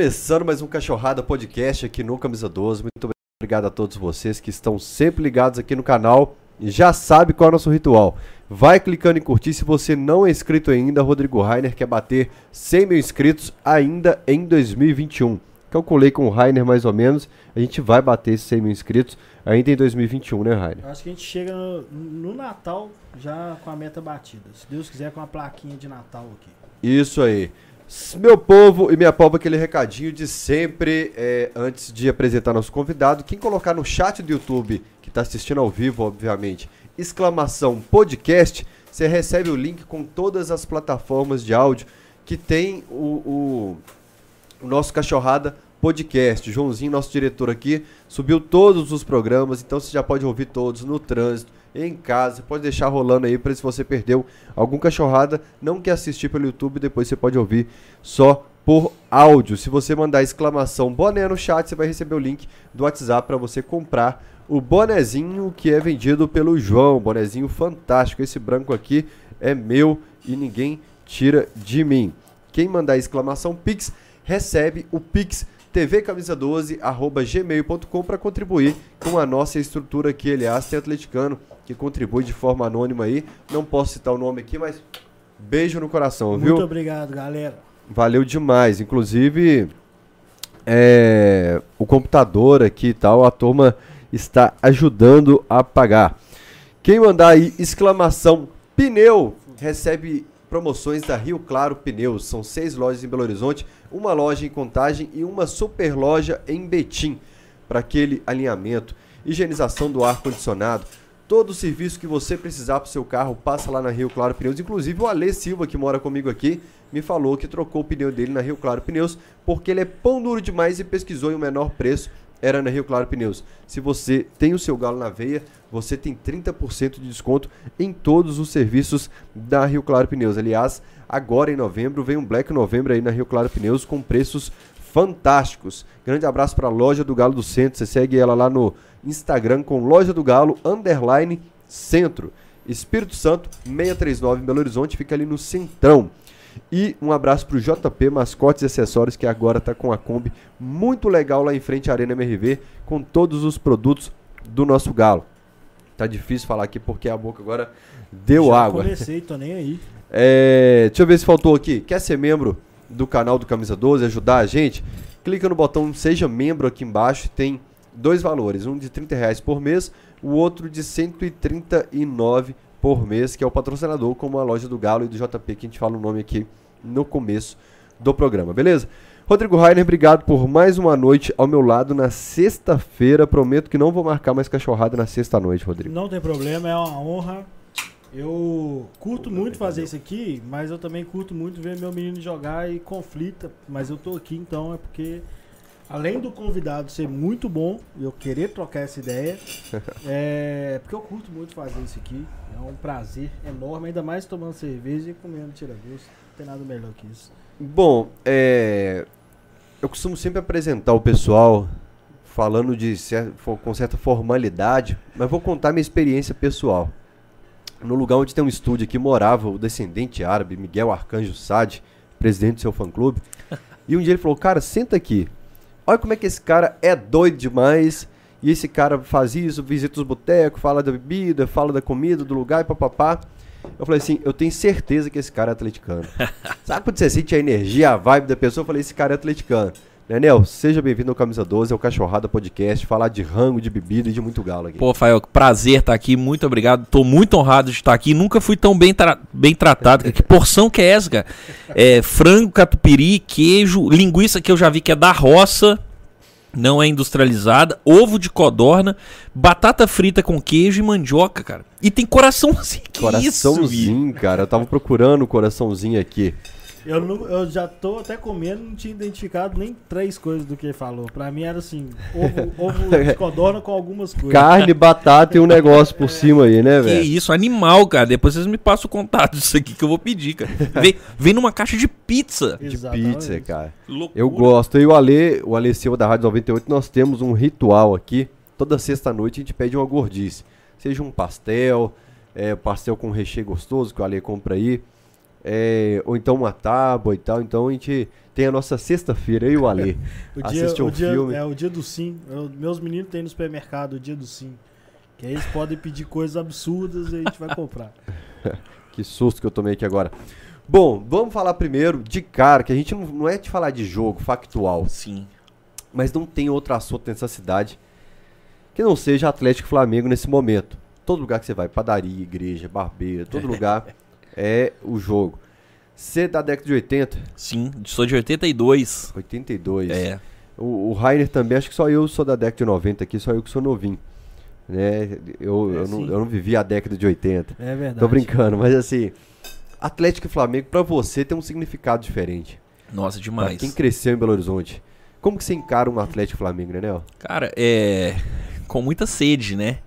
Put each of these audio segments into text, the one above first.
Começando mais um Cachorrada Podcast aqui no Camisa 12. Muito obrigado a todos vocês que estão sempre ligados aqui no canal. E Já sabe qual é o nosso ritual. Vai clicando em curtir se você não é inscrito ainda. Rodrigo Rainer quer bater 100 mil inscritos ainda em 2021. Calculei com o Rainer mais ou menos. A gente vai bater esses 100 mil inscritos ainda em 2021, né, Rainer? Acho que a gente chega no, no Natal já com a meta batida. Se Deus quiser, com uma plaquinha de Natal aqui. Isso aí. S- Meu povo e minha povo, aquele recadinho de sempre, é, antes de apresentar nosso convidado, quem colocar no chat do YouTube, que está assistindo ao vivo, obviamente, exclamação podcast, você recebe o link com todas as plataformas de áudio que tem o- o, o nosso Cachorrada Podcast. Joãozinho, nosso diretor aqui, subiu todos os programas, então você já pode ouvir todos no trânsito, em casa, pode deixar rolando aí para se você perdeu algum Cachorrada, não quer assistir pelo YouTube, depois você pode ouvir só por áudio. Se você mandar exclamação boné no chat, você vai receber o link do WhatsApp para você comprar o bonezinho que é vendido pelo João, bonezinho fantástico. Esse branco aqui é meu e ninguém tira de mim. Quem mandar exclamação Pix recebe o Pix tvcamisa12@gmail.com para contribuir com a nossa estrutura aqui, aliás, tem atleticano que contribui de forma anônima aí. Não posso citar o nome aqui, mas beijo no coração, viu? Muito obrigado, galera. Valeu demais. Inclusive, é, o computador aqui e tal, a turma está ajudando a pagar. Quem mandar aí exclamação pneu recebe promoções da Rio Claro Pneus. São seis lojas em Belo Horizonte, uma loja em Contagem e uma super loja em Betim para aquele alinhamento, higienização do ar condicionado. Todo o serviço que você precisar para o seu carro, passa lá na Rio Claro Pneus. Inclusive o Ale Silva, que mora comigo aqui, me falou que trocou o pneu dele na Rio Claro Pneus, porque ele é pão duro demais e pesquisou em um menor preço, era na Rio Claro Pneus. Se você tem o seu galo na veia, você tem 30% de desconto em todos os serviços da Rio Claro Pneus. Aliás, agora em novembro, vem um Black Novembro aí na Rio Claro Pneus com preços fantásticos. Grande abraço para a Loja do Galo do Centro. Você segue ela lá no Instagram com Loja do Galo underline Centro. Espírito Santo 639 em Belo Horizonte, fica ali no Centrão. E um abraço pro JP Mascotes e Acessórios, que agora tá com a Kombi muito legal lá em frente à Arena MRV, com todos os produtos do nosso galo. Tá difícil falar aqui porque a boca agora deu já água. comecei, tô nem aí. É, deixa eu ver se faltou aqui. Quer ser membro do canal do Camisa 12, ajudar a gente? Clica no botão Seja Membro aqui embaixo. Tem dois valores, um de R$ 30 reais por mês, o outro de R$ 139 por mês, que é o patrocinador, como a loja do Galo e do JP, que a gente fala o nome aqui no começo do programa, beleza? Rodrigo Rainer, obrigado por mais uma noite ao meu lado na sexta-feira. Prometo que não vou marcar mais cachorrada na sexta-noite, Rodrigo. Não tem problema, é uma honra. Eu curto muito fazer isso aqui, mas eu também curto muito ver meu menino jogar e conflita. Mas eu tô aqui então é porque, além do convidado ser muito bom e eu querer trocar essa ideia, é porque eu curto muito fazer isso aqui. É um prazer enorme, ainda mais tomando cerveja e comendo tira-gosto. Não tem nada melhor que isso. Bom, é, eu costumo sempre apresentar o pessoal falando de cer- fo- com certa formalidade, mas vou contar minha experiência pessoal. No lugar onde tem um estúdio aqui morava o descendente árabe Miguel Arcanjo Sade, presidente do seu fã-clube. E um dia ele falou: Cara, senta aqui. Olha como é que esse cara é doido demais. E esse cara faz isso, visita os botecos, fala da bebida, fala da comida, do lugar e papapá. Eu falei assim: Eu tenho certeza que esse cara é atleticano. Sabe quando você sente a energia, a vibe da pessoa? Eu falei, esse cara é atleticano. Daniel, seja bem-vindo ao Camisa 12, ao Cachorrada Podcast, falar de rango, de bebida e de muito galo aqui. Pô, Fael, que prazer estar aqui, muito obrigado. Tô muito honrado de estar aqui. Nunca fui tão bem, tra- bem tratado. Que porção que é essa, cara? É, frango, catupiry, queijo, linguiça que eu já vi que é da roça, não é industrializada, ovo de codorna, batata frita com queijo e mandioca, cara. E tem coraçãozinho, que isso, Vi? coraçãozinho, cara. Eu tava procurando o coraçãozinho aqui. Eu, não- eu já tô até comendo, não tinha identificado nem três coisas do que ele falou. Pra mim era assim, ovo, ovo de codorna com algumas coisas. Carne, batata e um negócio por cima aí, né, É. Que velho? isso, animal, cara. Depois vocês me passam o contato disso aqui que eu vou pedir, cara. Vem, vem numa caixa de pizza. Exatamente. Pizza, cara. Loucura. Eu gosto. E o Ale, o Ale Silva da Rádio 98, nós temos um ritual aqui. Toda sexta-noite a gente pede uma gordice. Seja um pastel, é, pastel com recheio gostoso que o Ale compra aí. é, ou então uma tábua e tal. Então a gente tem a nossa sexta-feira, eu e o Alê. O dia, Assiste o um dia- filme. É o dia do sim. Eu- meus meninos têm no supermercado o dia do sim. Que aí eles podem pedir coisas absurdas e a gente vai comprar. Que susto que eu tomei aqui agora. Bom, vamos falar primeiro de cara, que a gente não, não é de falar de jogo factual, Sim. mas não tem outro assunto nessa cidade que não seja Atlético e Flamengo nesse momento. Todo lugar que você vai, padaria, igreja, barbeiro, todo lugar é o jogo. Você é da década de 80, Sim. Sou de 82. 82. É. O, o Rainer também, acho que só eu sou da década de 90 aqui, só eu que sou novinho. Né? Eu, É, eu, não, sim. eu não vivi a década de 80. É verdade. Tô brincando, mas assim, Atlético e Flamengo pra você tem um significado diferente. Nossa, Pra demais. quem cresceu em Belo Horizonte, como que você encara um Atlético e Flamengo, né, Léo? Cara, é. Com muita sede, né?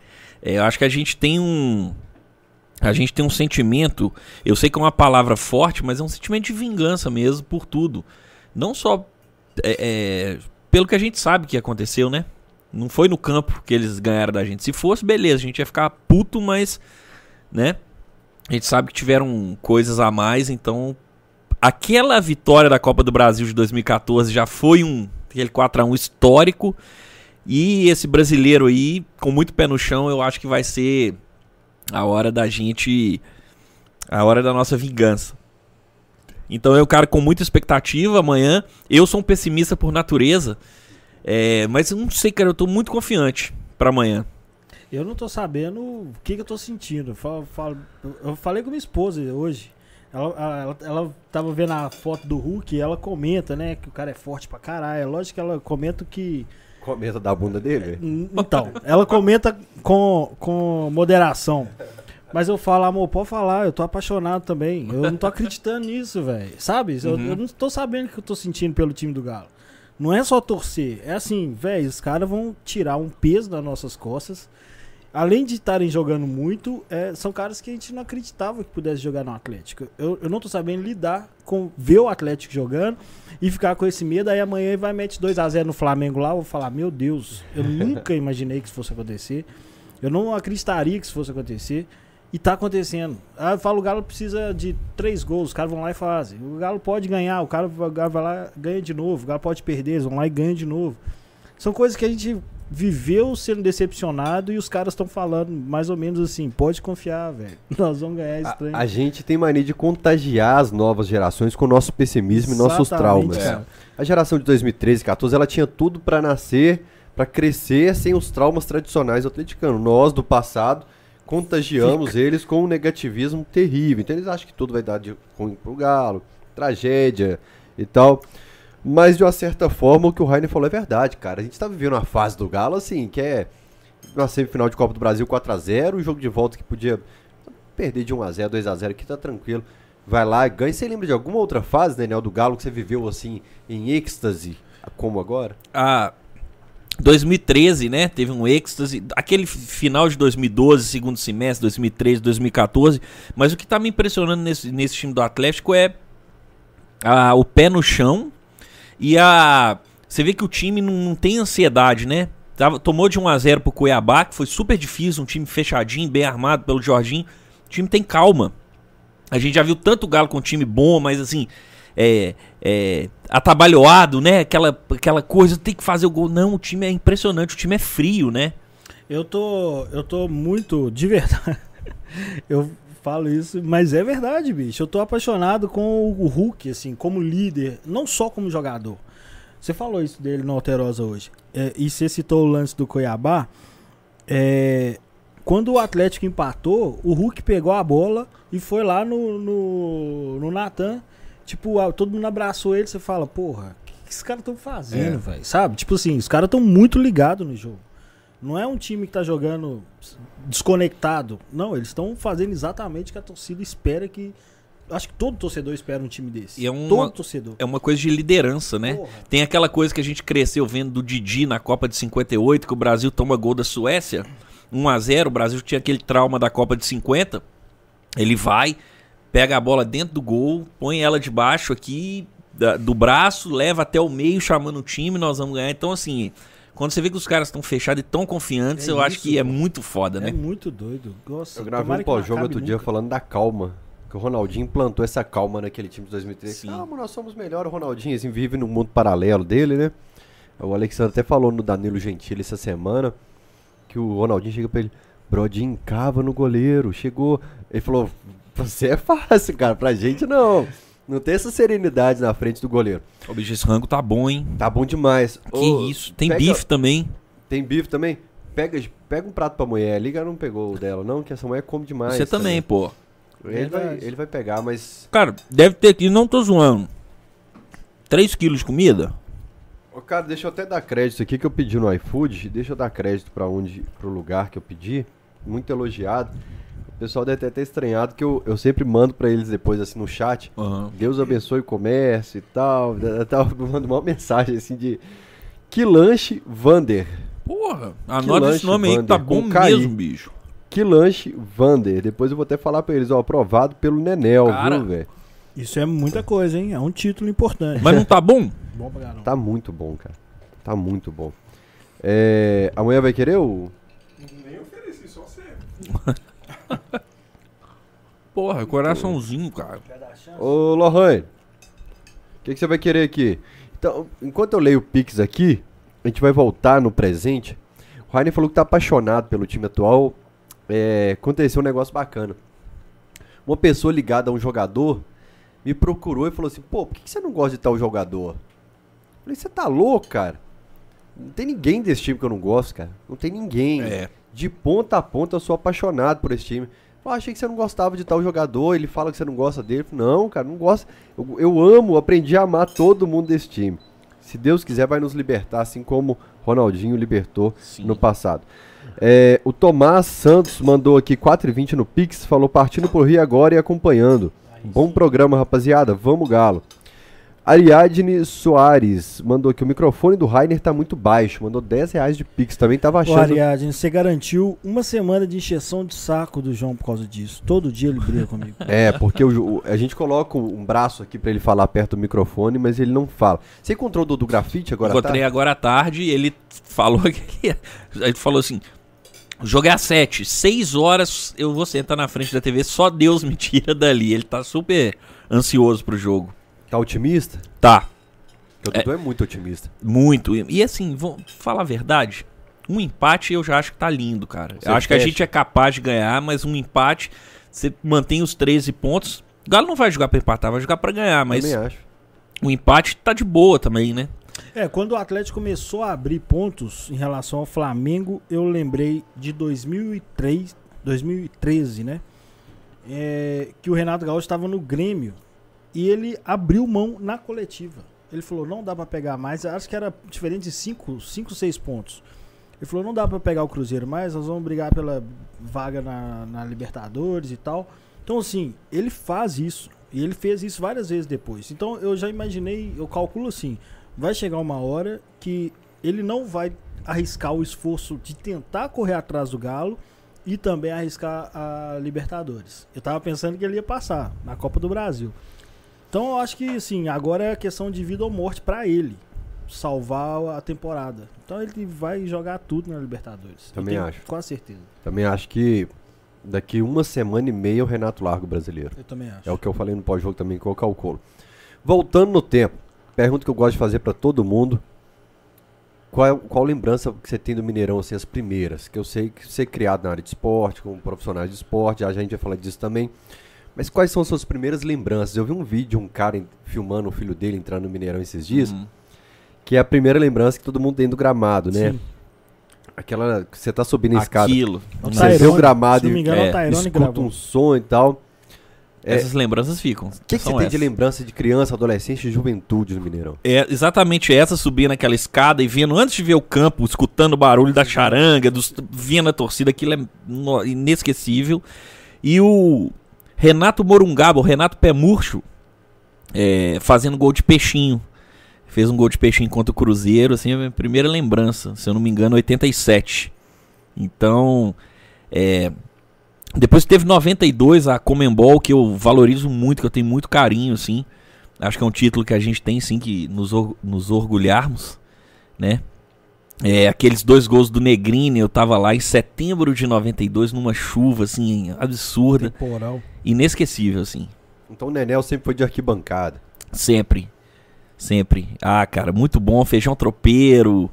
É, eu acho que a gente tem um. A gente tem um sentimento. Eu sei que é uma palavra forte, mas é um sentimento de vingança mesmo por tudo. Não só. é, é, pelo que a gente sabe que aconteceu, né? Não foi no campo que eles ganharam da gente. Se fosse, beleza, a gente ia ficar puto, mas. Né? A gente sabe que tiveram coisas a mais, então. Aquela vitória da Copa do Brasil de 2014 já foi um. Aquele 4x1 histórico. E esse brasileiro aí, com muito pé no chão, eu acho que vai ser a hora da gente. A hora da nossa vingança. Então eu, cara, com muita expectativa amanhã. Eu sou um pessimista por natureza. É, mas eu não sei, cara, eu tô muito confiante pra amanhã. Eu não tô sabendo o que, que eu tô sentindo. Eu, falo- falo- eu falei com minha esposa hoje. Ela, ela, ela tava vendo a foto do Hulk e ela comenta, né? Que o cara é forte pra caralho. É lógico que ela comenta que. Comenta da bunda dele? Então, ela comenta com, com moderação. Mas eu falo, amor, pode falar, eu tô apaixonado também. Eu não tô acreditando nisso, velho. Sabe? Eu, eu não tô sabendo o que eu tô sentindo pelo time do Galo. Não é só torcer. É assim, velho, os caras vão tirar um peso das nossas costas. Além de estarem jogando muito, é, são caras que a gente não acreditava que pudesse jogar no Atlético. Eu, eu não tô sabendo lidar com ver o Atlético jogando e ficar com esse medo. Aí amanhã ele vai mete 2 a 0 no Flamengo lá. Eu vou falar, meu Deus, eu nunca imaginei que isso fosse acontecer. Eu não acreditaria que isso fosse acontecer. E tá acontecendo. Ah, eu falo, o Galo precisa de três gols, os caras vão lá e fazem. O Galo pode ganhar, o cara o Galo vai lá ganha de novo. O Galo pode perder, eles vão lá e ganham de novo. São coisas que a gente viveu sendo decepcionado e os caras estão falando mais ou menos assim, pode confiar, velho. Nós vamos ganhar esse A, trem. a gente tem mania de contagiar as novas gerações com o nosso pessimismo e nossos Exatamente, traumas. cara. A geração de 2013, 14, ela tinha tudo pra nascer, pra crescer sem os traumas tradicionais do atleticano. Nós, do passado, contagiamos eles com um negativismo terrível. Então eles acham que tudo vai dar de ruim pro galo, tragédia e tal. Mas de uma certa forma, o que o Rainer falou é verdade, cara. A gente tá vivendo uma fase do galo assim, que é na semifinal de Copa do Brasil 4x0, o um jogo de volta que podia perder de 1x0, 2x0, aqui tá tranquilo. Vai lá, ganha. Você lembra de alguma outra fase, Daniel, do Galo que você viveu assim, em êxtase, como agora? A 2013, né? Teve um êxtase. Aquele final de 2012, segundo semestre, 2013, 2014. Mas o que tá me impressionando nesse, nesse time do Atlético é a- o pé no chão e a. Você vê que o time não, não tem ansiedade, né? Tava, tomou de 1 a 0 pro Cuiabá, que foi super difícil, um time fechadinho, bem armado pelo Jorginho. O time tem calma. A gente já viu tanto o Galo com um time bom, mas assim, é, é, atabalhoado, né? Aquela, aquela coisa, tem que fazer o gol. Não, o time é impressionante, o time é frio, né? Eu tô, eu tô muito, de verdade. eu falo isso, mas é verdade, bicho. Eu tô apaixonado com o Hulk, assim, como líder, não só como jogador. Você falou isso dele no Alterosa hoje. É, e você citou o lance do Cuiabá. É, quando o Atlético empatou, o Hulk pegou a bola e foi lá no, no, no Natan. Tipo, ah, todo mundo abraçou ele. Você fala, porra, o que, que esses caras estão É. fazendo, velho? Sabe? Tipo assim, os caras estão muito ligados no jogo. Não é um time que tá jogando desconectado. Não, eles estão fazendo exatamente o que a torcida espera que. Acho que todo torcedor espera um time desse. E é uma- Todo torcedor. É uma coisa de liderança, né? Porra. Tem aquela coisa que a gente cresceu vendo do Didi na Copa de 58, que o Brasil toma gol da Suécia, 1 a 0 o Brasil tinha aquele trauma da Copa de 50. Ele vai, pega a bola dentro do gol, põe ela debaixo aqui da- do braço, leva até o meio chamando o time, nós vamos ganhar. Então assim, quando você vê que os caras estão fechados e tão confiantes, É eu acho isso, que é pô. muito foda, É né? muito doido. Nossa, Eu gravei tomara um que não pós-jogo acabe outro dia nunca. falando da calma. que o Ronaldinho implantou essa calma naquele time de 2013. Sim. Calma, nós somos melhor. O Ronaldinho assim, vive num mundo paralelo dele, né? O Alexandre até falou no Danilo Gentili essa semana que o Ronaldinho chega pra ele, Brodinho encava no goleiro, chegou. Ele falou, você é fácil, cara, pra gente não. Não tem essa serenidade na frente do goleiro. É. Ô, bicho, esse rango tá bom, hein? Tá bom demais. Que Ô, isso. Tem pega- bife também. Tem bife também? Pega, pega um prato pra mulher. Liga não pegou o dela, não, que essa mulher come Ah, demais. tá Você também, pô. Ele vai, Verdade. ele vai pegar, mas. Cara, deve ter aqui, não tô zoando. 3 quilos de comida? Ô, cara, deixa eu até dar crédito aqui que eu pedi no iFood. Deixa eu dar crédito pra onde, pro lugar que eu pedi. Muito elogiado. O pessoal deve ter até estranhado que eu, eu sempre mando pra eles depois, assim, no chat. Aham. Deus abençoe o comércio e tal. tal eu mando uma mensagem assim de. Que lanche, Vander. Porra, Que anota lanche, esse nome aí que tá Wander, com bom KI. mesmo, bicho. Que lanche, Vander. Depois eu vou até falar pra eles, ó, aprovado pelo Nenel, Cara. viu, velho? Isso é muita coisa, hein? É um título importante. Mas não tá bom? Bom pra caramba. Tá muito bom, cara. Tá muito bom. É, amanhã vai querer o. Nem ofereci, só serve. Porra, coraçãozinho, cara. Ô, Lohan, o que, que você vai querer aqui? Então, enquanto eu leio o Pix aqui, a gente vai voltar no presente. O Rainer falou que tá apaixonado pelo time atual. É, aconteceu um negócio bacana. Uma pessoa ligada a um jogador me procurou e falou assim: pô, por que, que você não gosta de tal jogador? Eu falei: você tá louco, cara? Não tem ninguém desse time que eu não gosto, cara. Não tem ninguém. É. De ponta a ponta, eu sou apaixonado por esse time. Eu achei que você não gostava de tal jogador, ele fala que você não gosta dele. Eu falei, Não, cara, não gosto. Eu, eu amo, aprendi a amar todo mundo desse time. Se Deus quiser, vai nos libertar, assim como Ronaldinho libertou Sim. no passado. É, o Tomás Santos mandou aqui 4,20 no Pix, falou partindo pro Rio agora e acompanhando. Bom programa, rapaziada. Vamos, Galo. Ariadne Soares mandou aqui. O microfone do Rainer tá muito baixo. Mandou 10 reais de Pix. Também tava Ô, achando Ariadne, você garantiu uma semana de encheção de saco do João por causa disso. Todo dia ele briga comigo. É, porque o Ju- o- a gente coloca um braço aqui pra ele falar perto do microfone, mas ele não fala. Você encontrou o Dudu Grafite agora? tá? Encontrei agora à tarde e ele falou que ele ia- ele falou assim: o jogo é às 7, 6 horas eu vou sentar na frente da TV, só Deus me tira dali. Ele tá super ansioso pro jogo. Tá otimista? Tá, Porque o Dudu é muito otimista. muito. E, e assim, vou falar a verdade. Um empate eu já acho que tá lindo, cara. Você eu acho que a fecha. gente é capaz de ganhar, mas um empate, você mantém os 13 pontos. O Galo não vai jogar pra empatar, vai jogar pra ganhar, mas Também acho. o empate tá de boa também, né? É, quando o Atlético começou a abrir pontos em relação ao Flamengo, eu lembrei de 2003, 2013, né? É, que o Renato Gaúcho estava no Grêmio e ele abriu mão na coletiva. Ele falou: não dá pra pegar mais. Acho que era diferente de 5, 6 pontos. Ele falou: não dá pra pegar o Cruzeiro mais, nós vamos brigar pela vaga na, na Libertadores e tal. Então, assim, ele faz isso. E ele fez isso várias vezes depois. Então, eu já imaginei, eu calculo assim: vai chegar uma hora que ele não vai arriscar o esforço de tentar correr atrás do Galo e também arriscar a Libertadores. Eu tava pensando que ele ia passar na Copa do Brasil. Então eu acho que assim, agora é questão de vida ou morte pra ele salvar a temporada. Então ele vai jogar tudo na Libertadores. Eu Também tenho acho. Quase certeza. Também acho que daqui uma semana e meia o Renato larga o brasileiro. Eu também acho. É o que eu falei no pós-jogo também, que eu calculo. Voltando no tempo, pergunta que eu gosto de fazer pra todo mundo. Qual, é- qual lembrança que você tem do Mineirão, assim, as primeiras? Que eu sei que você é criado na área de esporte, como profissional de esporte, já já a gente vai falar disso também. Mas quais são suas primeiras lembranças? Eu vi um vídeo de um cara en- filmando o filho dele entrando no Mineirão esses dias, que é a primeira lembrança que todo mundo tem do gramado, né? Sim. Aquela que você tá subindo a escada, Aquilo. Não você vê o Tyrone, gramado se não me e- engano, é, o Tyrone escuta Ah, gravou. um som e tal. É. Essas lembranças ficam. O que, que você tem de lembrança de criança, adolescente e juventude no Mineirão? É exatamente essa, subir naquela escada e vendo, antes de ver o campo, escutando o barulho da charanga, dos, vendo a torcida, aquilo é no- inesquecível. E o Renato Morungaba, o Renato Pé Murcho, é, fazendo gol de peixinho. Fez um gol de peixinho contra o Cruzeiro, assim, a minha primeira lembrança, se eu não me engano, 87. Então, é, depois teve 92, a Comembol, que eu valorizo muito, que eu tenho muito carinho, assim. Acho que é um título que a gente tem sim que nos, or- nos orgulharmos, né? É, aqueles dois gols do Negrini, eu tava lá em setembro de 92, numa chuva, assim, absurda, Temporal. inesquecível, assim. Então o Nenel sempre foi de arquibancada. Sempre. Sempre. Ah, cara, muito bom. Feijão tropeiro.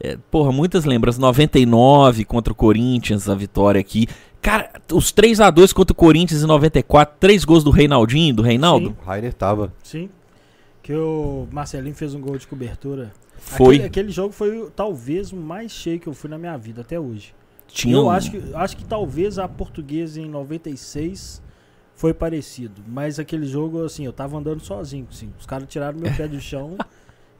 É, porra, muitas lembranças. 99 contra o Corinthians, a vitória aqui. Cara, os 3 a 2 contra o Corinthians em 94. Três gols do Reinaldinho, do Reinaldo. Sim. O Rainer tava. Sim. Que o Marcelinho fez um gol de cobertura. Foi. Aquele, aquele jogo foi o- talvez o mais cheio que eu fui na minha vida até hoje. Tinha Eu um- acho que, acho que talvez a portuguesa em 96 foi parecido. Mas aquele jogo, assim, eu tava andando sozinho. Assim, os caras tiraram meu pé do chão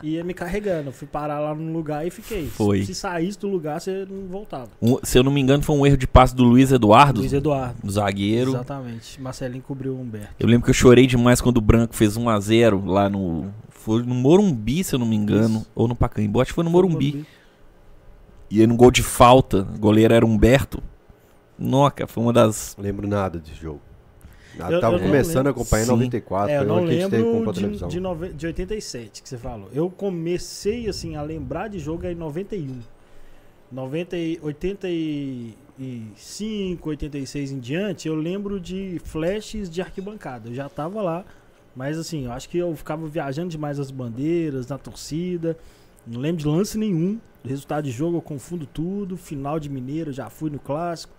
e ia me carregando. Eu fui parar lá num lugar e fiquei. Se- Foi. Se saísse do lugar, você não voltava. um- se eu não me engano, foi um erro de passe do Luiz Eduardo, Luiz Eduardo. zagueiro. Exatamente. Marcelinho cobriu o Humberto. Eu lembro que eu chorei demais quando o Branco fez 1 a 0 lá no. Foi no Morumbi, se eu não me engano. Isso. Ou no Pacaembu. Acho que foi no Morumbi. E aí, num gol de falta, o goleiro era Humberto. Noca, foi uma das. Não lembro nada desse jogo. Nada, Eu- tava eu não começando a lembro. acompanhar em Sim. 94, É, eu foi não onde a gente teve lembro compra a de, televisão. de, nove- de 87 que você falou. Eu comecei assim a lembrar de jogo aí em 91. 90, e- 85, 86 em diante, eu lembro de flashes de arquibancada. Eu já tava lá, mas assim, eu acho que eu ficava viajando demais as bandeiras, na torcida. Não lembro de lance nenhum. Resultado de jogo eu confundo tudo. Final de Mineiro, eu já fui no clássico.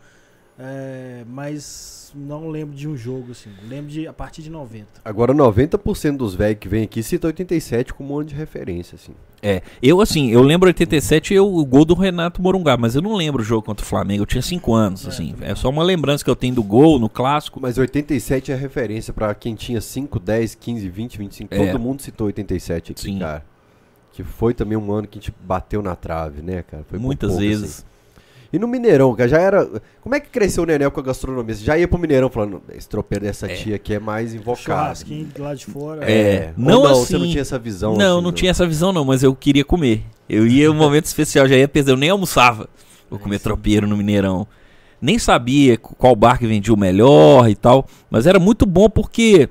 É, mas não lembro de um jogo assim. Lembro de a partir de 90. Agora 90% dos velhos que vem aqui cita 87 como um ano de referência, assim. É. Eu, assim, eu lembro 87 eu, o gol do Renato Morungá, mas eu não lembro o jogo contra o Flamengo. Eu tinha 5 anos, É, assim. também É não. só uma lembrança que eu tenho do gol no clássico. Mas 87 é referência pra quem tinha 5, 10, 15, 20, 25. É. Todo mundo citou 87 aqui, Sim. cara. Que foi também um ano que a gente bateu na trave, né, cara? Foi por muitas pouco, vezes. assim. E no Mineirão, cara, já era. Como é que cresceu o Nenel com a gastronomia? Você já ia pro Mineirão falando, esse tropeiro dessa tia aqui é mais invocado. Churrasquinho de lá de fora. É. Ou não Você não assim- tinha essa visão. Não, assim, não tinha essa visão não, mas eu queria comer. Eu ia um momento especial, já ia perder, eu nem almoçava. Vou comer tropeiro no Mineirão. Nem sabia qu- qual bar que vendia o melhor e tal, mas era muito bom porque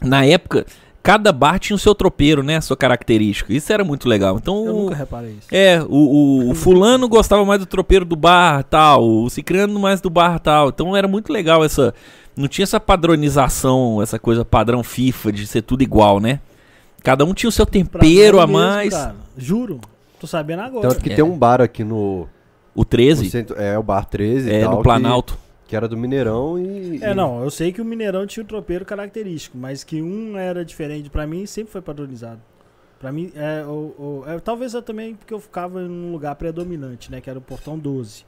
na época cada bar tinha o seu tropeiro, né, a sua característica. Isso era muito legal. Então, Eu nunca reparei isso. é, o, o- o fulano gostava mais do tropeiro do bar tal, o cicrano mais do bar tal. Então era muito legal essa. Não tinha essa padronização, essa coisa padrão FIFA de ser tudo igual, né? Cada um tinha o seu Pra mim é tempero a mesmo, mais. cara. Juro. Tô sabendo agora. Tanto que É. tem um bar aqui no, O no 13, centro- é o bar 13 e é, tal, no que- Planalto. Que, era do Mineirão e. É, e- não, eu sei que o Mineirão tinha o tropeiro característico, mas que um era diferente pra mim sempre foi padronizado. Pra mim, é, o- o- é, talvez eu também porque eu ficava em um lugar predominante, né, que era o portão 12.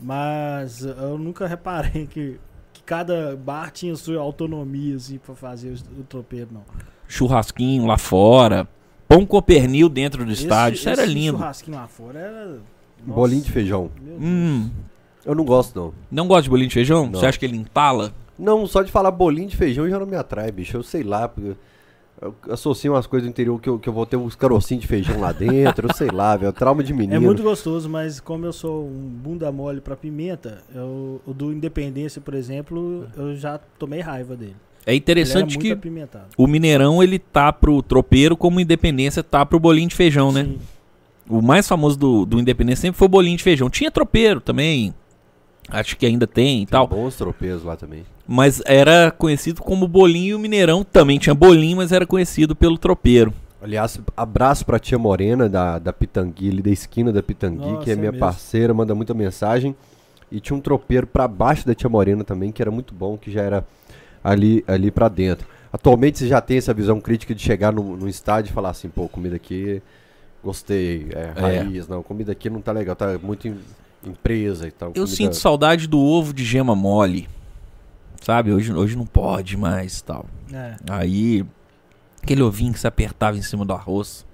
Mas eu nunca reparei que, que cada bar tinha sua autonomia assim para fazer o, o tropeiro, não. Churrasquinho lá fora. Pão com pernil dentro do estádio. Isso era esse lindo. Um churrasquinho lá fora era nossa, Bolinho de feijão. meu Deus. Hum, Eu não gosto, não. não gosta de bolinho de feijão? Não. Você acha que ele empala? Não, só de falar bolinho de feijão já não me atrai, bicho. Eu sei lá, porque eu associo umas coisas do interior que eu, que eu vou ter uns carocinhos de feijão lá dentro, eu sei lá, velho. Trauma de menino. É muito gostoso, mas como eu sou um bunda mole pra pimenta, eu- o do Independência, por exemplo, eu já tomei raiva dele. É Ele era interessante muito que apimentado. o Mineirão ele tá pro tropeiro como o Independência tá pro bolinho de feijão, né? Sim. O mais famoso do, do Independência sempre foi o bolinho de feijão. Tinha tropeiro também. Acho que ainda tem Tem e tal. bons tropeiros lá também. Mas era conhecido como bolinho e o Mineirão também tinha bolinho, mas era conhecido pelo tropeiro. Aliás, abraço pra tia Morena da, da Pitangui, ali da esquina da Pitangui, Nossa, que é é minha mesmo. parceira, manda muita mensagem. E tinha um tropeiro pra baixo da tia Morena também, que era muito bom, que já era ali, ali pra dentro. Atualmente você já tem essa visão crítica de chegar no, no estádio e falar assim, pô, comida aqui, gostei, é raiz, não, comida aqui não tá legal, tá muito em- empresa e tal. Eu comida- sinto saudade do ovo de gema mole. Sabe? Hoje, hoje não pode mais e tal. É. Aí, aquele ovinho que se apertava em cima do arroz.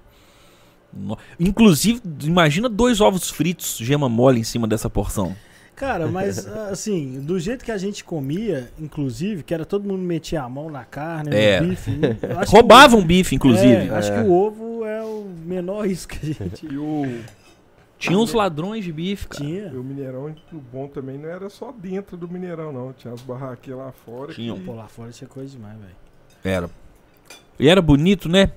No- Inclusive, imagina dois ovos fritos, gema mole em cima dessa porção. Cara, mas assim, do jeito que a gente comia, inclusive, que era todo mundo metia a mão na carne, É. no bife. né? eu acho que o- Roubavam um bife, inclusive. É, acho É. que o ovo é o menor risco que a gente E o, Tinha uns ladrões de bife, cara. e tinha. o Mineirão, o bom também não era só dentro do Mineirão, não. Tinha as barraquinhas lá fora. Tinha. um que- Pô, lá fora tinha coisa demais, velho. Era. E era bonito, né?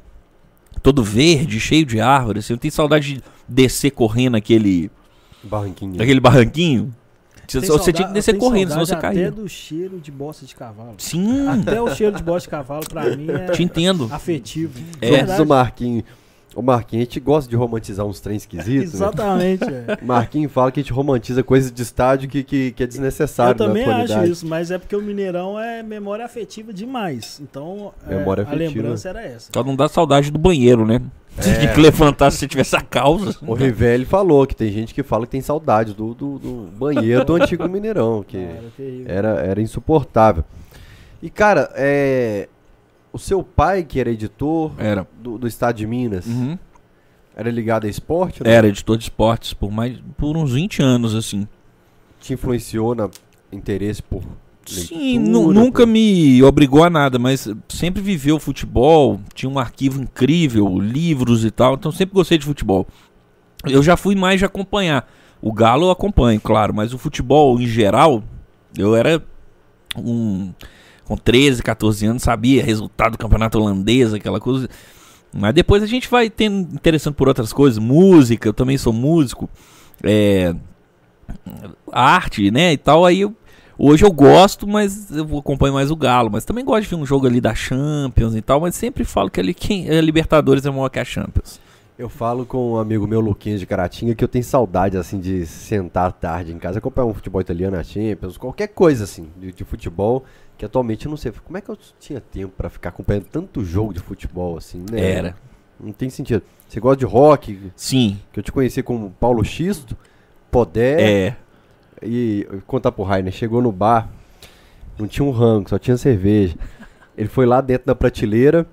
Todo verde, cheio de árvores. assim, Eu tenho saudade de- descer correndo aquele, Barranquinha. aquele barranquinho. Tem Você, você saudade- tinha que eu descer tenho correndo, senão você saudade caía. Até do cheiro de bosta de cavalo. Sim, Até o cheiro de bosta de cavalo, pra mim, te é entendo. afetivo. É. Juntos Verdade. o Marquinhos. O Marquinhos, a gente gosta de romantizar uns trens esquisitos. né? Exatamente. é. O Marquinhos fala que a gente romantiza coisas de estádio que, que, que é Eu desnecessário na também atualidade. acho isso, mas é porque o Mineirão é memória afetiva demais. Então, é, Memória a afetiva. Então, lembrança era essa. Só não dá saudade do banheiro, né? Você É. tinha que levantar se você tivesse a causa. O Rivelli falou que tem gente que fala que tem saudade do, do, do banheiro do antigo Mineirão, que Cara, terrível. era, era insuportável. E, cara, é, o seu pai, que era editor Era. do, do estado de Minas, Uhum. É. era ligado a esporte? né? Era editor de esportes por mais por uns 20 anos, assim. Te influenciou na interesse por Sim, leitura, nu- por- nunca me obrigou a nada, mas sempre viveu futebol, tinha um arquivo incrível, livros e tal, então sempre gostei de futebol. Eu já fui mais de acompanhar. O Galo eu acompanho, claro, mas o futebol em geral, eu era um com 13, 14 anos, sabia resultado do campeonato holandês, aquela coisa. Mas depois a gente vai tendo interessando por outras coisas, música, eu também sou músico, é, arte, né, e tal, aí eu Hoje eu gosto, mas eu acompanho mais o Galo. Mas também gosto de ver um jogo ali da Champions e tal. Mas sempre falo que ali quem, a Libertadores é maior que a Champions. Eu falo com um amigo meu, Luquinhas de Caratinga, que eu tenho saudade, assim, de sentar à tarde em casa, acompanhar um futebol italiano, a Champions, qualquer coisa, assim, de, de futebol, que atualmente eu não sei. Como é que eu tinha tempo pra ficar acompanhando tanto jogo de futebol, assim, É. né? Era. Não tem sentido. Você gosta de rock, Sim. que eu te conheci como Paulo Xisto, Podé, É. e contar pro Rainer, chegou no bar, não tinha um rango, só tinha cerveja. Ele foi lá dentro da prateleira,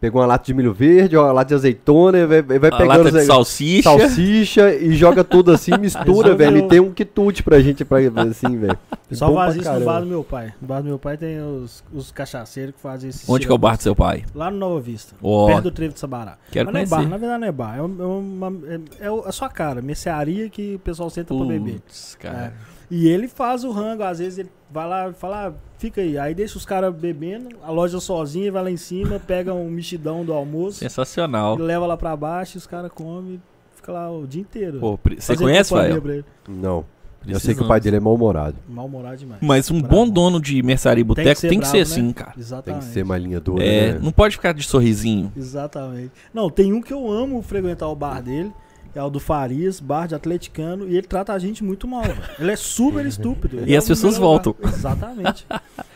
pegou uma lata de milho verde, uma lata de azeitona, e vai, e vai A pegando... lata os- de salsicha. salsicha e joga tudo assim, mistura, Resolveu. velho. E tem um quitute pra gente, pra, assim, velho. Só Bom pra faz isso no caramba. bar do meu pai. No bar do meu pai tem os, os cachaceiros que fazem esse. Onde que é o bar do seu pai? Lá no Nova Vista. Ó. Perto do Trevo de Sabará. Quero Mas não é bar, conhecer. na verdade não é bar. É, um- é uma, é, é o- a sua cara, mercearia que o pessoal senta pra beber. né? Putz, cara. E ele faz o rango, às vezes ele vai lá e fala, "Ah, fica aí. Aí deixa os caras bebendo, a loja sozinha, vai lá em cima, pega um mexidão do almoço, Sensacional. e leva lá pra baixo, e os caras comem, fica lá o dia inteiro. Pô, pre- você Fazendo conhece, companhia Fael? pra ele. Não. Eu Precisamos. sei que o pai dele é mal-humorado. Mal-humorado demais. Mas um Bravo. bom dono de mercearia e boteco tem que bravo, ser né? assim, cara. Tem Exatamente. que ser mais linha dura, É, né? não pode ficar de sorrisinho. Exatamente. Não, tem um que eu amo frequentar o bar dele, que é o do Farias, bar de atleticano, e ele trata a gente muito mal. velho. Ele é super estúpido. ele E é as o pessoas melhor voltam. bar. Exatamente.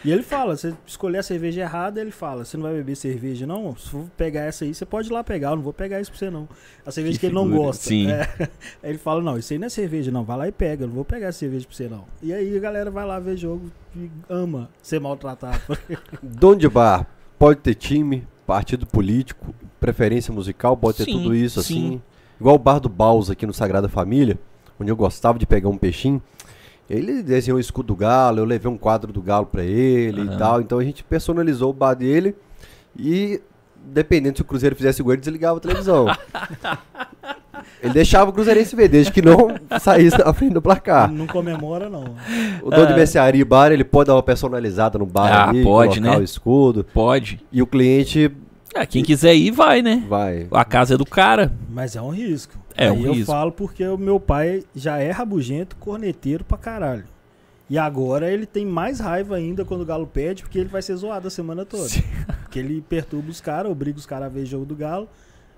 E ele fala, você escolher a cerveja errada, ele fala, você não vai beber cerveja não? Se for pegar essa aí, você pode ir lá pegar, eu não vou pegar isso pra você não. A cerveja que, Que ele não figura. gosta. Sim. É. Aí ele fala, não, isso aí não é cerveja não, vai lá e pega, eu não vou pegar essa cerveja pra você não. E aí a galera vai lá ver jogo e ama ser maltratado. Dono de bar pode ter time, partido político, preferência musical, pode ter Sim, tudo isso, sim. assim. Igual o bar do Baus aqui no Sagrada Família, onde eu gostava de pegar um peixinho. Ele desenhou o escudo do galo, eu levei um quadro do galo pra ele e Aham. tal. Então a gente personalizou o bar dele e, dependendo se o Cruzeiro fizesse gol, ele desligava a televisão. ele deixava o Cruzeirense ver, desde que não saísse na frente do placar. Não comemora não. O dono de mercearia e bar, ele pode dar uma personalizada no bar É. Ah, ali, pode, colocar né? o escudo. Pode. E o cliente Ah, quem quiser ir, vai, né? Vai. A casa é do cara. Mas é um risco. É Aí um eu risco. falo porque o meu pai já é rabugento, corneteiro pra caralho. E agora ele tem mais raiva ainda quando o Galo perde, porque ele vai ser zoado a semana toda. Sim. Porque ele perturba os caras, obriga os caras a ver jogo do Galo.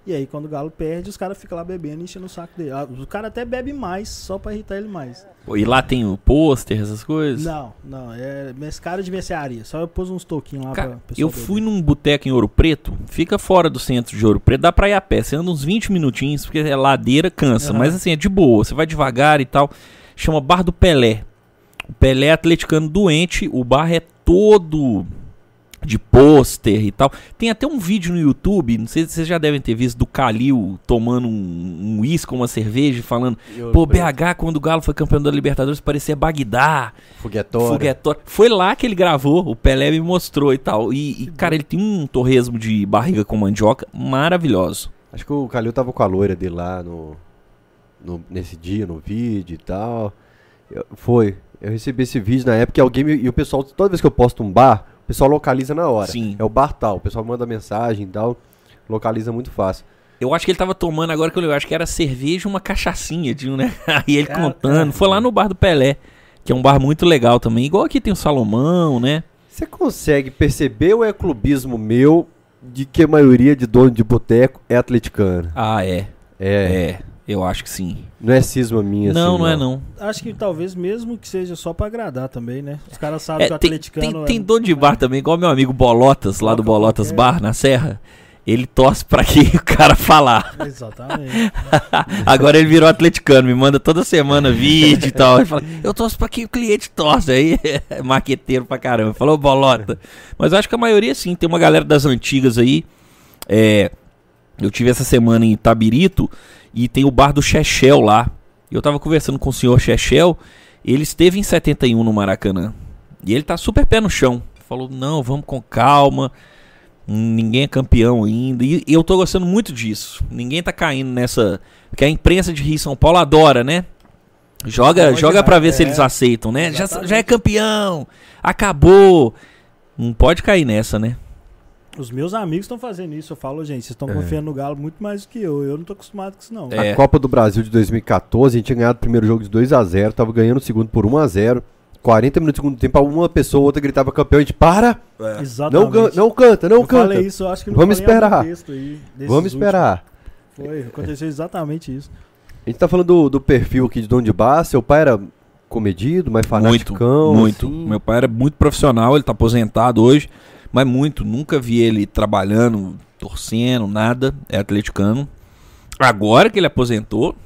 E aí quando o Galo perde, os caras ficam lá bebendo e enchendo o saco dele. Ah, O cara até bebe mais, só pra irritar ele mais. Pô, E lá tem o pôster, essas coisas. Não, não, é mes- cara de mercearia. Só eu pus uns toquinhos lá Ah, pra Cara, pessoa eu beber. fui num boteco em Ouro Preto, fica fora do centro de Ouro Preto, dá pra ir a pé, você anda uns 20 minutinhos, porque é ladeira, cansa, Aham. mas assim, é de boa, você vai devagar e tal. Chama Bar do Pelé. O Pelé é atleticano doente, o bar é todo de pôster e tal. Tem até um vídeo no YouTube, não sei se vocês já devem ter visto, do Calil tomando um um uísque, uma cerveja, e falando, pô, BH, quando o Galo foi campeão da Libertadores, parecia Bagdá. Foguetório. Foguetório. Foi lá que ele gravou, o Pelé me mostrou e tal. E, e, cara, ele tem um torresmo de barriga com mandioca maravilhoso. Acho que o Calil tava com a loira dele lá no, no- nesse dia, no vídeo e tal. Eu- foi. Eu recebi esse vídeo na época e alguém me- e o pessoal, toda vez que eu posto um bar, o pessoal localiza na hora. Sim. É o bar tal, o pessoal manda mensagem e tal, localiza muito fácil. Eu acho que ele tava tomando agora que eu lembro, eu acho que era cerveja e uma cachaçinha, de um, né? Aí ele Cara, contando. Foi lá no bar do Pelé, que é um bar muito legal também. Igual aqui tem o Salomão, né? Você consegue perceber ou é clubismo meu de que a maioria de dono de boteco é atleticana? Ah, é. É, É, eu acho que sim. Não é cisma minha, não, assim, não é não. Acho que talvez mesmo que seja só pra agradar também, né? Os caras sabem É, que o tem, tem, atleticano... é- tem dono de bar também, igual meu amigo Bolotas, lá do Bolotas é. Bar, na Serra. Ele torce pra que o cara falar. Exatamente. Agora ele virou atleticano, me manda toda semana vídeo e tal. Ele fala, eu torço pra quem o cliente torce. Aí é marqueteiro pra caramba. Falou bolota. Mas acho que a maioria sim, tem uma galera das antigas aí. É, eu tive essa semana em Itabirito e tem o bar do Chechel lá. E Eu tava conversando com o senhor Chechel, ele esteve em 71 no Maracanã. E ele tá super pé no chão. Falou, não, vamos com calma. Hum, Ninguém é campeão ainda. E e eu tô gostando muito disso. Ninguém tá caindo nessa. Porque a imprensa de Rio e São Paulo adora, né? Joga, Pode joga dar, pra ver se é. eles aceitam, né? Já, Exatamente. já é campeão! Acabou! Não pode cair nessa, né? Os meus amigos estão fazendo isso. Eu falo, gente, vocês estão confiando no Galo muito mais do que eu. Eu não tô acostumado com isso, não. A É. Copa do Brasil de 2014, a gente tinha ganhado o primeiro jogo de 2 a 0 tava ganhando o segundo por 1 a 0 40 minutos do segundo tempo, uma pessoa, outra gritava campeão, a gente para! Exatamente. Não, gan- não canta, não eu canta! falei isso, eu acho que não Vamos falei em algum esperar. texto aí, desses Vamos esperar. últimos. Foi, aconteceu exatamente isso. A gente tá falando do, do perfil aqui de dono de bar, seu pai era comedido, mais muito, fanaticão. muito. assim. Meu pai era muito profissional, ele tá aposentado hoje, mas muito. Nunca vi ele trabalhando, torcendo, nada. É atleticano. Agora que ele aposentou,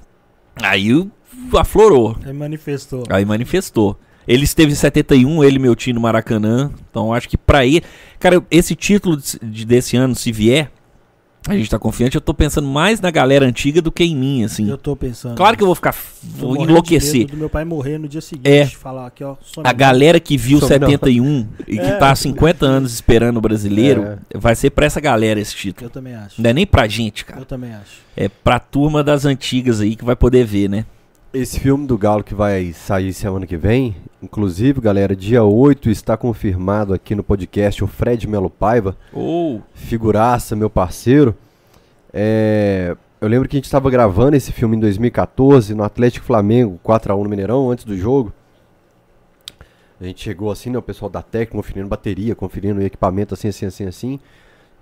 aí o- aflorou. Ele manifestou. Aí manifestou. Ele esteve em 71, ele e meu tio no Maracanã. Então acho que pra ele. Cara, eu- esse título de- de- desse ano, se vier, a gente tá confiante. Eu tô pensando mais na galera antiga do que em mim, assim. Eu tô pensando. Claro que eu vou ficar. f- Tô Vou morrendo de enlouquecer. medo do meu pai morrer no dia seguinte. É. Falar aqui, ó. some A galera que viu Sobre não. 71 e que É. tá há 50 anos esperando o brasileiro, É. vai ser pra essa galera esse título. Eu também acho. Não é nem pra gente, cara. Eu também acho. É pra turma das antigas aí que vai poder ver, né? Esse filme do Galo que vai sair semana que vem, inclusive, galera, dia 8 está confirmado aqui no podcast o Fred Melo Paiva, Ou. figuraça, meu parceiro. É, eu lembro que a gente estava gravando esse filme em 2014 no Atlético Flamengo, 4x1 no Mineirão, antes do jogo. A gente chegou assim, né, o pessoal da técnica conferindo bateria, conferindo equipamento, assim, assim, assim, assim.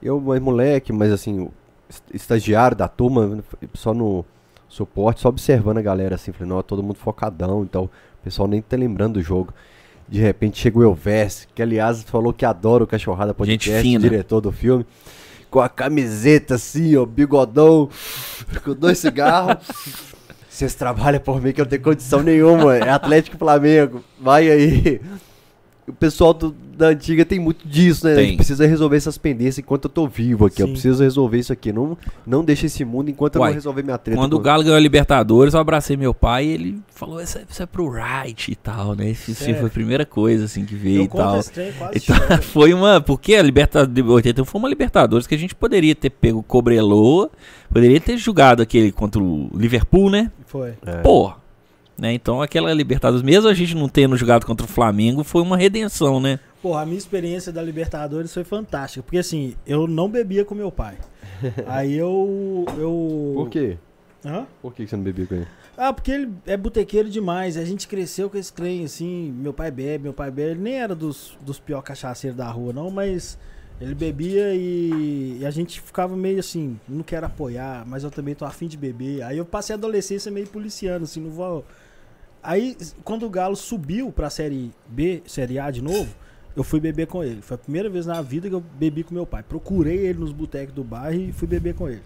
Eu, mas moleque, mas assim, o est- estagiário da turma, só no suporte, só observando a galera, assim, falei, não, todo mundo focadão, então o pessoal nem tá lembrando do jogo. De repente chega o Elvés, que aliás falou que adora o Cachorrada Podcast, Gente fina. diretor do filme, com a camiseta assim, ó, bigodão, com dois cigarros. Vocês trabalham por mim que eu não tenho condição nenhuma, é Atlético e Flamengo, vai aí. O pessoal do- da antiga tem muito disso, né? A Tem. gente precisa resolver essas pendências enquanto eu tô vivo aqui. Eu Sim. preciso resolver isso aqui. Não, não deixa esse mundo enquanto eu Uai, não resolver minha treta. Quando o com- Galo ganhou a Libertadores, eu abracei meu pai e ele falou: Isso é, isso é pro Wright e tal, né? Isso, isso Sério? foi a primeira coisa assim que veio eu e conto tal. esse trem quase Então, choro. foi uma. Porque a Libertadores 81 foi uma Libertadores que a gente poderia ter pego o Cobreloa, poderia ter jogado aquele contra o Liverpool, né? Foi. É. Pô. Né? Então aquela Libertadores, mesmo a gente não tendo jogado contra o Flamengo, foi uma redenção, né? Porra, a minha experiência da Libertadores foi fantástica. Porque assim, eu não bebia com meu pai. Aí eu. eu... Por quê? Hã? Por que que você não bebia com ele? Ah, porque ele é botequeiro demais. A gente cresceu com esse trem, assim. Meu pai bebe, meu pai bebe. Ele nem era dos, dos piores cachaceiros da rua, não, mas ele bebia e, e a gente ficava meio assim, não quero apoiar, mas eu também tô afim de beber. Aí eu passei a adolescência meio policiano, assim, não vou. Aí, quando o Galo subiu pra série B, série A de novo, eu fui beber com ele. Foi a primeira vez na vida que eu bebi com meu pai. Procurei ele nos botecos do bairro e fui beber com ele.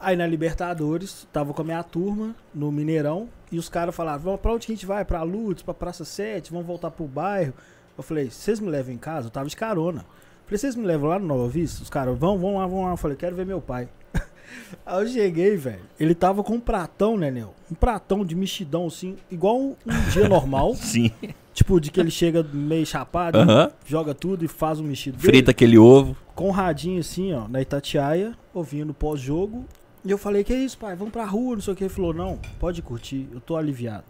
Aí na Libertadores, tava com a minha turma no Mineirão, e os caras falaram: vamos pra onde que a gente vai? Pra Lourdes, pra Praça 7, vamos voltar pro bairro. Eu falei: vocês me levam em casa? Eu tava de carona. Falei: vocês me levam lá no Nova Vista? Os caras: vão, vão lá, vão lá. Eu falei: quero ver meu pai. Aí eu cheguei, velho. Ele tava com um pratão, né, Neo? Um pratão de mexidão, assim, igual um um dia normal. Sim. tipo, de que ele chega meio chapado, Aham. joga tudo e faz um mexido. dele Frita aquele ovo. com o radinho assim, ó, na Itatiaia, ouvindo pós-jogo. E eu falei, que isso, pai, vamos pra rua, não sei o que. Ele falou, não, pode curtir, eu tô aliviado.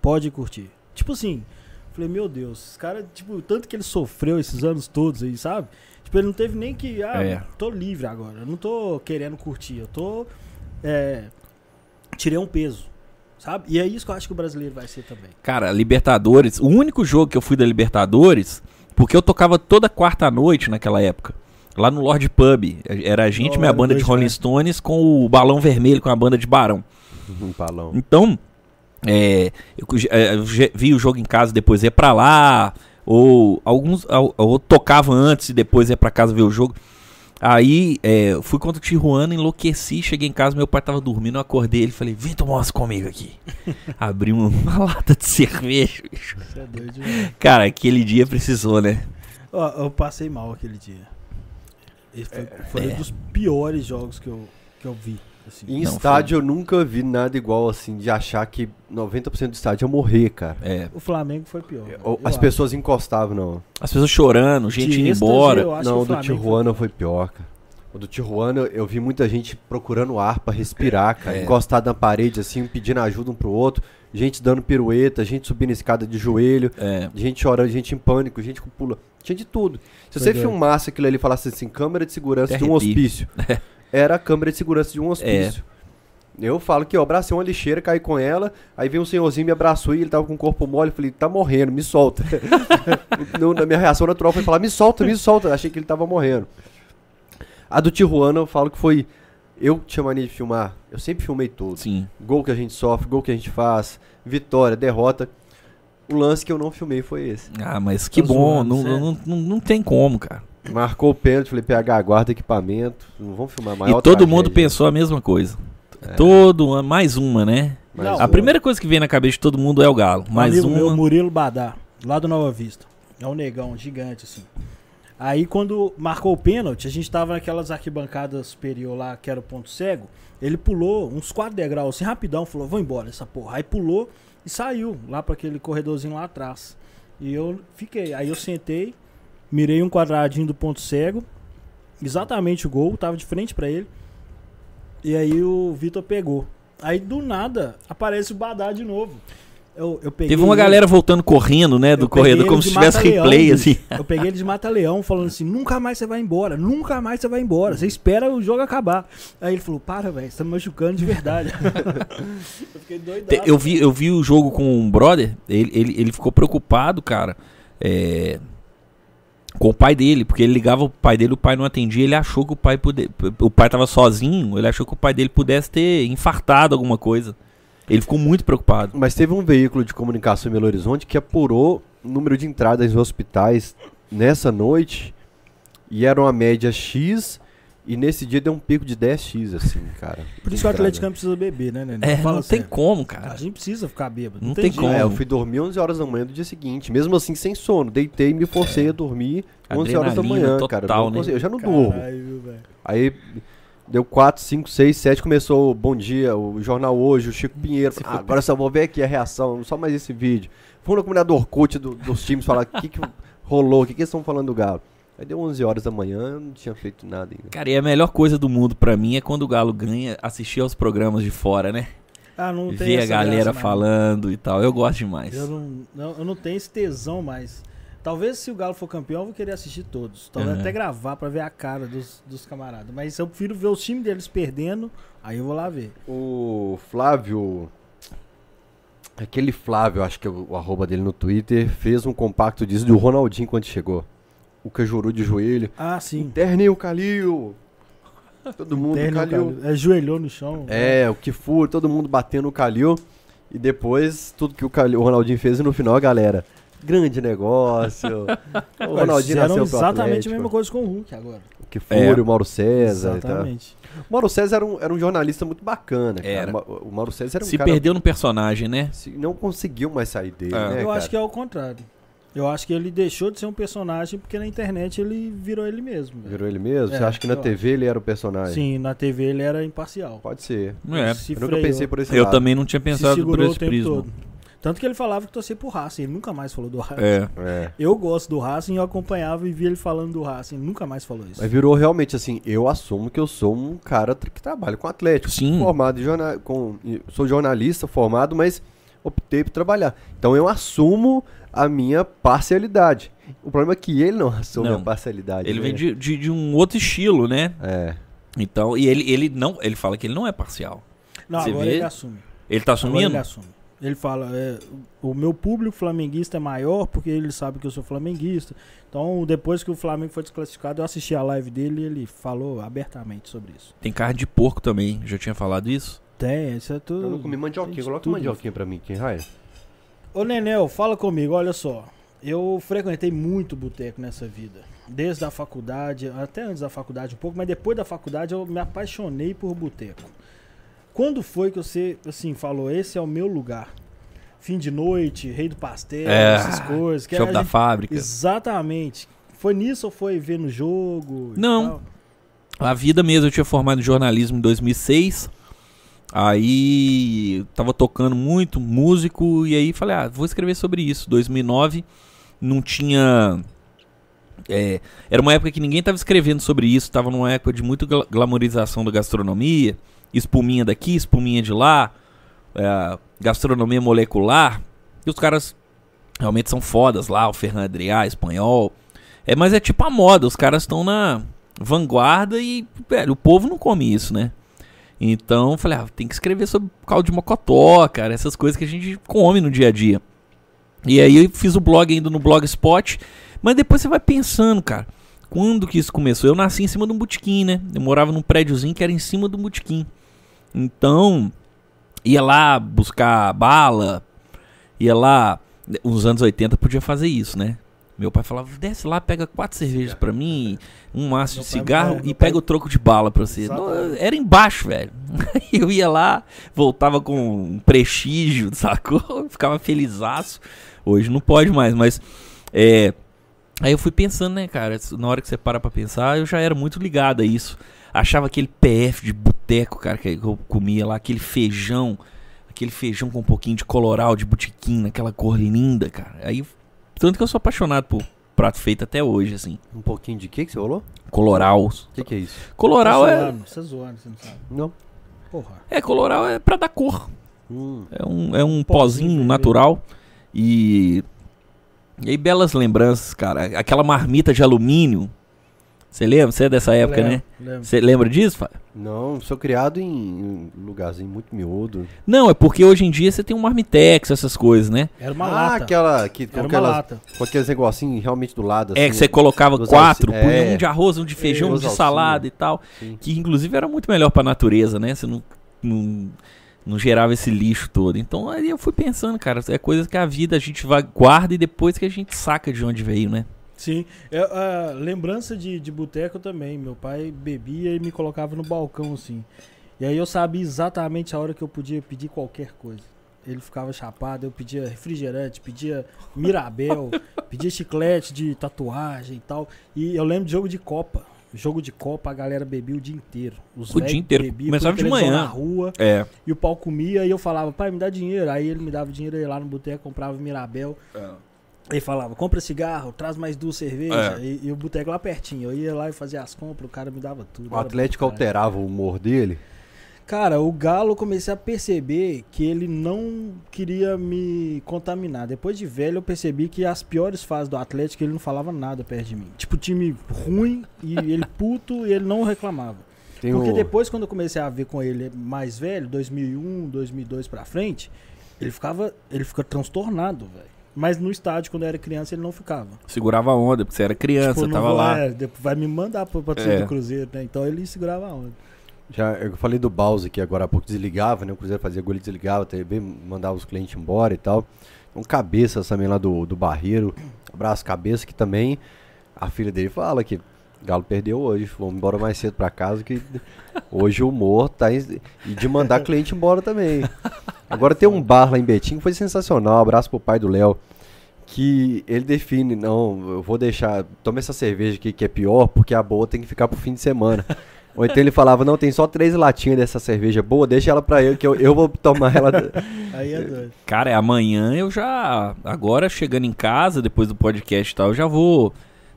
Pode curtir. Tipo assim, Falei, meu Deus, esse cara, tipo, o tanto que ele sofreu esses anos todos aí, sabe? Tipo, ele não teve nem que, ah, É. tô livre agora, eu não tô querendo curtir, eu tô. é, tirei um peso, sabe? E é isso que eu acho que o brasileiro vai ser também. Cara, Libertadores, o único jogo que eu fui da Libertadores, porque eu tocava toda quarta noite naquela época. Lá no Lord Pub. Era a gente, Oh, minha era banda de dois, Rolling né? Stones, com o Balão Vermelho, com a banda de Barão. Um palão. Então, é, eu cu- é, eu ge- vi o jogo em casa, depois ia pra lá, ou alguns ou, ou tocava antes e depois ia pra casa ver o jogo. Aí é, eu fui contra o Tijuana, enlouqueci, cheguei em casa, meu pai tava dormindo, eu acordei ele falei, vem tomar umas comigo aqui. Abri uma, uma lata de cerveja. bicho. Isso é doido demais. Cara, aquele dia precisou, né? Ó, eu passei mal aquele dia. Esse foi foi um dos piores jogos que eu, que eu vi. assim. Em Não, foi- estádio eu nunca vi nada igual assim de achar que 90% do estádio ia morrer, cara. É, O Flamengo foi pior. né? Ou Eu As acho. pessoas encostavam, não. as pessoas chorando, gente indo Tirista, embora. eu acho que Não, o o do Flamengo Tijuana foi pior, cara. O do Tijuana eu- eu vi muita gente procurando ar pra respirar, cara. É. Encostado na parede, assim, pedindo ajuda um pro outro. Gente dando pirueta, gente subindo escada de joelho, É, gente chorando, gente em pânico, gente com pula. Tinha de tudo. Se Foi você doido. filmasse aquilo ali e falasse assim, câmera de segurança Até de um arrepio. hospício. Era a câmera de segurança de um hospício. Eu falo que eu abracei uma lixeira, caí com ela, aí veio um senhorzinho, me abraçou e ele tava com o corpo mole, eu falei, tá morrendo, me solta. No- na minha reação natural foi falar, me solta, me solta. Achei que ele tava morrendo. A do Tijuana eu falo que foi. Eu tinha mania de filmar. Eu sempre filmei tudo. sim. Gol que a gente sofre, gol que a gente faz, vitória, derrota. O lance que eu não filmei foi esse. Ah, mas que Tá bom, zoando, não, sério. não, não, não tem como, cara. Marcou o pênalti, falei, PH, guarda equipamento. Não vamos filmar mais. E todo mundo pensou a mesma coisa. Todo ano, mais uma, né? Não, A primeira coisa que vem na cabeça de todo mundo é o galo. Um Mais amigo meu, uma. Murilo Badá, lá do Nova Vista. É um negão gigante, assim. Aí quando marcou o pênalti, a gente tava naquelas arquibancadas superior lá, que era o ponto cego. Ele pulou uns quatro degraus, assim, rapidão, falou, vou embora essa porra. Aí pulou e saiu lá pra aquele corredorzinho lá atrás. E eu fiquei, aí eu sentei, mirei um quadradinho do ponto cego, exatamente o gol, tava de frente pra ele. E aí o Vitor pegou. Aí do nada aparece o Badá de novo. Eu, eu peguei Teve uma ele. galera voltando correndo, né? Do Eu peguei corredor, ele como de se tivesse mata-leão, replay, bicho. assim. Eu peguei ele de mata-leão, falando assim: nunca mais você vai embora, nunca mais você vai embora, você espera o jogo acabar. Aí ele falou: para, velho, você tá me machucando de verdade. eu fiquei Te- doidado. Eu vi, eu vi o jogo com um brother, ele, ele, ele ficou preocupado, cara, é, com o pai dele, porque ele ligava o pai dele, o pai não atendia, ele achou que o pai pude, o pai tava sozinho, ele achou que o pai dele pudesse ter infartado alguma coisa. Ele ficou muito preocupado. Mas teve um veículo de comunicação em Belo Horizonte que apurou o número de entradas em hospitais nessa noite e era uma média X e nesse dia deu um pico de 10X, assim, cara. Por isso que o Atlético Entrada. precisa beber, né, Nenê? É, não tem sério. como, A cara. gente precisa ficar bêbado. Não tem jeito. como. É, eu fui dormir 11 horas da manhã do dia seguinte, mesmo assim sem sono. Deitei, me forcei a dormir 11 horas da É. Adrenalina manhã, cara. total, Não né? consegui- Eu já não durmo. Caralho, velho. Aí deu 4, 5, 6, 7, começou o Bom Dia, o Jornal Hoje, o Chico Pinheiro. Ah, agora só vou ver aqui a reação, só mais esse vídeo. Fomos na comunidade do Orkut do- dos times falar o que, que rolou, o que, que eles estão falando do Galo. Aí deu 11 horas da manhã, eu não tinha feito nada ainda. Cara, e a melhor coisa do mundo pra mim é quando o Galo ganha assistir aos programas de fora, né? Ah, não tem Ver a essa galera graça mais. falando e tal. Eu gosto demais. Eu não, não- eu não tenho esse tesão mais. Talvez se o Galo for campeão, eu vou querer assistir todos. Talvez Uhum. até gravar pra ver a cara dos, dos camaradas. Mas eu prefiro ver o time deles perdendo, aí eu vou lá ver. O Flávio. Aquele Flávio, acho que é o, o arroba dele no Twitter, fez um compacto disso do Ronaldinho quando chegou. O Cajuru de joelho. Ah, sim. Interne o Calil! Todo mundo, Terno, Calil. cara. É, joelhou no chão. É, o que for, todo mundo batendo o Calil. E depois, tudo que o, Calil, o Ronaldinho fez, e no final, a galera. Grande negócio. o Pô, Ronaldinho fizeram nasceu pro exatamente Atlético. a mesma coisa com o Hulk agora. O que for, É. o Mauro César. e tal. exatamente. O Mauro César era um, era um jornalista muito bacana. cara. Era. Ma- O Mauro César era um Se cara perdeu no personagem, né? Se- não conseguiu mais sair dele, É. né, eu cara? acho que é o contrário. Eu acho que ele deixou de ser um personagem porque na internet ele virou ele mesmo. velho. Virou ele mesmo? É, Você acha que na eu TV ele era o personagem? Sim, na TV ele era imparcial. Pode ser. É. eu Se nunca freou. pensei por esse Eu lado. também não tinha se pensado por segurou o esse tempo prisma. todo. Tanto que ele falava que torcia pro Racing, ele nunca mais falou do Racing. É. É. Eu gosto do Racing, eu acompanhava e via ele falando do Racing, ele nunca mais falou isso. Mas virou realmente assim, eu assumo que eu sou um Hum. cara tra- que trabalha com Atlético. Sim. Formado em jornal... com... em- Sou jornalista formado, mas optei por trabalhar. Então eu assumo a minha parcialidade. O problema é que ele não assume Não. a parcialidade. Ele né? vem de, de, de um outro estilo, né? É. Então, e ele, ele não, ele fala que ele não é parcial. Não, Você agora vê? ele assume. Ele tá Agora assumindo? ele assume. Ele fala, é, o meu público flamenguista é maior porque ele sabe que eu sou flamenguista. Então, depois que o Flamengo foi desclassificado, eu assisti a live dele e ele falou abertamente sobre isso. Tem carne de porco também, já tinha falado isso? Tem, isso é tudo. Eu não comi mandioquinha, isso coloca tudo. mandioquinha pra mim, quem raio? Ô Nenel, fala comigo, olha só. Eu frequentei muito boteco nessa vida. Desde a faculdade, até antes da faculdade um pouco, mas depois da faculdade eu me apaixonei por boteco. Quando foi que você, assim, falou, esse é o meu lugar? Fim de noite, rei do pastel, É, essas coisas. que Chope a da gente- fábrica. Exatamente. Foi nisso ou foi ver no jogo? e Não. tal? A vida mesmo, eu tinha formado em jornalismo em 2006. Aí tava tocando muito, músico, e aí falei, ah, vou escrever sobre isso. 2009 não tinha. é, era uma época que ninguém tava escrevendo sobre isso, tava numa época de muita gla- glamorização da gastronomia, espuminha daqui, espuminha de lá, é, gastronomia molecular. E os caras realmente são fodas lá, o Ferran Adrià, espanhol. É, mas é tipo a moda, os caras estão na vanguarda e, velho, o povo não come isso, né? Então, eu falei, ah, tem que escrever sobre caldo de mocotó, cara, essas coisas que a gente come no dia a dia. E aí eu fiz o blog ainda no Blogspot, mas depois você vai pensando, cara, quando que isso começou? Eu nasci em cima de um botequim, né? Eu morava num prédiozinho que era em cima de um botequim. Então, ia lá buscar bala, ia lá, nos anos 80 podia fazer isso, né? Meu pai falava, desce lá, pega quatro cervejas pra mim, um maço de Meu pai- cigarro meu e pai- pega o troco de bala pra você. Exato. No- Era embaixo, velho. Eu ia lá, voltava com um prestígio, sacou? Ficava felizaço. Hoje não pode mais, mas é, Aí eu fui pensando, né, cara? Na hora que você para pra pensar, eu já era muito ligado a isso. Achava aquele PF de boteco, cara, que eu comia lá, aquele feijão, aquele feijão com um pouquinho de coloral, de botiquim, aquela cor linda, cara. Aí, tanto que eu sou apaixonado por prato feito até hoje, assim. Um pouquinho de que que você falou? Coloral. O que que é isso? Coloral Tá é. zoando, Você zoando, você não sabe. Não. Porra. É, coloral é pra dar cor. Hum. É um, é um Pozinho pozinho vermelho. natural. E. E aí, belas lembranças, cara. Aquela marmita de alumínio. Você lembra? Você é dessa época, né? Lembra. Você lembra disso, Fábio? Não, sou criado em em lugarzinho muito miúdo. Não, é porque hoje em dia você tem um marmitex, essas coisas, né? Era uma ah, lata. aquela que com Era uma aquelas- lata. com aqueles negocinhos realmente do lado assim. é que você colocava dos quatro, alci- punha é. um de arroz, um de feijão, um dos de alcinha. salada e tal. Sim. Que inclusive era muito melhor pra natureza, né? Você não, não, não gerava esse lixo todo. Então aí eu fui pensando, cara, é coisas que a vida a gente vai, guarda e depois que a gente saca de onde veio, né? Sim. Eu, ah, lembrança de, de boteco também. Meu pai bebia e me colocava no balcão, assim. E aí eu sabia exatamente a hora que eu podia pedir qualquer coisa. Ele ficava chapado, eu pedia refrigerante, pedia Mirabel, pedia chiclete de tatuagem e tal. E eu lembro de jogo de Copa. Jogo de Copa, a galera bebia o dia inteiro. Os O dia velhos inteiro. bebiam, Começava põe de televisão manhã. Na rua. É. E o pau comia e eu falava, pai, me dá dinheiro. Aí ele me dava dinheiro, eu ia lá no boteco, comprava Mirabel. Ele falava, compra cigarro, traz mais duas cervejas. E, e o boteco lá pertinho. Eu ia lá e fazia as compras, o cara me dava tudo. O Era Atlético bom, cara. alterava o humor dele. Cara, o Galo eu comecei a perceber que ele não queria me contaminar. Depois de velho, eu percebi que as piores fases do Atlético ele não falava nada perto de mim. Tipo, time ruim e ele puto e ele não reclamava. Tem Porque o- depois, quando eu comecei a ver com ele mais velho, 2001, 2002 pra frente, ele ficava, ele fica transtornado, velho. Mas no estádio, quando eu era criança, ele não ficava. Segurava a onda, porque você era criança, Tipo, não tava vou- lá. é, depois vai me mandar pra, pra torcida É. do Cruzeiro, né? Então ele segurava a onda. Já, eu falei do Bowser que agora há pouco desligava, né? O Cruzeiro fazia gol e desligava, TV, mandava os clientes embora e tal. Um cabeça também lá do, do Barreiro. Abraço cabeça que também. A filha dele fala que Galo perdeu hoje. Vamos embora mais cedo pra casa que hoje o humor tá em- E de mandar cliente embora também. Agora tem um bar lá em Betim que foi sensacional. Abraço pro pai do Léo. Que ele define, não, eu vou deixar, toma essa cerveja aqui que é pior, porque a boa tem que ficar pro fim de semana. Ou então ele falava, não, tem só três latinhas dessa cerveja boa, deixa ela pra eu, que eu, eu vou tomar ela. Aí é doido. Cara, é amanhã eu já. Agora chegando em casa, depois do podcast e tal, eu já vou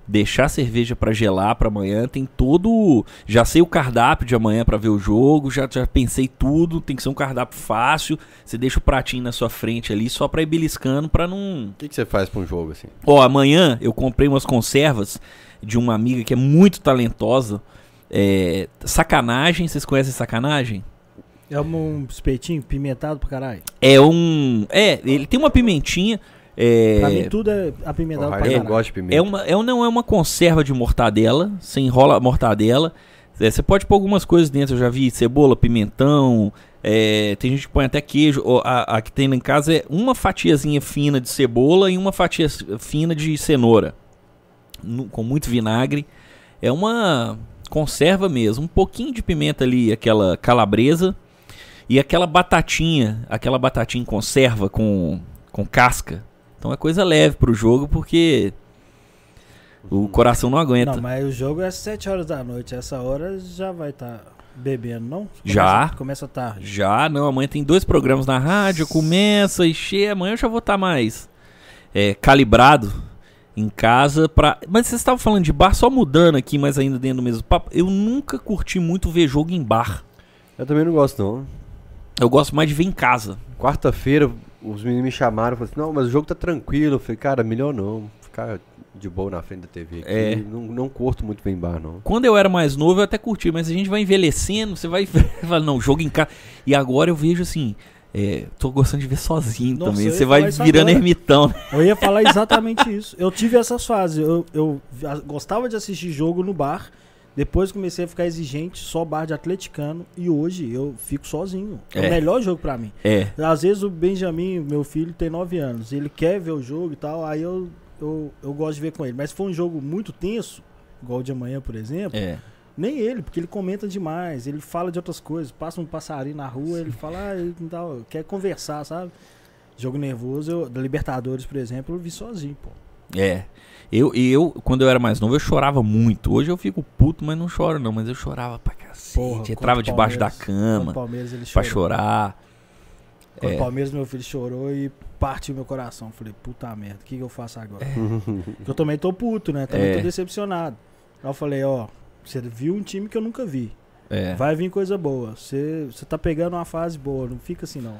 deixar a cerveja pra gelar pra amanhã, tem todo, já sei o cardápio de amanhã pra ver o jogo, já, já pensei tudo, tem que ser um cardápio fácil. Você deixa o pratinho na sua frente ali só pra ir beliscando pra não O que, que você faz pra um jogo assim? Ó, amanhã eu comprei umas conservas de uma amiga que é muito talentosa. É, sacanagem, vocês conhecem sacanagem? É um espetinho pimentado pra caralho. É um. É, ele tem uma pimentinha. É, Pra mim tudo é apimentado O pra Raio caralho. não gosta de pimenta. É uma, é, um- não é uma conserva de mortadela. Você enrola a mortadela. É, você pode pôr algumas coisas dentro. Eu já vi cebola, pimentão. é, tem gente que põe até queijo. Ó, A, a que tem lá em casa é uma fatiazinha fina de cebola e uma fatia s- fina de cenoura. Nu- com muito vinagre. É uma conserva mesmo. Um pouquinho de pimenta ali, aquela calabresa. E aquela batatinha, aquela batatinha em conserva com, com casca. Então é coisa leve pro jogo, porque o coração não aguenta. Não, mas o jogo é às 7 horas da noite. Essa hora já vai estar bebendo, não? Começa- Já. Começa tarde. Já, não, amanhã tem dois programas na rádio, começa e cheia, amanhã eu já vou estar mais é, calibrado em casa pra... Mas vocês estavam falando de bar, só mudando aqui, mas ainda dentro do mesmo papo, eu nunca curti muito ver jogo em bar. Eu também não gosto, não. Eu gosto mais de ver em casa. Quarta-feira, os meninos me chamaram e falaram assim, não, mas o jogo tá tranquilo. Eu falei, cara, melhor não. Ficar de boa na frente da TV aqui. É. Não, não curto muito bem bar, não. Quando eu era mais novo, eu até curti, mas a gente vai envelhecendo, você vai falar, não, jogo em casa. E agora eu vejo assim, é, tô gostando de ver sozinho Nossa, também. eu ia Você vai falar isso virando agora. ermitão. né? Eu ia falar exatamente isso. Eu tive essas fases. Eu, eu a- gostava de assistir jogo no bar. Depois comecei a ficar exigente, só bar de atleticano. E hoje eu fico sozinho. É, É. o melhor jogo pra mim. É. Às vezes o Benjamin, meu filho, tem 9 anos. Ele quer ver o jogo e tal. Aí eu, eu, eu gosto de ver com ele. Mas se for um jogo muito tenso, igual o de amanhã, por exemplo. É. Nem ele, porque ele comenta demais, ele fala de outras coisas, passa um passarinho na rua, ele fala, ah, ele não dá- quer conversar, sabe? Jogo nervoso, eu, da Libertadores, por exemplo, eu vi sozinho, pô. É. Eu, eu, quando eu era mais novo, eu chorava muito. Hoje eu fico puto, mas não choro, não. Mas eu chorava pra cacete. Porra, é entrava contra o debaixo da Palmeiras, Quando o cama Palmeiras ele pra chorou. chorar. Quando É. o Palmeiras meu filho chorou e partiu meu coração. Falei, puta merda, o que, que eu faço agora? Porque eu também tô puto, né? Também É. tô decepcionado. Aí eu falei, ó, você viu um time que eu nunca vi. É. Vai vir coisa boa. Você você tá pegando uma fase boa, não fica assim não.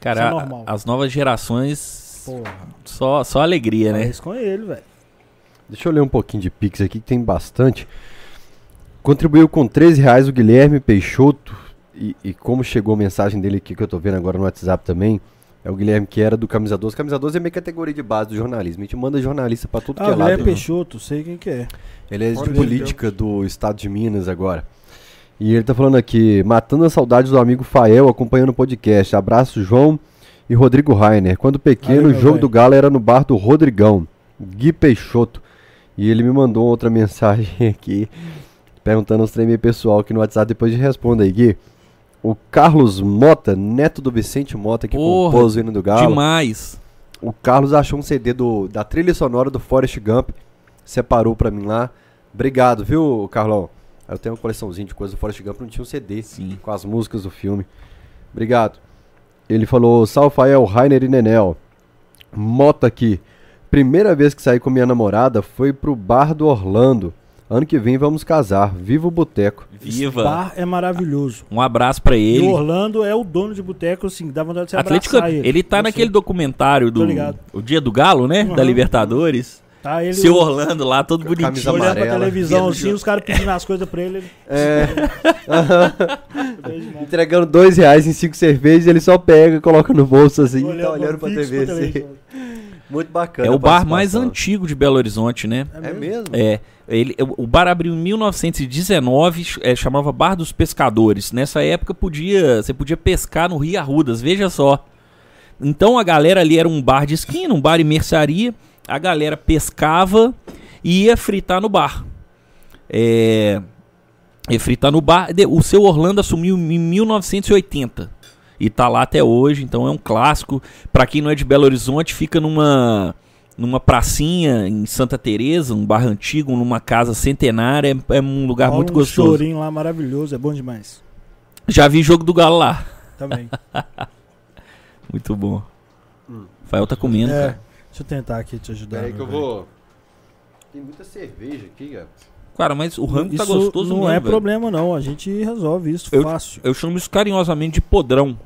Cara, isso é normal. a- as novas gerações, Porra. só, só alegria, É né? isso com ele, velho. Deixa eu ler um pouquinho de Pix aqui, que tem bastante. Contribuiu com 13 reais o Guilherme Peixoto. E, e como chegou a mensagem dele aqui, que eu tô vendo agora no WhatsApp também, é o Guilherme que era do Camisa 12. Camisa 12 é meio categoria de base do jornalismo. A gente manda jornalista pra tudo Ah, que é o Léo né? lado. Peixoto, sei quem que é. Ele é de Olha, política do estado de Minas agora. E ele tá falando aqui, matando a saudade do amigo Fael acompanhando o podcast. Abraço, João e Rodrigo Rainer. Quando pequeno, Valeu, o meu jogo velho. do Galo era no bar do Rodrigão, Gui Peixoto. E ele me mandou outra mensagem aqui, perguntando aos trem pessoal aqui no WhatsApp, depois de responda aí, Gui. O Carlos Mota, neto do Vicente Mota, que Porra, compôs o hino é do Galo. Demais. O Carlos achou um CD do, da trilha sonora do Forrest Gump, separou pra mim lá. Obrigado, viu, Carlão? Eu tenho uma coleçãozinha de coisas do Forrest Gump, não tinha um CD Sim. com as músicas do filme. Obrigado. Ele falou, Salfael, Rainer e Nenel. Mota aqui. Primeira vez que saí com minha namorada foi pro bar do Orlando. Ano que vem vamos casar. Viva o Boteco. Viva. Bar é maravilhoso. Um abraço pra E ele. o Orlando é o dono de boteco, assim, dá vontade de se Atlético, abraçar ele. Assim, ele tá Eu naquele sei. documentário do Tô ligado. O Dia do Galo, né? Uhum. Da Libertadores. Tá ele Seu Orlando lá, todo camisa bonitinho. amarela. olhando pra televisão, Vendo assim, jogo. os caras pedindo as coisas pra ele. ele- É, Eu vejo nada. entregando dois reais em cinco cervejas, ele só pega, coloca no bolso assim é e tá olhando pra fixo TV. assim. televisão. Muito bacana. É a o bar mais participação. antigo de Belo Horizonte, né? É mesmo? É, ele, o bar abriu em 1919, ch- é, chamava Bar dos Pescadores. Nessa época podia, você podia pescar no Rio Arrudas, veja só. Então a galera ali era um bar de esquina, um bar e mercearia. A galera pescava e ia fritar no bar. É, ia fritar no bar. De- O seu Orlando assumiu em 1980 e tá lá até hoje, então é um clássico. Pra quem não é de Belo Horizonte, fica numa numa pracinha em Santa Teresa, um bar antigo, numa casa centenária, é, é um lugar Rola muito um gostoso. chorinho lá maravilhoso, é bom demais. Já vi jogo do Galo lá. Também. Tá Muito bom. Fael tá comendo, É, cara. deixa eu tentar aqui te ajudar. Peraí que meu eu velho. vou Tem muita cerveja aqui, cara. Cara, mas o rango tá Isso gostoso não mesmo, é velho. problema não, a gente resolve isso Eu- fácil. Eu chamo isso carinhosamente de podrão.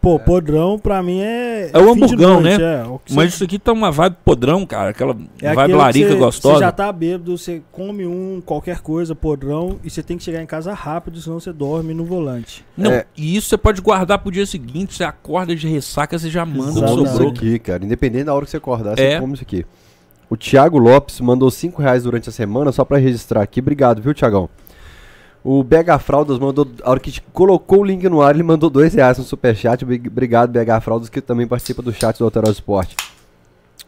Pô, podrão pra mim é É o fim de hamburgão, noite, né? é, o que Mas você- isso aqui tá uma vibe podrão, cara. Aquela é vibe aquele larica que você- gostosa. Você já tá bêbado, você come um qualquer coisa, podrão, e você tem que chegar em casa rápido, senão você dorme no volante. Não, É. e isso você pode guardar pro dia seguinte, você acorda de ressaca, você já manda o que Come Exatamente. isso sobrou. aqui, cara. Independente da hora que você acordar, você É. come isso aqui. O Thiago Lopes mandou 5 reais durante a semana, só pra registrar aqui. Obrigado, viu, Thiagão? O BH Fraldas mandou, a hora que a gente colocou o link no ar, ele mandou 2 reais no superchat. Obri- Obrigado, BH Fraldas, que também participa do chat do Alterado Esporte.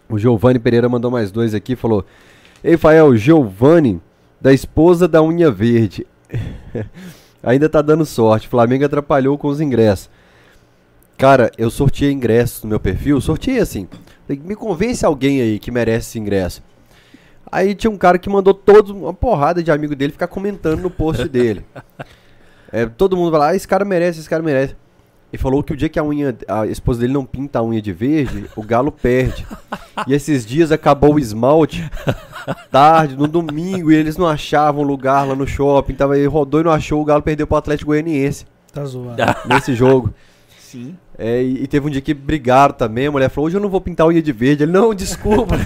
O Giovanni Pereira mandou mais dois aqui, falou... Ei, Fael, Giovanni, da esposa da Unha Verde. Ainda tá dando sorte, Flamengo atrapalhou com os ingressos. Cara, eu sorteei ingressos no meu perfil, sorteei assim. falei, Me convence alguém aí que merece esse ingresso. Aí tinha um cara que mandou todos, uma porrada de amigo dele ficar comentando no post dele. É, todo mundo vai lá, "Ah, esse cara merece, esse cara merece. E falou que o dia que a unha, a esposa dele não pinta a unha de verde, o galo perde. E esses dias acabou o esmalte, tarde, no domingo, e eles não achavam lugar lá no shopping, tava aí, rodou e não achou, o galo perdeu pro Atlético Goianiense Tá zoando. Ah. nesse jogo. Sim. É, e, e teve um dia que brigaram também, a mulher falou, hoje eu não vou pintar a unha de verde. Ele, não, desculpa.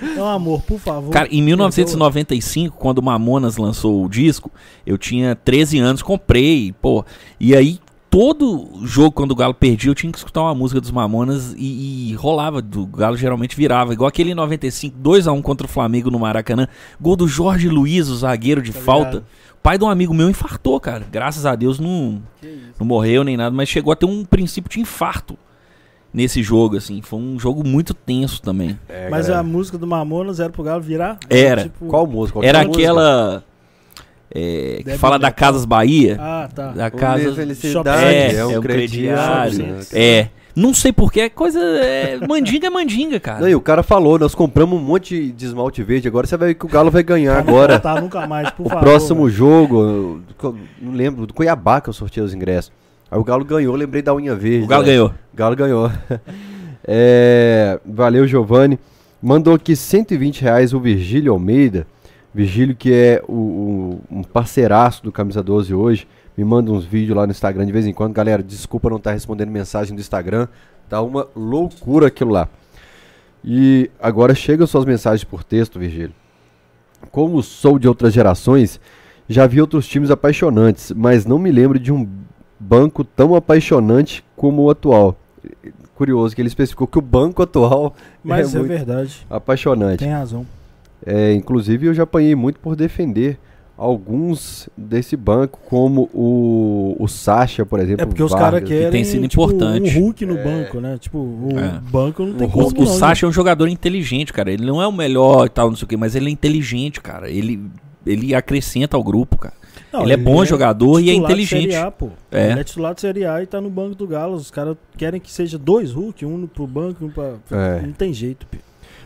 Não, Então, amor, por favor. Cara, em 1995, quando o Mamonas lançou o disco, eu tinha 13 anos, comprei, pô. E aí, todo jogo, quando o Galo perdia, eu tinha que escutar uma música dos Mamonas e, e rolava. Do Galo geralmente virava. Igual aquele em 95, 2x1 contra o Flamengo no Maracanã. Gol do Jorge Luiz, o zagueiro de Tá falta. ligado. Pai de um amigo meu infartou, cara. Graças a Deus não, não morreu nem nada, mas chegou a ter um princípio de infarto nesse jogo, assim. Foi um jogo muito tenso também. Mas a música do Mamonas era pro Galo virar? é, Era. Tipo... Qual música? Era Qual música? aquela. é, que Deve fala da Metal. Casas Bahia. Ah, tá. Da Uma casa. felicidade, É, é um crediário. crediário. É. Não sei porquê, é coisa. É, mandinga é mandinga, cara. Não, e o cara falou, nós compramos um monte de esmalte verde, agora você vai ver que o Galo vai ganhar agora. Tá, nunca mais, por o favor. próximo jogo, eu- eu não lembro, do Cuiabá que eu sorteei os ingressos. Aí o Galo ganhou, lembrei da unha verde. o Galo né? ganhou. O Galo ganhou. É, valeu, Giovanni. Mandou aqui 120 reais o Virgílio Almeida. Virgílio, que é o, o- um parceiraço do Camisa 12 hoje. Me manda uns vídeos lá no Instagram de vez em quando. Galera, desculpa não estar respondendo mensagem do Instagram. Tá uma loucura aquilo lá. E agora chegam suas mensagens por texto, Virgílio. Como sou de outras gerações, já vi outros times apaixonantes, mas não me lembro de um banco tão apaixonante como o atual. Curioso que ele especificou que o banco atual Mas é é, muito verdade. apaixonante. Tem razão. Tipo, É, inclusive, eu já apanhei muito por defender alguns desse banco, como o, o Sacha, por exemplo. É porque os Vargas. caras querem tem sido tipo, importante. um Hulk no banco, né? Tipo, o É. banco não O, tem Ro- como o não, né? Sacha é um jogador inteligente, cara. Ele não é o melhor e tal, não sei o quê, mas ele é inteligente, cara. Ele, ele acrescenta ao grupo, cara. né? Não, ele é bom jogador e é titular de inteligente. Série A, pô. É. Ele é titular de Série A e tá no banco do Galo. Os caras querem que seja dois Hulk, um pro banco e um pra... É. Não tem jeito, pô.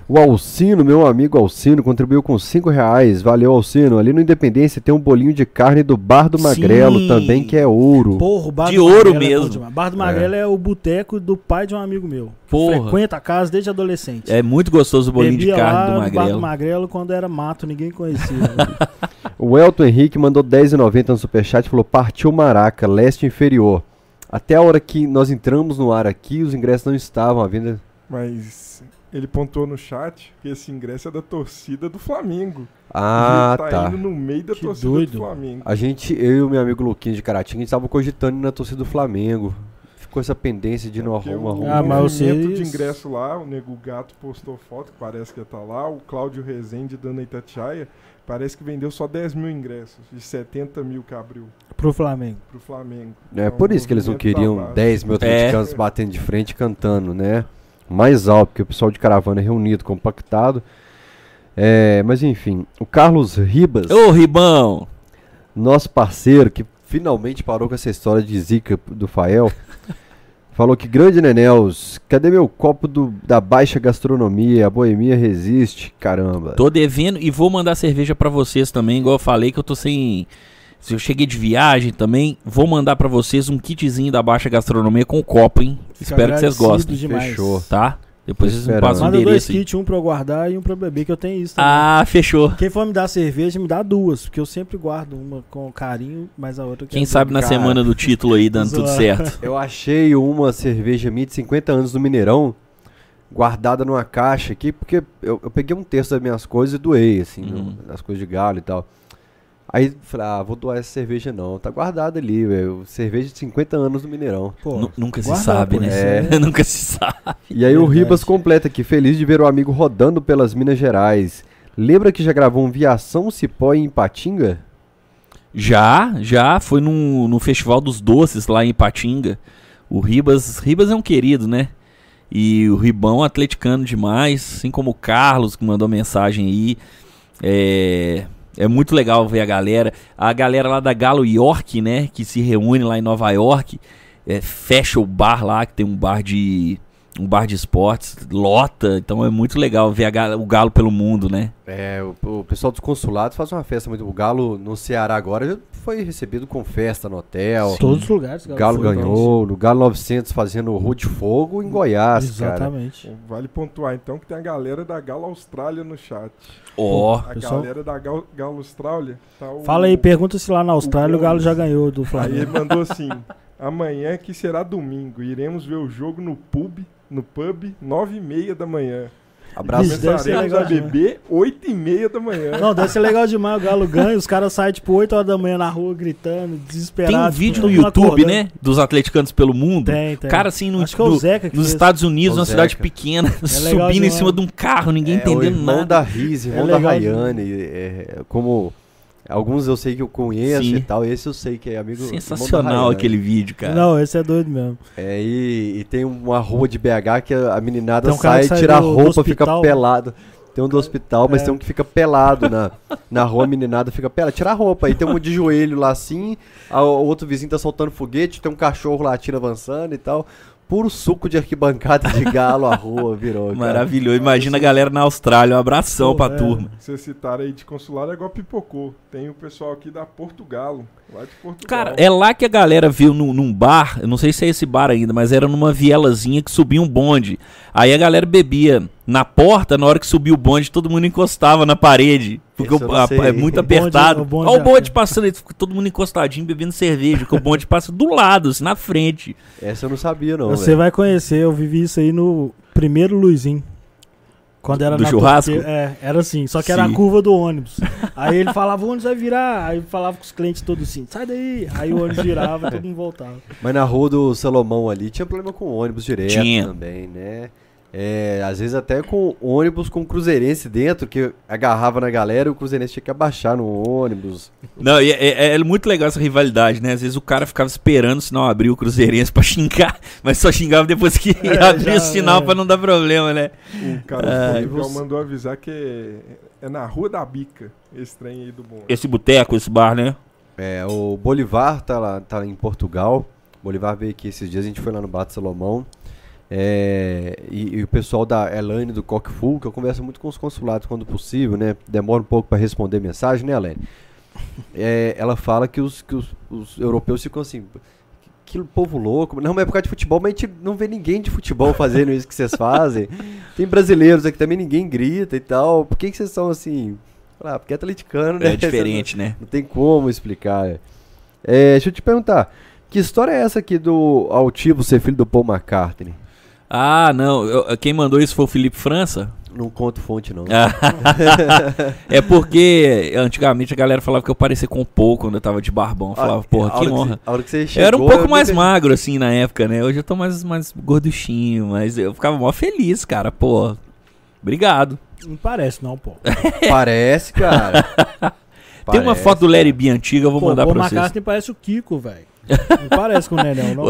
O Alcino, meu amigo Alcino, contribuiu com 5 reais. Valeu, Alcino. Ali no Independência tem um bolinho de carne do Bar do Magrelo Sim. também, que é ouro. Porra, o Bar De do ouro Magrelo é mesmo. bom demais. Bar do Magrelo é. o boteco do pai de um amigo meu. que Porra. Frequenta a casa desde adolescente. É muito gostoso o bolinho Bebia de lá carne do no Bar do Magrelo. Magrelo quando era mato, ninguém conhecia. né, O Elton Henrique mandou 10,90 no superchat e falou: Partiu Maraca, leste inferior. Até a hora que nós entramos no ar aqui, os ingressos não estavam à venda. Mas ele pontuou no chat que esse ingresso é da torcida do Flamengo. Ah, ele tá, tá. Ah, indo no meio da Que torcida doido. do Flamengo. A gente, eu e o meu amigo Luquinho de Caratinga, a gente tava cogitando ir na torcida do Flamengo. Ficou essa pendência de não É, Porque arruma, o arruma. Ah, mas movimento vocês- de ingresso lá, o Nego Gato postou foto, que parece que ia tá lá. O Cláudio Rezende, da Ana Itatiaia, parece que vendeu só 10 mil ingressos. De 70 mil que abriu Pro Flamengo. pro Flamengo. É Então, por o isso que eles não movimento tá queriam baixo. 10 mil atleticanos É. batendo de frente e cantando, né? Mais alto, porque o pessoal de caravana é reunido, compactado. É, mas enfim, o Carlos Ribas, Ô, Ribão! nosso parceiro, que finalmente parou com essa história de zica do Fael, falou que grande Nenéus, cadê meu copo do- da baixa gastronomia? A boemia resiste, caramba. Tô devendo e vou mandar cerveja pra vocês também, igual eu falei que eu tô sem. Se eu cheguei de viagem também, vou mandar pra vocês um kitzinho da Baixa Gastronomia com copo, hein? Fico Espero que vocês Tá agradecido gostem. demais. Fechou. Tá? Depois vocês me esperando. passam o Manda dois endereço. aí. kits, um pra eu guardar e um pra eu beber, que eu tenho isso também. Ah, fechou. Quem for me dar cerveja, me dá duas, porque eu sempre guardo uma com carinho, mas a outra é eu Quem quero sabe na Cara. semana do título aí dando tudo Zoar. certo. Eu achei uma cerveja minha de 50 anos no Mineirão, guardada numa caixa aqui, porque eu, eu peguei um terço das minhas coisas e doei, assim, Uhum. no- das coisas de galo e tal. Aí falei, ah, vou doar essa cerveja não, tá guardada ali, velho. Cerveja de 50 anos no Mineirão. beber. Pô, Nu- Nunca se guarda, sabe, pô, né? isso é- Nunca se sabe. E aí o Verdade. Ribas completa aqui, feliz de ver o amigo rodando pelas Minas Gerais. Lembra que já gravou um Viação Cipó em Ipatinga? Já, já. Foi no, no Festival dos Doces lá em Ipatinga. O Ribas. Ribas é um querido, né? E o Ribão é atleticano demais, assim como o Carlos que mandou mensagem aí. É, é muito legal ver a galera. A galera lá da Galo York, né? Que se reúne lá em Nova York. é, fecha o bar lá, que tem um bar de. Um bar de esportes, lota, então é muito legal ver a Galo- o Galo pelo mundo, né? É, o, o pessoal dos consulados faz uma festa muito. O Galo no Ceará agora já foi recebido com festa no hotel. Todos os lugares. O É, Galo foi, né? ganhou, o Galo 900 fazendo o Rua de Fogo em Goiás, cara. Exatamente. Pô, Vale pontuar então que tem a galera da Galo Austrália no chat. Ó, A Pessoal- galera da Gal- Galo Austrália tá o... Fala aí, pergunta se lá na Austrália o, Gomes. Galo já ganhou do Aí Flamengo. ele mandou assim: amanhã que será domingo, iremos ver o jogo no pub, no pub, 9 e meia da manhã. Abraço. Isso deve ser Começaremos a legal demais. beber 8 e meia da é- manhã. Não, deve ser legal demais. O Galo ganha, os caras saem tipo 8 horas da manhã na rua gritando, Tem um desesperados. vídeo todo no mundo YouTube, acordando. né? Dos atleticanos pelo mundo. Tem, tem. Cara, assim, no, Acho que é o no- Zeca que nos fez. É Estados Unidos, É O numa Zeca. cidade pequena, subindo em demais. cima de um carro, ninguém É, o entendendo irmão nada. da Riz, irmão É da legal Rayane, é, como alguns eu sei que eu conheço Sim. e tal, esse eu sei que é amigo irmão da né? Sensacional Rayane. aquele vídeo, cara. Não, esse é doido mesmo. É, e, e tem uma rua de BH que a a meninada Tem um cara sai, que sai tira a do- do roupa, fica hospital, né? É. pelado. Tem um do hospital, mas tem um que fica pelado na, na rua, a meninada fica pelada, tira a roupa. Aí tem um de joelho lá assim, a- o outro vizinho tá soltando foguete, tem um cachorro lá, tira avançando e tal. Puro suco de arquibancada de galo a rua virou. cara. Maravilhoso. Imagina a galera na Austrália. Um abração Pô, pra é. turma. Vocês citaram aí de consular, é igual pipocou. Tem o pessoal aqui da Portugal, lá de Portugal. Cara, é lá que a galera viu num, num bar, eu não sei se é esse bar ainda, mas era numa vielazinha que subia um bonde. Aí a galera bebia na porta, na hora que subia o bonde, todo mundo encostava na parede. Porque Esse eu o- não a- sei. é muito O bonde- apertado. o bonde Olha o é- bonde passando aí, fica todo mundo encostadinho, bebendo cerveja, porque o bonde passa do lado, assim, na frente. Essa eu não sabia, Então, não. Você velho. vai conhecer, eu vivi isso aí no primeiro Luizinho. Quando era Do na churrasco? Turquia- é, era assim, só que era Sim. a curva do ônibus. Aí ele falava, o ônibus vai virar. Aí falava com os clientes todos assim, sai daí. Aí o ônibus girava, todo mundo voltava. Mas na rua do Salomão ali tinha problema com ônibus direto Tinha. também, né? É, às vezes até com ônibus com cruzeirense dentro, que agarrava na galera e o cruzeirense tinha que abaixar no ônibus. Não, e é, é- é muito legal essa rivalidade, né? Às vezes o cara ficava esperando o sinal abrir o Cruzeirense pra xingar, mas só xingava depois que É, abria o já, sinal é. pra não dar problema, né? O cara Ah, de Portugal você- mandou avisar que é, é na Rua da Bica, esse trem aí do bom. Esse boteco, esse bar, né? É, o Bolivar tá lá, tá em Portugal. Bolivar veio aqui esses dias, a gente foi lá no Bar do Salomão. É, e, e o pessoal da Elaine do Cockful, que eu converso muito com os consulados quando possível, né? Demora um pouco para responder mensagem, né, Elaine? É, ela fala que os, que os, os europeus ficam assim. Que povo louco. Não, mas é por causa de futebol, mas a gente não vê ninguém de futebol fazendo isso que vocês fazem. Tem brasileiros aqui também, ninguém grita e tal. Por que, que vocês são assim? Ah, porque é atleticano, né? É diferente, né? Não tem como explicar. é. É, deixa eu te perguntar. Que história é essa aqui do Altivo ser filho do Paul McCartney? Ah, não. eu- quem mandou isso foi o Felipe França? Não conto fonte, não. Ah, é porque antigamente a galera falava que eu parecia com o Paul quando eu tava de barbão. Eu falava, A- porra, a que hora cê- honra. a hora que você eu era um chegou, pouco eu mais nunca- magro, assim, na época, né? Hoje eu tô mais, mais gorduchinho, mas eu ficava mó feliz, cara. Pô, obrigado. Não parece não, pô. É, Parece, cara. Tem uma Parece. foto do Larry B antiga, eu vou pô, mandar o pra vocês. McCartney parece o Kiko, velho. Não parece com o Nenel, não.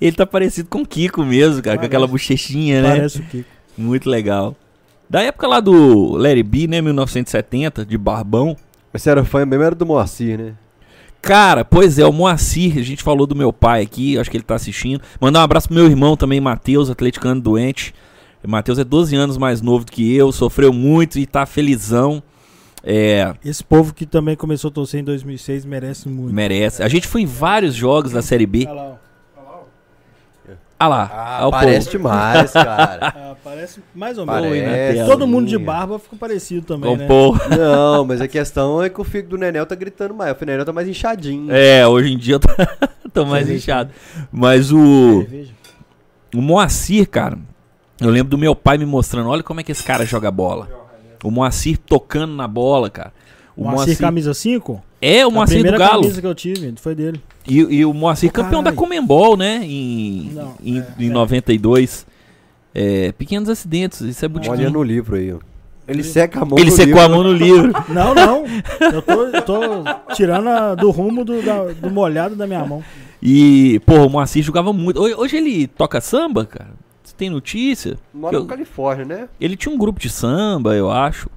Ele tá parecido com o Kiko mesmo, cara, com Parece. aquela bochechinha, né? Parece o Kiko. Muito legal. Da época lá do Larry B, né, 1970, de barbão. Mas você era fã mesmo, era do Moacir, né? Cara, pois é, o Moacir, a gente falou do meu pai aqui, acho que ele tá assistindo. Mandar um abraço pro meu irmão também, Matheus, atleticano doente. Matheus é 12 anos mais novo do que eu, sofreu muito e tá felizão. É, Esse povo que também começou a torcer em 2006 merece muito. merece. A gente foi em vários jogos da Série B. Olha lá, ó. Ah lá, ah, o povo. demais, cara. Ah, parece mais ou menos. Parece. né? Pianinha. Todo mundo de barba fica parecido também, né? Compor. Não, mas a questão é que o fígado do Nenel tá gritando mais. O filho do Nenel tá mais inchadinho. É, hoje em dia eu tô, tô mais inchado. Mas o, Cerveja. o Moacir, cara, eu lembro do meu pai me mostrando, olha como é que esse cara joga bola. O Moacir tocando na bola, cara. O Moacir, Moacir, camisa 5? é o a Moacir primeira do Galo. camisa que eu tive foi dele. E, e o Moacir, Ô, campeão da caralho. Comembol, né? Em, Não, em, é, em é. 92. É, pequenos acidentes, isso é Olha butiquinho. no livro aí, ó. Ele seca a mão Ele no secou livro. a mão no livro. Não, não. Eu tô, eu tô tirando a- do rumo do, da- do molhado da minha mão. E, porra, o Moacir jogava muito. Ho- Hoje ele toca samba, cara? Você tem notícia? Mora Eu- na Califórnia, né? Ele tinha um grupo de samba, eu acho.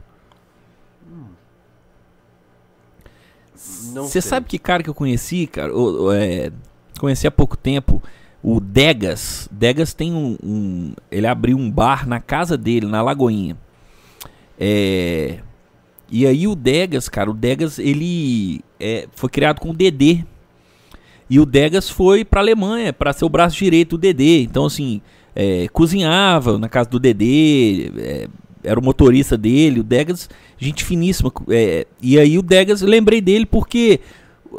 Não Você sei. sabe que cara que eu conheci, cara? O- o, é, conheci há pouco tempo. O Degas. Degas tem um, um- Ele abriu um bar na casa dele, na Lagoinha. É, E aí o Degas, cara, o Degas, ele é, foi criado com o Dedê. E o Degas foi pra Alemanha pra ser o braço direito do Dedê. Então, assim, é, cozinhava na casa do Dedê, é, era o motorista dele. O Degas, gente finíssima. co- é, e aí o Degas, eu lembrei dele porque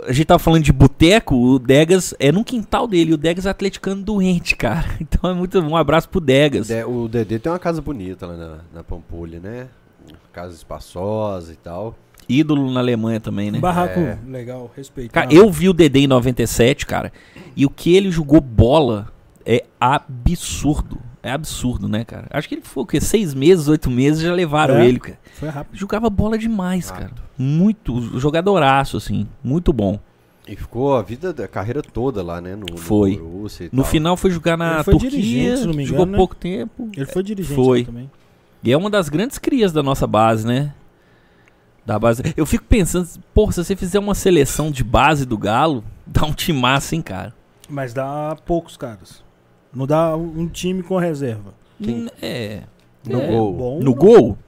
a gente tava falando de boteco, o Degas é num quintal dele. e O Degas é atleticano doente, cara. Então é muito um abraço pro Degas. De- o Dedê tem uma casa bonita lá na, na Pampulha, né? Uma casa espaçosa e tal. Ídolo na Alemanha também, né? Barraco legal, respeito. Cara, eu vi o Dedé em 97, cara, e o que ele jogou bola é absurdo. É absurdo, né, cara? Acho que ele foi o quê? Seis meses, oito meses, já levaram É. Ah. ele, cara. Foi rápido. Jogava bola demais, cara. Muito, jogadoraço, assim. Muito bom. E ficou a vida, da- a carreira toda lá, né? No, no Foi. Borussia e No tal. final foi jogar na Ele foi Turquia, dirigente, se não me jogou engano, né? pouco tempo. Ele foi dirigente Foi. lá também. E é uma das grandes crias da nossa base, né? Da base. Eu fico pensando, pô, se você fizer uma seleção de base do Galo, dá um time massa, hein, cara? Mas dá poucos caras. Não dá um time com reserva. Quem- É. No é, gol. Bom, No não. gol?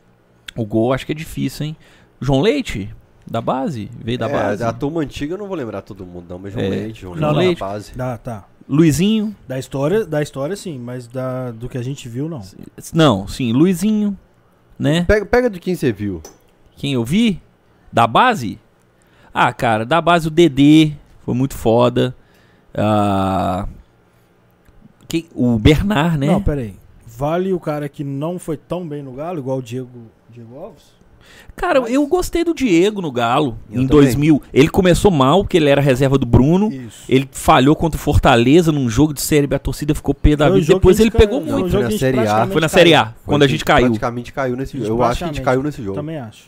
O gol acho que é difícil, hein? João Leite? Da base? Veio da é, base. A turma antiga eu não vou lembrar todo mundo, não, mas João É. Leite, João João Leite Leite. na base. Dá, tá. Luizinho? Da história, da história sim, mas da, do que a gente viu, não. Não, sim, Luizinho, né? Pega, pega de quem você viu. Quem eu vi? Da base? Ah, cara, da base o Dedê. Foi muito foda. Ah, quem- o Bernard, né? Não, peraí. Vale o cara que não foi tão bem no Galo, igual o Diego, Diego Alves? Cara, eu gostei do Diego no Galo Eu em também. 2000. Ele começou mal, porque ele era reserva do Bruno. Isso. Ele falhou contra o Fortaleza num jogo de Série B. A torcida ficou pé um da é um vida. Depois ele pegou muito. Foi na Série A. Foi na Série A, quando a gente caiu. Praticamente caiu nesse jogo. Eu acho que a Praticamente. gente caiu nesse jogo. Também acho.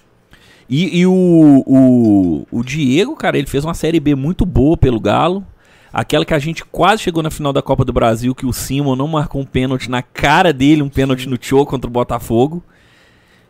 E, e o, o, o Diego, cara, ele fez uma Série B muito boa pelo Galo. Aquela que a gente quase chegou na final da Copa do Brasil, que o Simon não marcou um pênalti na cara dele, um pênalti no Tio contra o Botafogo.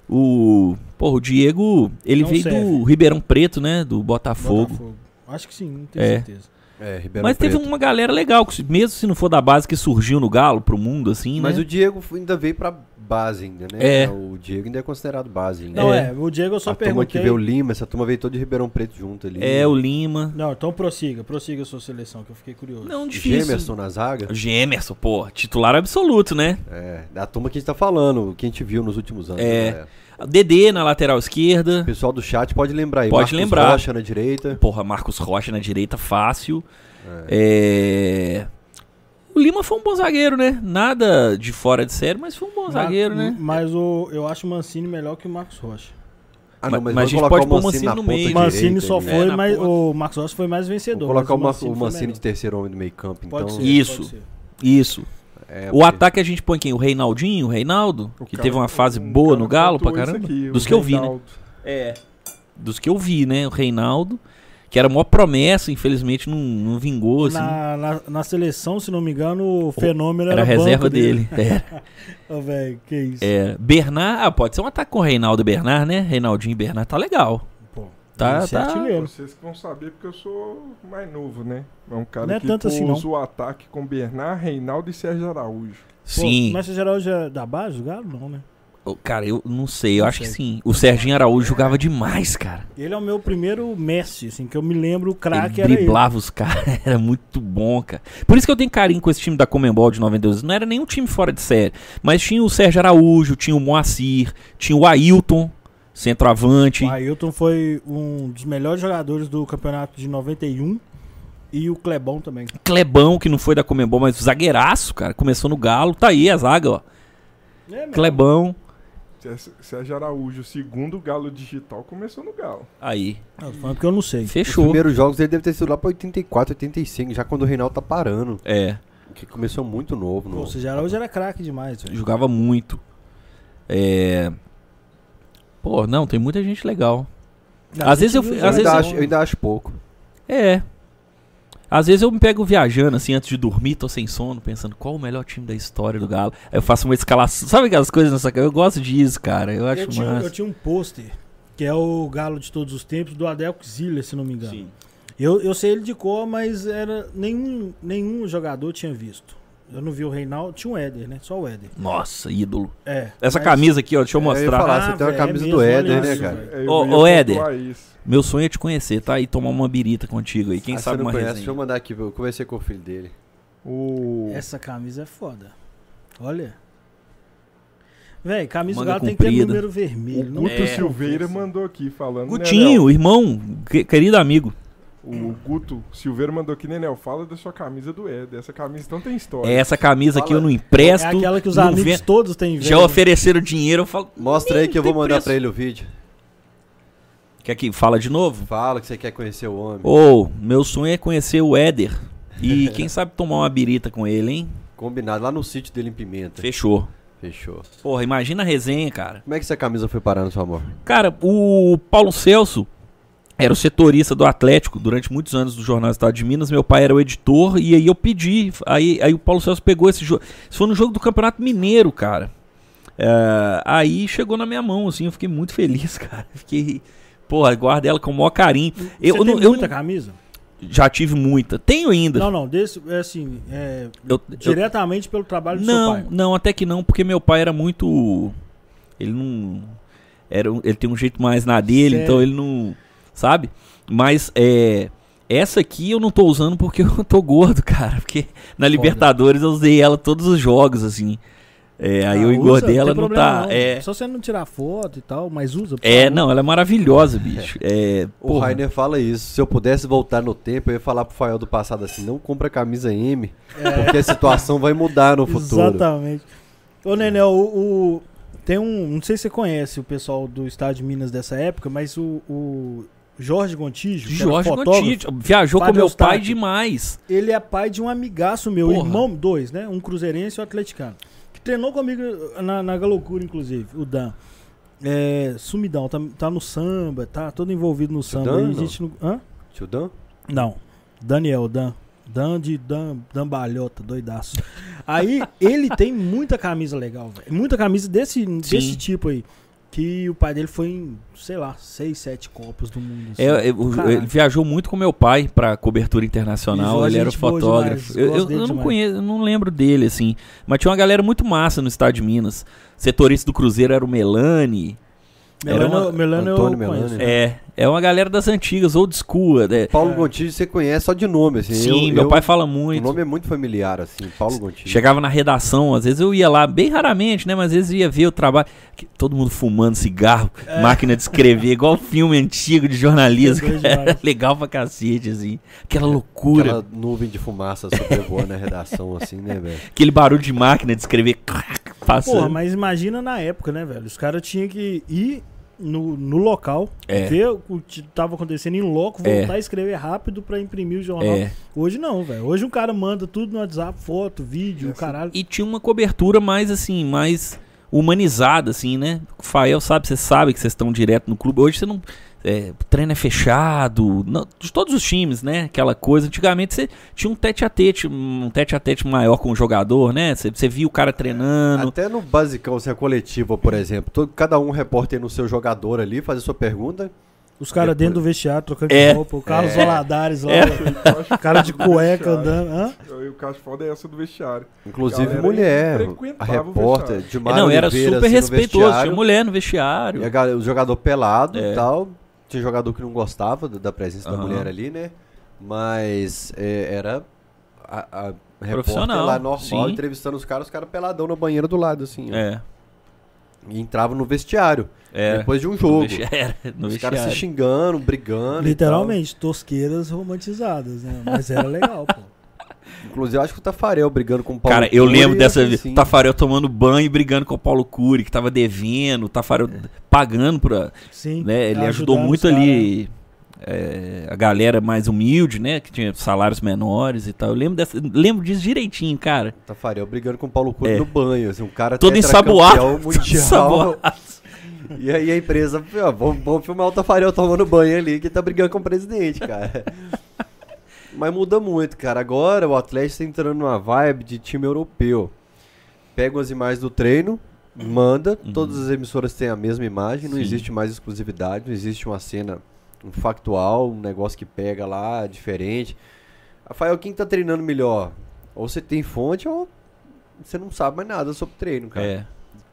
O. Porra, o Diego, ele Não veio do serve. Ribeirão Preto, né? Do Botafogo. Botafogo. Acho que sim, não tenho É. certeza. É, Ribeirão Mas teve um Preto. uma galera legal, que se- mesmo se não for da base, que surgiu no Galo, pro mundo, assim, Mas né? o Diego ainda veio pra base ainda, né? É. O Diego ainda é considerado base ainda. Não, É. é. o Diego eu só a turma que perguntei. veio o Lima, essa turma veio toda de Ribeirão Preto junto ali. É, o Lima. Não, então prossiga, prossiga a sua seleção, que eu fiquei curioso. Não, é difícil. Gemerson na zaga. Gemerson, pô, titular absoluto, né? É, da turma que a gente tá falando, que a gente viu nos últimos anos. É. né? Dedê na lateral O esquerda. pessoal do chat pode lembrar aí. Pode Marcos lembrar. Rocha na direita. Porra, Marcos Rocha na direita, fácil. É. O Lima foi um bom zagueiro, né? Nada de fora de série, mas foi um bom Ma- zagueiro, né? Mas o, eu acho o Mancini melhor que o Marcos Rocha. Ah, Mas- não, mas, mas a gente vamos colocar pode o pôr o Mancini, na Mancini no ponta meio. direita Mancini só ali. É, foi, na mais, ponta. o Marcos Rocha foi mais Vou vencedor. colocar o, Ma- mas o foi Mancini melhor. de terceiro homem do meio campo, então. Pode ser, Isso. pode ser. Isso. É, O porque- ataque a gente põe quem? O Reinaldinho, o Reinaldo? O que cara- teve uma fase um boa cara no Galo pra pontuou isso caramba. aqui, o Dos que eu vi, né? Reinaldo. É. Dos que eu vi, né? O Reinaldo, que era a maior promessa, infelizmente não, não vingou, assim. Na, na, na seleção, se não me engano, o fenômeno era, Era a banco reserva dele. Era. Ô, velho, que isso. É, Bernard, ah, pode ser um ataque com o Reinaldo e Bernard, né? Reinaldinho e Bernard tá legal. Pô, Tá, esse é tá. artilheiro. Vocês que vão saber porque eu sou mais novo, né? É um cara Não é que tanto assim, não. pôs o ataque com Bernard, Reinaldo e Sérgio Araújo. Pô, Sim. Mas o geral já é da base do Galo? Não, né? Ô, Cara, eu não sei, eu Não acho que sei. sim. O Serginho Araújo jogava demais, cara. Ele é o meu primeiro Messi, assim, que eu me lembro o craque Ele era ele. driblava os caras, era muito bom, cara. Por isso que eu tenho carinho com esse time da Comembol de 92. Não era nenhum time fora de série, mas tinha o Sérgio Araújo, tinha o Moacir, tinha o Ailton, centroavante. O Ailton foi um dos melhores jogadores do campeonato de 91 e o Clebão também. Clebão, que não foi da Comembol, mas zagueiraço, cara. Começou no Galo, tá aí a zaga, ó. É, meu. Clebão, Sé- Sérgio Araújo, segundo Galo Digital, começou no Galo. aí. Não, tô falando porque eu não sei. Os Fechou. primeiros jogos ele deve ter sido lá pra 84, 85, já quando o Reinaldo tá parando. É. Que começou muito novo. Pô, No... o César hoje era craque demais. velho. Jogava muito. É. Pô, não, tem muita gente legal. Não, é Às vezes eu tive fui- os Eu, às olhos ainda vezes bons. acho, eu ainda acho pouco. É. Às vezes eu me pego viajando, assim, antes de dormir, tô sem sono, pensando qual o melhor time da história do Galo. Aí eu faço uma escalação. Sabe aquelas coisas nessa Eu gosto disso, cara. Eu acho eu tinha, eu massa. tinha um pôster, que é o Galo de todos os tempos, do Adelco Ziller, se não me engano. Eu, eu sei ele de cor, mas era nenhum, nenhum jogador tinha visto. Eu não vi o Reinaldo, tinha o Éder, né? Só o Éder. Nossa, ídolo. É. Essa mas- camisa aqui, ó, deixa eu É, eu ia mostrar. falar. você tem uma Ah, velho, é camisa mesmo, do olha Éder, né, isso, cara? velho. É, eu Ô, ia ô, Éder. pontuar isso. Meu sonho é te conhecer, tá? E tomar uma birita contigo aí. Quem Ah, você sabe não uma conhece, resenha. Deixa eu mandar aqui, eu conversei com o filho dele. O... Essa camisa é foda. Olha. Véi, camisa do Manga Galo tem que ter comprida. número vermelho. O Não é. Guto tem Silveira conversa. mandou aqui falando. Gutinho, irmão, que- querido amigo. Nenel, o Guto Silveira mandou aqui, Nenel, fala da sua camisa do Éder. Essa camisa então tem história. É Essa camisa aqui Fala. eu não É empresto. aquela que os não amigos vendo. todos têm inveja. Já ofereceram dinheiro, eu falo. Mostra aí que eu vou tem mandar preço. pra ele o vídeo. Quer que fala de novo? Fala que você quer conhecer o homem. Ô, meu sonho é conhecer o Éder. E quem sabe tomar uma birita com ele, hein? Combinado, lá no sítio dele em Pimenta. Fechou. Fechou. Porra, imagina a resenha, cara. Como é que essa camisa foi parar no seu amor? Cara, o Paulo Celso era o setorista do Atlético durante muitos anos do Jornal Estado de Minas. Meu pai era o editor e aí eu pedi. Aí, aí o Paulo Celso pegou esse jogo. Isso foi no jogo do Campeonato Mineiro, cara. É, aí chegou na minha mão, assim. Eu fiquei muito feliz, cara. Fiquei. Porra, guardo ela com o maior carinho. Eu, Eu, Você não- tem eu muita não- camisa? já tive muita. Tenho ainda. Não, não. Desse, é assim, é, Eu- eu- diretamente pelo trabalho do não, seu pai. Não, até que não, porque meu pai era muito. Ele não. Era, um- ele tem um jeito mais na dele, Sério? então ele não. Sabe? Mas é. Essa aqui eu não tô usando porque eu tô gordo, cara. Porque na Libertadores eu usei ela todos os jogos, assim. É, aí Ah, eu usa, engordei, não ela tem não problema tá. não. Tá. É, Só você não tirar foto e tal, mas usa. por é, favor. não, ela é maravilhosa, bicho. É, O porra. Rainer fala isso. Se eu pudesse voltar no tempo, eu ia falar pro Fael do passado assim: não compra camisa M, porque a situação vai mudar no futuro. Exatamente. Ô, Nenel, o, o- tem um. Não sei se você conhece o pessoal do estado de Minas dessa época, mas o, o Jorge Gontijo. que era Jorge é fotógrafo, Gontijo viajou com Padre meu pai Eustáquio. demais. Ele é pai de um amigaço meu, Porra. irmão dois, né? Um cruzeirense e um atleticano. Que treinou comigo na, na Galocura, inclusive, o Dan. É, sumidão, tá, tá no samba, tá todo envolvido no samba. Dan, aí a não? gente não- hã? Tio Dan? Não. Daniel, Dan. Dan de Dan, Dan Balhota, doidaço. Aí, ele tem muita camisa legal, velho. Muita camisa desse, desse tipo aí. Que o pai dele foi em, sei lá, seis, sete Copas do Mundo. assim. É, é, o- Caralho. ele viajou muito com meu pai pra cobertura internacional. Isso, ele era o gente boa fotógrafo. demais, eu gosto eu- dele eu não demais. conheço, eu não lembro dele assim. Mas tinha uma galera muito massa no estado de Minas. Setorista do Cruzeiro era o Melani. era Melano, uma- Melano eu Antônio conheço. Melano, É, é uma galera das antigas, old school. né? Paulo É. Gontijo você conhece só de nome, assim. Sim, eu- meu eu- pai fala O muito. nome é muito familiar, assim, Paulo Gontijo. Chegava na redação, às vezes eu ia lá, bem raramente, né? Mas às vezes ia ver o trabalho. que- Todo mundo fumando cigarro, É. máquina de escrever, igual filme antigo de jornalismo. Doido demais. Era legal pra cacete, assim. Aquela loucura. Aquela nuvem de fumaça sobrevoando a redação, assim, né, velho? Aquele barulho de máquina de escrever crac, passando. Porra, mas imagina na época, né, velho? Os caras tinham que ir no, no local, É. ver o que tava acontecendo em loco, É. voltar a escrever rápido pra imprimir o jornal. É. Hoje não, velho. Hoje um cara manda tudo no WhatsApp, foto, vídeo, Essa- caralho. E tinha uma cobertura mais assim, mais humanizada, assim, né? O Fael sabe, você sabe que vocês estão direto no clube. Hoje você não. é, o treino é fechado. não- de todos os times, né? Aquela coisa. Antigamente você tinha um tete a tete, um tete a tete maior com o jogador, né? Você, você via o cara treinando. Até no assim, basicão, se é coletiva, por exemplo, todo, cada um repórter no seu jogador ali, fazer sua pergunta. Os caras Depois- dentro do vestiário trocando É. de roupa. O Carlos É. Valadares lá. É. Cara de cueca Vestiário. andando. Hã? E o caso foda é essa do vestiário. Inclusive Galera, mulher, a frequentava o repórter vestiário. de Mário É, Não, era Oliveira, super assim, no respeitoso. Tinha vestiário, mulher no e vestiário. a galera- o jogador pelado É. e tal. Tinha jogador que não gostava do- da presença da Aham. mulher ali, né? Mas é, era a, a repórter Profissional, lá normal, sim. entrevistando os caras, os caras peladão na banheira do lado, assim. ó. É. E entravam no vestiário, Era. depois de um No jogo. vestiário. era, no Os caras se vestiário. xingando, brigando. e Literalmente, tosqueiras romantizadas, né? Mas era legal, pô. tal. Inclusive, eu acho que o Tafarel brigando com o Paulo. Cara, eu Cury, lembro dessa assim, vez. sim. Tafarel tomando banho e brigando com o Paulo Cury, que tava devendo, o Tafarel É. pagando pra. Sim. né, ele ajudou ajudando os muito caras. né? ali é, a galera mais humilde, né? Que tinha salários menores e tal. Eu lembro, dessa, lembro disso direitinho, cara. Tafarel brigando com o Paulo Cury É. no banho. Assim, um cara Todo tetracampeão ensaboado. Todo mundial. ensaboado. E aí a empresa, ó, vamos, vamos filmar o Tafarel tomando banho ali, que tá brigando com o presidente, cara. Mas muda muito, cara. Agora o Atlético tá entrando numa vibe de time europeu. Pega as imagens do treino, manda, todas as emissoras têm a mesma imagem, não Uhum. Sim. existe mais exclusividade, não existe uma cena um factual, um negócio que pega lá, diferente. Rafael, quem tá treinando melhor? Ou você tem fonte ou você não sabe mais nada sobre treino, cara. É.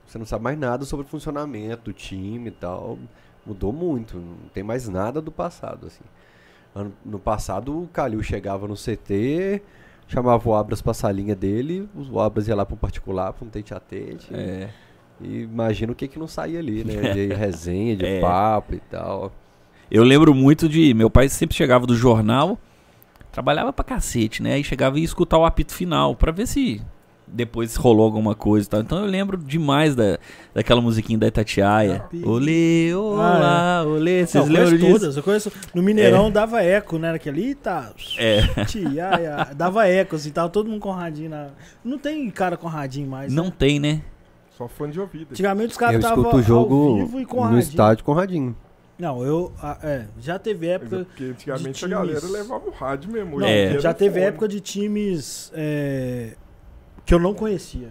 Você não sabe mais nada sobre o funcionamento do time e tal. Mudou muito, não tem mais nada do passado, assim. Ano- No passado, o Calil chegava no CT, chamava o Abras pra salinha dele, o Abras ia lá pro particular, pra um tete a tete. é. E imagina o que que não saía ali, né? De resenha, de É. papo e tal. Eu lembro muito de. Meu pai sempre chegava do jornal, trabalhava pra cacete, né? E chegava e ia escutar o apito final pra ver se depois rolou alguma coisa e tal. Então eu lembro demais da, daquela musiquinha da Itatiaia. Apito. Olê, olá, olê. Ah, é. Não, Vocês eu lembram conheço disso? todas, eu conheço. No Mineirão dava eco, né? Era que ali tá. É. Tia, ia, dava eco, assim, tava todo mundo com radinho na. Não tem cara com radinho mais. né? Não tem, né? Só fã de ouvido. Antigamente os Eu caras estavam escuto ao o jogo vivo e com no radinho. estádio com o Radinho. Não, eu. ah, é, já teve Mas é época. Porque antigamente a times. galera levava o rádio mesmo. Não, hoje em É. dia já era teve fone. época de times é, que eu não conhecia.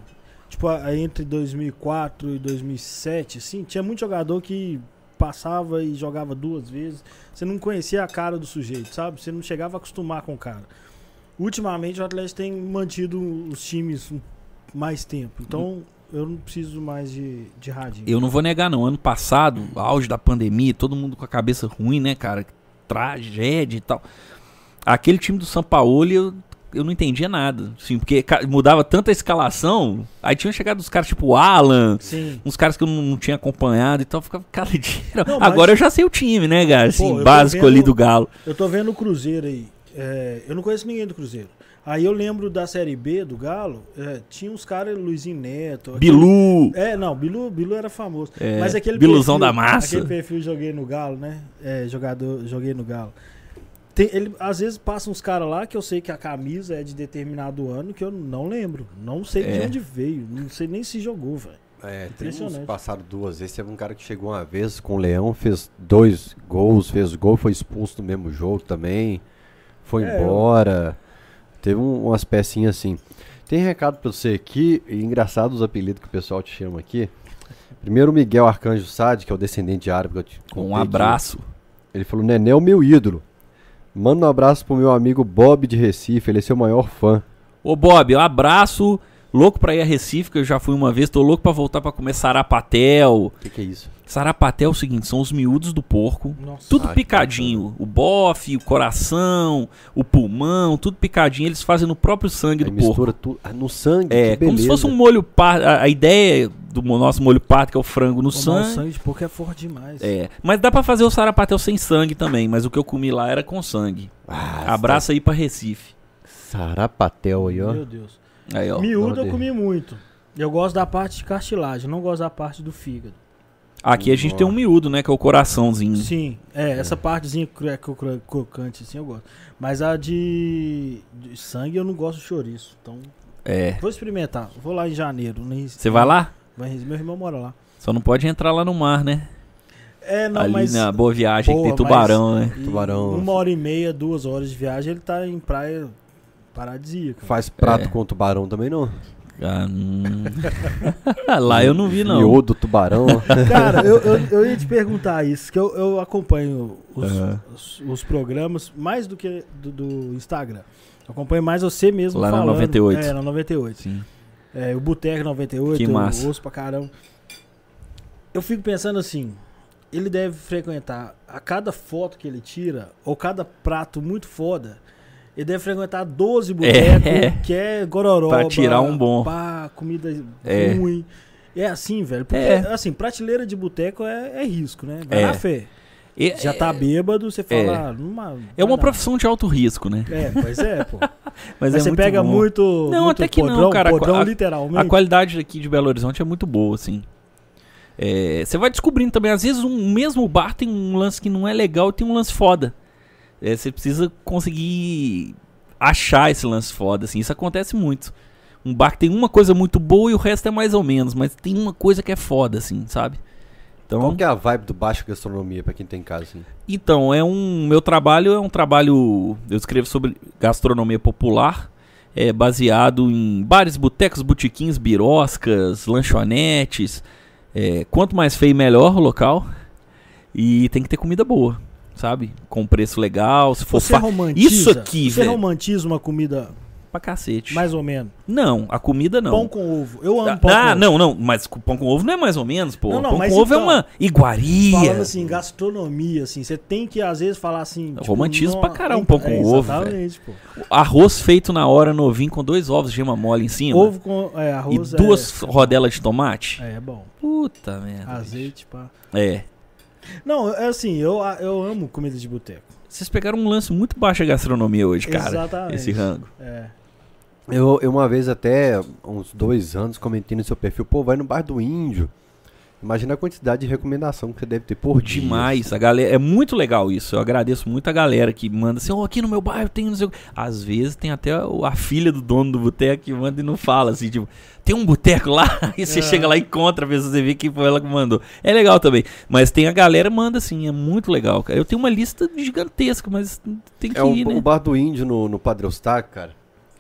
Tipo, a- entre 2004 e 2007, assim, tinha muito jogador que passava e jogava duas vezes. Você não conhecia a cara do sujeito, sabe? Você não chegava a acostumar com o cara. Ultimamente o Atlético tem mantido os times um- mais tempo. Então eu não preciso mais de, de radinho. Eu não vou negar, não. Ano passado, auge da pandemia, todo mundo com a cabeça ruim, né, cara? Tragédia e tal. Aquele time do Sampaoli, eu, eu não entendia nada. Assim, porque ca- mudava tanta escalação. Aí tinham chegado os caras tipo Alan, Sim. uns caras que eu não, não tinha acompanhado e tal. Ficava, cara, tira. Não, mas- Agora eu já sei o time, né, cara? Assim, eu tô básico ali vendo- do Galo. Eu tô vendo o Cruzeiro aí. É, eu não conheço ninguém do Cruzeiro. Aí eu lembro da Série B do Galo, é, tinha uns caras, Luizinho Neto. aquele- Bilu. É, não, Bilu, Bilu era famoso. É, Mas aquele perfil- Biluzão da massa. Aquele perfil joguei no Galo, né? É, jogador, joguei no Galo. Tem- ele, às vezes passa uns caras lá que eu sei que a camisa é de determinado ano que eu não lembro. Não sei de É. onde veio. Não sei nem se jogou, velho. É, tem uns Impressionante. passaram duas vezes. Teve um cara que chegou uma vez com o Leão, fez dois gols, fez gol, foi expulso no mesmo jogo também. Foi É, eu- embora. Teve um- umas pecinhas assim. Tem recado pra você aqui, e engraçado os apelidos que o pessoal te chama aqui. Primeiro o Miguel Arcanjo Sade, que é o descendente de árabe que eu te Um contei aqui. abraço. Ele falou, Nenê é o meu ídolo. Manda um abraço pro meu amigo Bob de Recife, ele é seu maior fã. Ô Bob, um abraço. Louco pra ir a Recife, que eu já fui uma vez. Tô louco pra voltar pra comer sarapatel. O que, que é isso? Sarapatel é o seguinte, são os miúdos do porco, Nossa. tudo Ah, que picadinho, o bofe, o coração, o pulmão, tudo picadinho, eles fazem no próprio sangue Aí do porco. mistura tudo. Ah, no sangue, É, que como se beleza. fosse um molho pardo, a, a ideia do mo- nosso molho pardo que é o frango no Tomar o sangue. sangue de porco é forte demais. É, mas dá pra fazer o sarapatel sem sangue também, mas o que eu comi lá era com sangue. Ah, um Abraço aí pra Recife. Sarapatel aí, ó. Meu Deus. Aí, ó. Miúdo eu Nordeste. comi muito. Eu gosto da parte de cartilagem, não gosto da parte do fígado. Aqui a gente tem um miúdo, né, que é o coraçãozinho. Sim, é, essa partezinha cru- é, cru- cru- crocante assim eu gosto. Mas a de, de sangue eu não gosto de chouriço. Então, É. vou experimentar. Vou lá em janeiro. no Rio- Você vai lá? Vai em- Meu irmão mora lá. Só não pode entrar lá no mar, né? É, não, Ali mas. na boa viagem que Boa, tem tubarão, né? e Tubarão. Uma hora e meia, duas horas de viagem, ele tá em praia paradisíaca. Faz prato É. com tubarão também, não? Ah, hum. Lá eu não vi, não. Iodo, tubarão. Cara, eu, eu, eu ia te perguntar isso, que eu, eu acompanho os, Aham. os- os programas mais do que do, do Instagram. Eu acompanho mais você mesmo Lá na falando. 98. É, na 98. Sim. É, o Boteco 98, Que massa. eu ouço pra caramba. Eu fico pensando assim, ele deve frequentar, a cada foto que ele tira, ou cada prato muito foda, ele deve frequentar 12 botecos, É. que é gororoba. Pra tirar um bom. Pá, comida É. ruim. É assim, velho. Porque, É. assim, prateleira de boteco é, é risco, né? Vai É. na fé. E- Já tá bêbado, você fala... É. "Ah, numa- É vai uma dar". profissão de alto risco, né? É, pois é, pô. Mas, Mas é você muito pega bom. muito, Não, muito até que não, podrão, cara. A qua- podrão a- literalmente. A qualidade aqui de Belo Horizonte é muito boa, assim. É, Você vai descobrindo também, às vezes um mesmo bar tem um lance que não é legal e tem um lance foda. É, Você precisa conseguir achar esse lance foda, assim. Isso acontece muito. Um bar que tem uma coisa muito boa e o resto é mais ou menos, mas tem uma coisa que é foda, assim, sabe? Qual Então, que é a vibe do baixo gastronomia pra quem tem casa? Assim? então, é um. Meu trabalho é um trabalho. Eu escrevo sobre gastronomia popular. É baseado em bares, botecos, botiquins, biroscas, lanchonetes. é, quanto mais feio, melhor o local. E tem que ter comida boa, sabe? Com preço legal, se for Você fa... romantiza. Isso aqui, Você velho. romantiza uma comida pra cacete. mais ou menos. Não, a comida não. Pão com ovo. é Eu amo Ah, pão ah, com não, não, mas com pão com ovo não é mais ou menos, pô. Não, não, pão com mas ovo é então, uma ovo. iguaria. Falando assim, gastronomia, assim. Você tem que, às vezes, falar assim... Romantismo pra "Nó- caralho, um pão com ovo, é, Exatamente, pô. Arroz feito na hora, novinho, com dois ovos, gema mole em cima. Ovo com é, e arroz... é- duas rodelas de tomate? É, é bom. Puta merda. Azeite, pá. É. Não, é assim, eu, eu amo comida de boteco. Vocês pegaram um lance muito baixo a gastronomia hoje, cara. Exatamente. Esse rango. É. Eu, eu uma vez até, uns dois anos, comentei no seu perfil, pô, vai no bar do índio. Imagina a quantidade de recomendação que você deve ter por dia. Demais. A galera, é muito legal isso. Eu agradeço muito a galera que manda assim, ó, aqui no meu bairro tem não sei o que. Às vezes tem até o- a filha do dono do boteco que manda e não fala, assim, tipo, tem um boteco lá? E você É. chega lá e encontra a pessoa, você vê que foi ela que mandou. É legal também. Mas tem a galera que manda assim, é muito legal, cara. Eu tenho uma lista gigantesca, mas tem que É o, ir, né? o bar do índio no, no Padre Eustáquio, cara.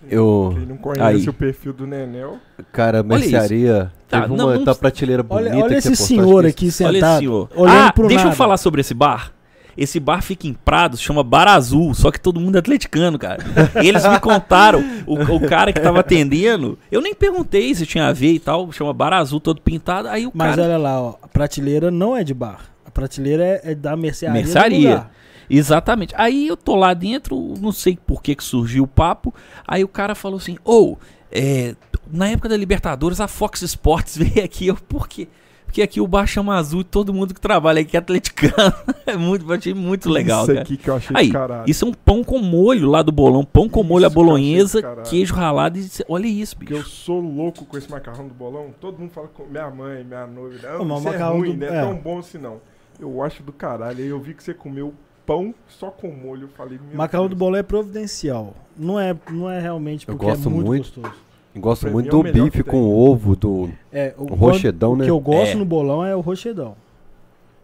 Eu, Quem não conhece Aí. o perfil do Nenel, cara, Olha isso. mercearia. Tá, teve não, uma não- tá prateleira bonita. Olha, olha que você esse postou, acho senhor que aqui Olha esse sentado, senhor. olhando ah, pro deixa eu nada. falar sobre esse bar. Esse bar fica em Prado, chama Bar Azul, só que todo mundo é atleticano, cara. Eles me contaram, o, o cara que tava atendendo, eu nem perguntei se tinha a ver e tal, chama Bar Azul, todo pintado, aí o Mas cara... olha lá, ó, a prateleira não é de bar. A prateleira é, é da mercearia. do Mercearia. lugar. Exatamente. Aí eu tô lá dentro, não sei por que que surgiu o papo, aí o cara falou assim, ou, é, na época da Libertadores, a Fox Sports veio aqui, eu, por quê? Porque aqui o bar chama Azul e todo mundo que trabalha aqui é atleticano. É muito, eu achei muito legal, isso cara. aqui que eu achei Aí, do caralho. isso é um pão com molho lá do bolão. Pão com molho à Isso que eu achei do bolonhesa, caralho. queijo ralado. E... Olha isso, Porque eu bicho. sou louco com esse macarrão do bolão. Todo mundo fala com minha mãe, minha noiva. Não, Não, mas isso é macarrão ruim, do- não é, é. tão bom assim não. Eu acho do caralho. Aí eu vi que você comeu pão só com molho. Eu falei, meu Macarrão do Deus, bolão é providencial. Não é, não é realmente Eu porque gosto é muito, muito. gostoso. Eu gosto Pra muito mim é o do melhor bife que tem. com ovo do. É, o, O rochedão, o né? que eu gosto É. no bolão é o rochedão.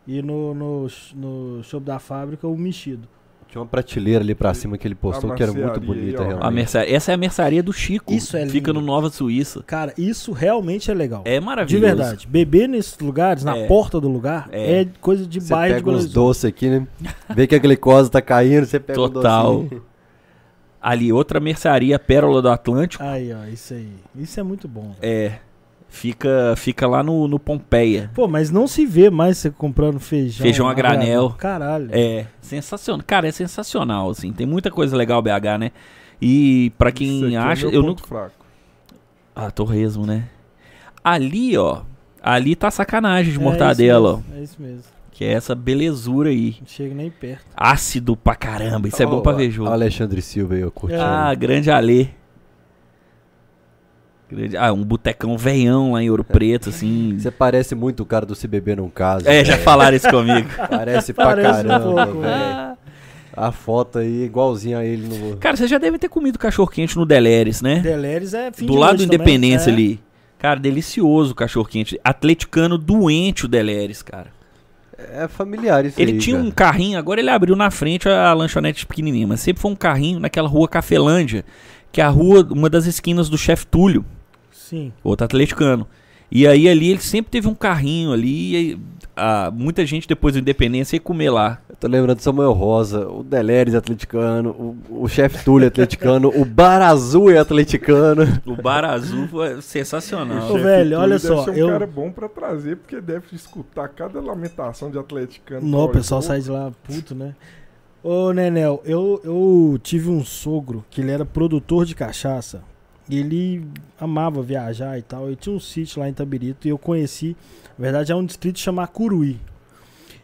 E no, no, no show da fábrica, o mexido. Tinha uma prateleira ali pra cima que ele postou A que era muito mercearia bonita, aí, ó. A realmente. mercearia- Essa é a mercearia do Chico. Isso é Fica lindo. no Nova Suíça. Cara, isso realmente é legal. É de maravilhoso. verdade. Beber nesses lugares, na É. porta do lugar, É. é, coisa de Você bairro de pega Belo uns Horizonte. doces aqui, né? Vê que a glicose tá caindo, você pega um Total. docinho. Ali, outra mercearia, Pérola do Atlântico. Aí, ó, isso aí. Isso é muito bom. velho. É. Fica, fica lá no, no Pompeia. Pô, mas não se vê mais você comprando feijão. Feijão a granel. Caralho. É. Sensacional. Cara, é sensacional, assim. Tem muita coisa legal, BH, né? E pra isso aqui quem é acha. meu eu ponto nunca. fraco. Ah, torresmo, né? Ali, ó. Ali tá sacanagem de É mortadela, isso mesmo, É isso mesmo. ó. Que é essa belezura aí. Não chega nem perto. Ácido pra caramba, isso é bom Ó, pra ver jogo. Alexandre Silva aí, eu curti. Ah, grande Alê. Grande... Ah, um botecão veião lá em Ouro Preto, assim. Você parece muito o cara do Se Beber Não Casa. É, já falaram isso comigo. Parece pra Parece um caramba, pouco, velho. é. A foto aí, igualzinha a ele no... Cara, vocês já devem ter comido cachorro-quente no Deleres, né? Deleres é fim Do de lado do noite também, Independência é. ali. Cara, delicioso o cachorro-quente. Atleticano doente o Deleres, cara. É familiar isso Ele aí, tinha cara. um carrinho, agora ele abriu na frente a lanchonete pequenininha, mas sempre foi um carrinho naquela rua Cafelândia, que é a rua, uma das esquinas do Chef Túlio. Sim. outro atleticano. E aí ali ele sempre teve um carrinho ali, e aí, ah, muita gente depois da Independência ia comer lá. Eu tô lembrando do Samuel Rosa, o Deleres atleticano, o, o Chef Túlio atleticano, o Barazui atleticano. O Bar Azul foi sensacional. Ô, Jeff velho, Tulley olha deve só, ser um eu- cara bom pra trazer, porque deve escutar cada lamentação de atleticano. então Não, o pessoal sai sai de lá puto, né? Ô, Nenel, eu, eu tive um sogro que ele era produtor de cachaça. E ele amava viajar e tal. Ele tinha um sítio lá em Tabirito e eu conheci. Na verdade, é um distrito chamado Curuí.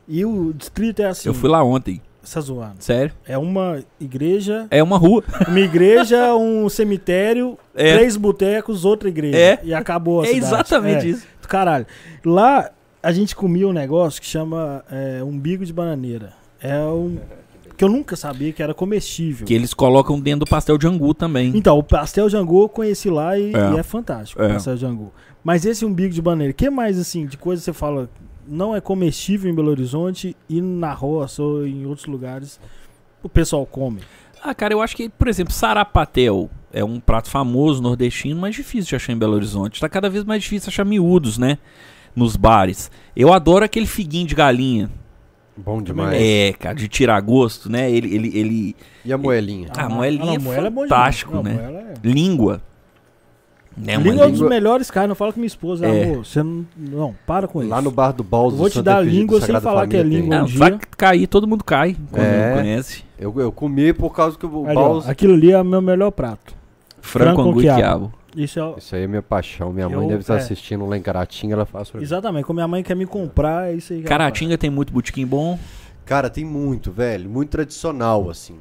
E o distrito é assim. Eu fui lá ontem, Tá zoando. sério. É uma igreja. É uma rua. Uma igreja, um cemitério, É. três botecos, outra igreja. É. E acabou a É cidade. exatamente É. isso. Do Caralho. Lá a gente comia um negócio que chama é, umbigo de bananeira. É um. Que eu nunca sabia que era comestível. Que eles colocam dentro do pastel de angu também. Então, o pastel de angu eu conheci lá e e é, É. fantástico. O É. pastel de angu. Mas esse umbigo de bananeira, que mais assim, de coisa que você fala, não é comestível em Belo Horizonte e na roça ou em outros lugares, o pessoal come. Ah, cara, eu acho que, por exemplo, sarapatel é um prato famoso nordestino, mas difícil de achar em Belo Horizonte. Tá cada vez mais difícil achar miúdos, né? Nos bares. Eu adoro aquele figuinho de galinha. Bom demais. É, cara, de tirar gosto, né? Ele, ele, ele E a moelinha? Ah, a moelinha é bom demais. fantástico, Não, a né? moela é- língua. Né, uma língua é um dos língua- melhores caras. Não falo com minha esposa, É. amor. Você não, não, para com isso. Lá no bar do Balzo, Eu vou te dar a língua sem falar que é língua. Ah, Bom vai dia. cair, todo mundo cai quando É. não conhece. Eu, eu comi por causa que o Ali, ó, Balzo... aquilo ali é o meu melhor prato. Frango Franco, com angu e quiabo. quiabo. Isso é. o- Isso aí é minha paixão. Minha mãe Eu- deve estar é. assistindo lá em Caratinga, ela faz pra mim. Exatamente, como minha mãe quer me comprar, é isso aí. que ela Caratinga tem muito botequim bom. Cara, tem muito, velho. Muito tradicional, assim.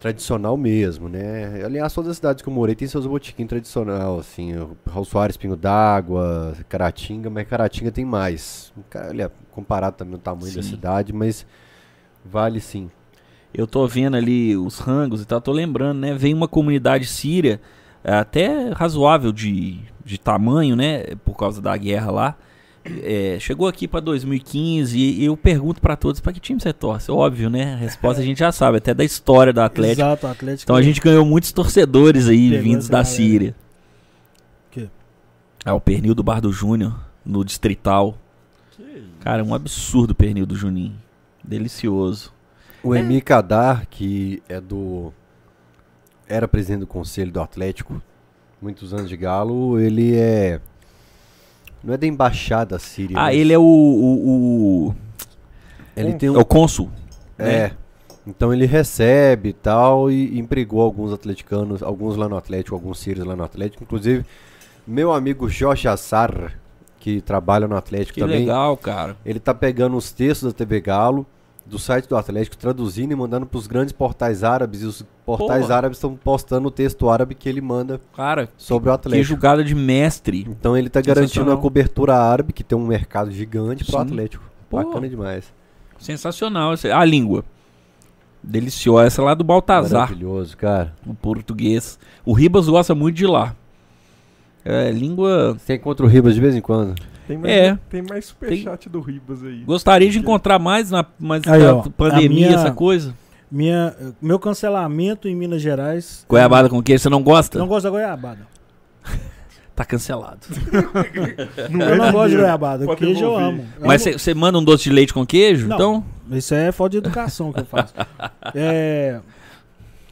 Tradicional mesmo, né? Aliás, todas as cidades que eu morei tem seus botiquim tradicional, assim. o Raul Soares, Pingo d'Água, Caratinga, mas Caratinga tem mais. Cara, olha, comparado também o tamanho da Sim. cidade, mas vale sim. Eu tô vendo ali os rangos e tal, tô lembrando, né? Vem uma comunidade síria é, até razoável de, de tamanho, né? Por causa da guerra lá. É, chegou aqui pra 2015 e eu pergunto pra todos, pra que time você torce? Óbvio, né? A resposta a gente já sabe, até da história da faz. Atlético. Exato, Atlético. Então a gente ganhou muitos torcedores aí Pegou vindos essa da galera. Síria. Quê? É o pernil do Bar do Júnior, no Distrital. Cara, é um absurdo o pernil do Juninho. Delicioso. O Emi Kadar, que é do. Era presidente do Conselho do Atlético, muitos anos de Galo, ele é. Não é da embaixada síria. Ah, né? ele é o. o, o- Ele tem um. é o cônsul. É. Então ele recebe e tal, e empregou alguns atleticanos, alguns lá no Atlético, alguns sírios lá no Atlético. Inclusive, meu amigo Jorge Assar, que trabalha no Atlético Que também, legal, cara. ele tá pegando os textos da TV Galo, do site do Atlético, traduzindo e mandando pros grandes portais árabes. E os portais Porra. árabes estão postando o texto árabe que ele manda Cara, sobre o que Atlético. jogada de mestre. Então ele tá garantindo a Sensacional. cobertura árabe, que tem um mercado gigante pro Sim. Atlético. Pô. Bacana demais. Sensacional. essa- A língua. Deliciosa. Essa lá do Baltazar. Maravilhoso, cara. O português. O Ribas gosta muito de lá. É, língua. Você encontra o Ribas de vez em quando? Tem mais, É. tem mais superchat do Ribas aí. Gostaria de encontrar mais na mas Aí, na ó, a pandemia, minha- essa coisa. Minha, meu cancelamento em Minas Gerais. é Goiabada com queijo, você não gosta? Não gosto da goiabada. Tá cancelado. Eu não é gosto de dinheiro. goiabada. Pode queijo eu devolver. amo. Eu Mas amo- você você manda um doce de leite com queijo? Não. Então, Isso é falta de educação que eu faço. É,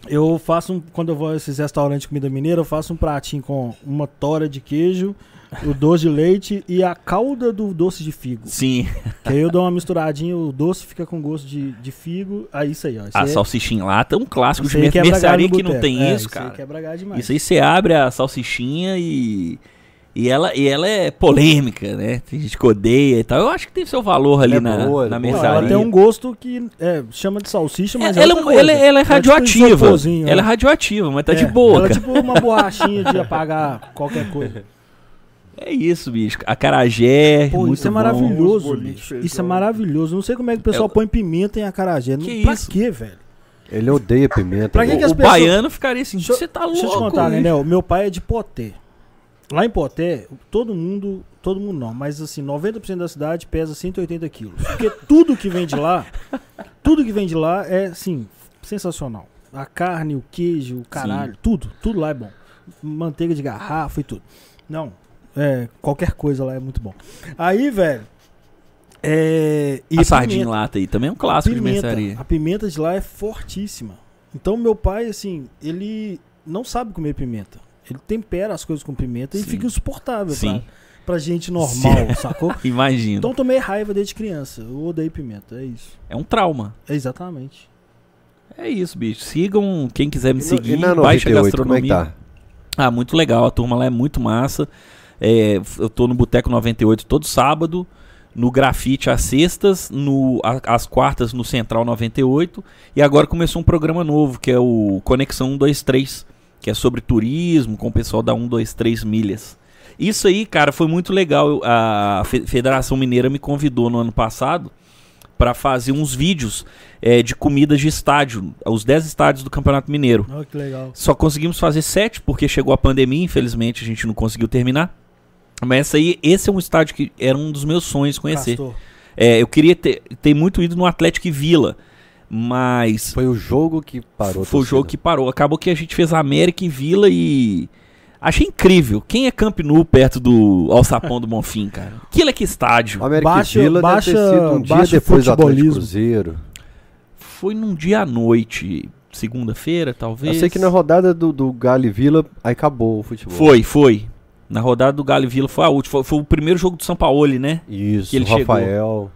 eu faço um, quando eu vou a esses restaurantes de comida mineira, eu faço um pratinho com uma tora de queijo, o doce de leite e a calda do doce de figo. sim. Que aí eu dou uma misturadinha, o doce fica com gosto de, de figo. Aí isso aí, ó. Isso A aí- salsichinha em lata é um clássico isso de aí quebra mercearia galho no que não boteco. tem É, isso, Isso aí cara. quebra galho demais. Isso aí você abre a salsichinha e. E ela, e ela é polêmica, né? Tem gente que odeia e tal. Eu acho que tem seu valor ali É boa, na, na é boa. Não, mercearia. ela tem um gosto que é, chama de salsicha, mas É, ela, é é- outra ela é- coisa. ela é tipo um radioativa. isoporzinho, ela é né? radioativa, mas tá É, de boa, Ela é cara. tipo uma borrachinha de apagar qualquer coisa. É isso, bicho. Acarajé, tipo- Pô, muito isso é bom. Os maravilhoso, bolinhos de bicho. feijão. Isso é maravilhoso. Não sei como é que o pessoal É, põe pimenta em acarajé. Não, Que pra isso? quê, velho? Ele odeia pimenta. Pra né? que as O pessoas- baiano ficaria assim, Deixa eu- você tá louco. Deixa eu te contar, bicho." né, Léo? Meu pai é de Poté. Lá em Poté, todo mundo, todo mundo não, mas assim, 90% da cidade pesa 180 quilos. Porque tudo que vem de lá, tudo que vem de lá é, assim, sensacional. A carne, o queijo, o caralho, tudo, tudo lá é bom. Manteiga de garrafa e tudo. Não, É, qualquer coisa lá é muito bom. Aí, velho. É, e a sardinha em pimenta. lata aí também é um clássico de Pimenta. mercearia. A pimenta de lá é fortíssima. Então meu pai, assim, ele não sabe comer pimenta. Ele tempera as coisas com pimenta Sim. e fica insuportável pra, Sim. pra gente normal, sacou? Imagina. Então eu tomei raiva desde criança. Eu odeio pimenta, é isso. É um trauma. É exatamente. É isso, bicho. Sigam quem quiser me E no- seguir. e na Baixa 98, como é que gastronomia. tá? Ah, muito legal. A turma lá é muito massa. É, f- eu tô no Boteco 98 todo sábado. No grafite às sextas, no, a- às quartas no Central 98. E agora começou um programa novo, que é o Conexão 123, que é sobre turismo, com o pessoal da 123 Milhas. Isso aí, cara, foi muito legal. Eu- A Fe- Federação Mineira me convidou no ano passado para fazer uns vídeos eh, de comidas de estádio, os 10 estádios do Campeonato Mineiro. Olha que legal. Só conseguimos fazer sete porque chegou a pandemia, infelizmente a gente não conseguiu terminar. Mas essa aí, esse é um estádio que era um dos meus sonhos conhecer. Pastor. É, eu queria ter, ter muito ido no Atlético e Vila, mas Foi o jogo que parou. foi o jogo que parou. Acabou que a gente fez América e Vila e achei incrível. Quem é Camp Nou perto do Alçapão do Bonfim, cara? Aquilo é que estádio. O América Baixa- baixa, Vila baixa- deve ter sido um dia baixa depois do Atlético futebolismo. Cruzeiro. Foi num dia à noite, segunda-feira, Eu talvez. sei que é na rodada do, do Galo e Vila, aí acabou o futebol. Foi, foi. Na rodada do Galo e Vila foi a última. Foi, foi o primeiro jogo do São Paulo, né? Isso, Que ele Rafael.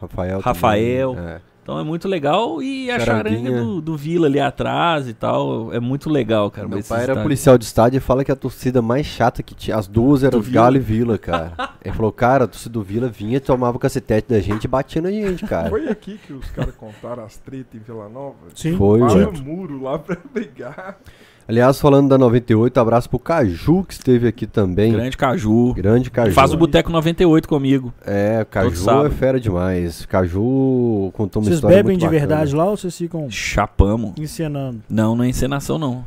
Rafael. também, Rafael. é. Então é muito legal. E a Charadinha. charanga do, do Vila ali atrás e tal. É muito legal, cara. Meu esse pai era estádio. policial de estádio e fala que a torcida mais chata que tinha, as duas eram Do Vila. Galo e Vila, cara. Ele falou, cara, a torcida do Vila vinha, tomava o cacetete da gente e batia na gente, cara. Foi aqui que os caras contaram as tretas em Vila Nova. Sim. Foi, é. Para ué. o muro lá pra brigar. Aliás, falando da 98, abraço pro Caju, que esteve aqui também. Grande, Grande Caju. Caju. Faz o Boteco 98 comigo. É, Caju sábado. é fera demais. Caju contou uma Vocês história bebem muito de bacana. verdade lá ou vocês ficam Chapamos. encenando? Não, não é encenação, não.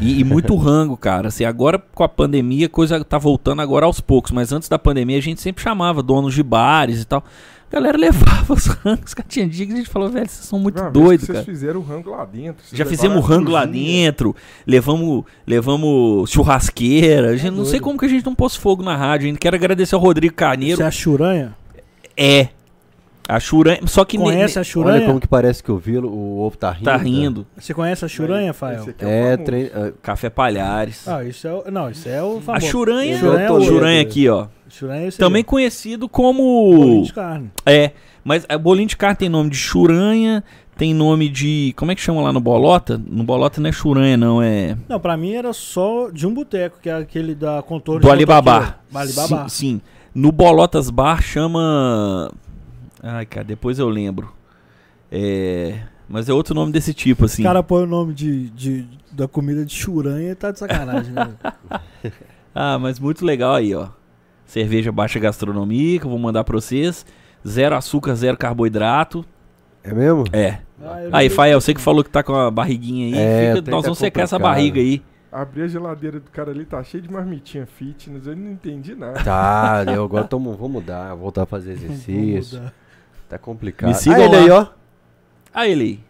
E, e muito rango, cara. Assim, agora com a pandemia, a coisa tá voltando agora aos poucos. Mas antes da pandemia, a gente sempre chamava donos de bares e tal. A galera levava os rangos, cara. Tinha dia que a gente falou, velho, vocês são muito Uma vez que doidos, Vocês cara. fizeram o rango lá dentro. vocês Já levaram fizemos a rango lá cozinha. dentro, levamos, levamos churrasqueira. a gente, não sei É doido. como que a gente não pôs fogo na rádio ainda. Quero agradecer ao Rodrigo Carneiro. Você é a churanha? É. A Churanha. Só que ne- conhece a Olha churanha? como que parece que eu vi, o ovo tá ne- rindo. tá cara. rindo. Você conhece a churanha, Fael? Esse aqui o É, famoso. tre... ah, Café Palhares. Ah, isso é o... Não, isso é o a famoso. Churanha. Churanha é o- Churanha aqui, ó. Churanha é esse aí. Também conhecido como. Bolinho de carne. É. Mas a bolinho de carne tem nome de Churanha, tem nome de. Como é que chama lá no Bolota? No Bolota não é Churanha, não. É. Não, pra mim era só de um boteco, que é aquele da contorno Do de Alibabá. Montequeira. Alibabá. Sim, sim. No Bolotas Bar chama. Ai, cara, depois eu lembro. É. Mas é outro nome desse tipo, Os assim. caras põem o nome de, de- da comida de churanha e tá de sacanagem, né? Ah, mas muito legal aí, ó. Cerveja baixa gastronomia, que eu vou mandar pra vocês. Zero açúcar, zero carboidrato. é mesmo? É. Ah, eu Aí, não- Fael, você que falou que tá com a barriguinha aí. É, fica- tem nós que vamos secar essa complicado. barriga aí. Abri a geladeira do cara ali, tá cheio de marmitinha fitness, eu não entendi nada. Tá, eu agora tô, mu- vou mudar, voltar a fazer Vou exercício. mudar. Tá complicado. Me sigam ah, ele lá. aí, ó. Ah, ele.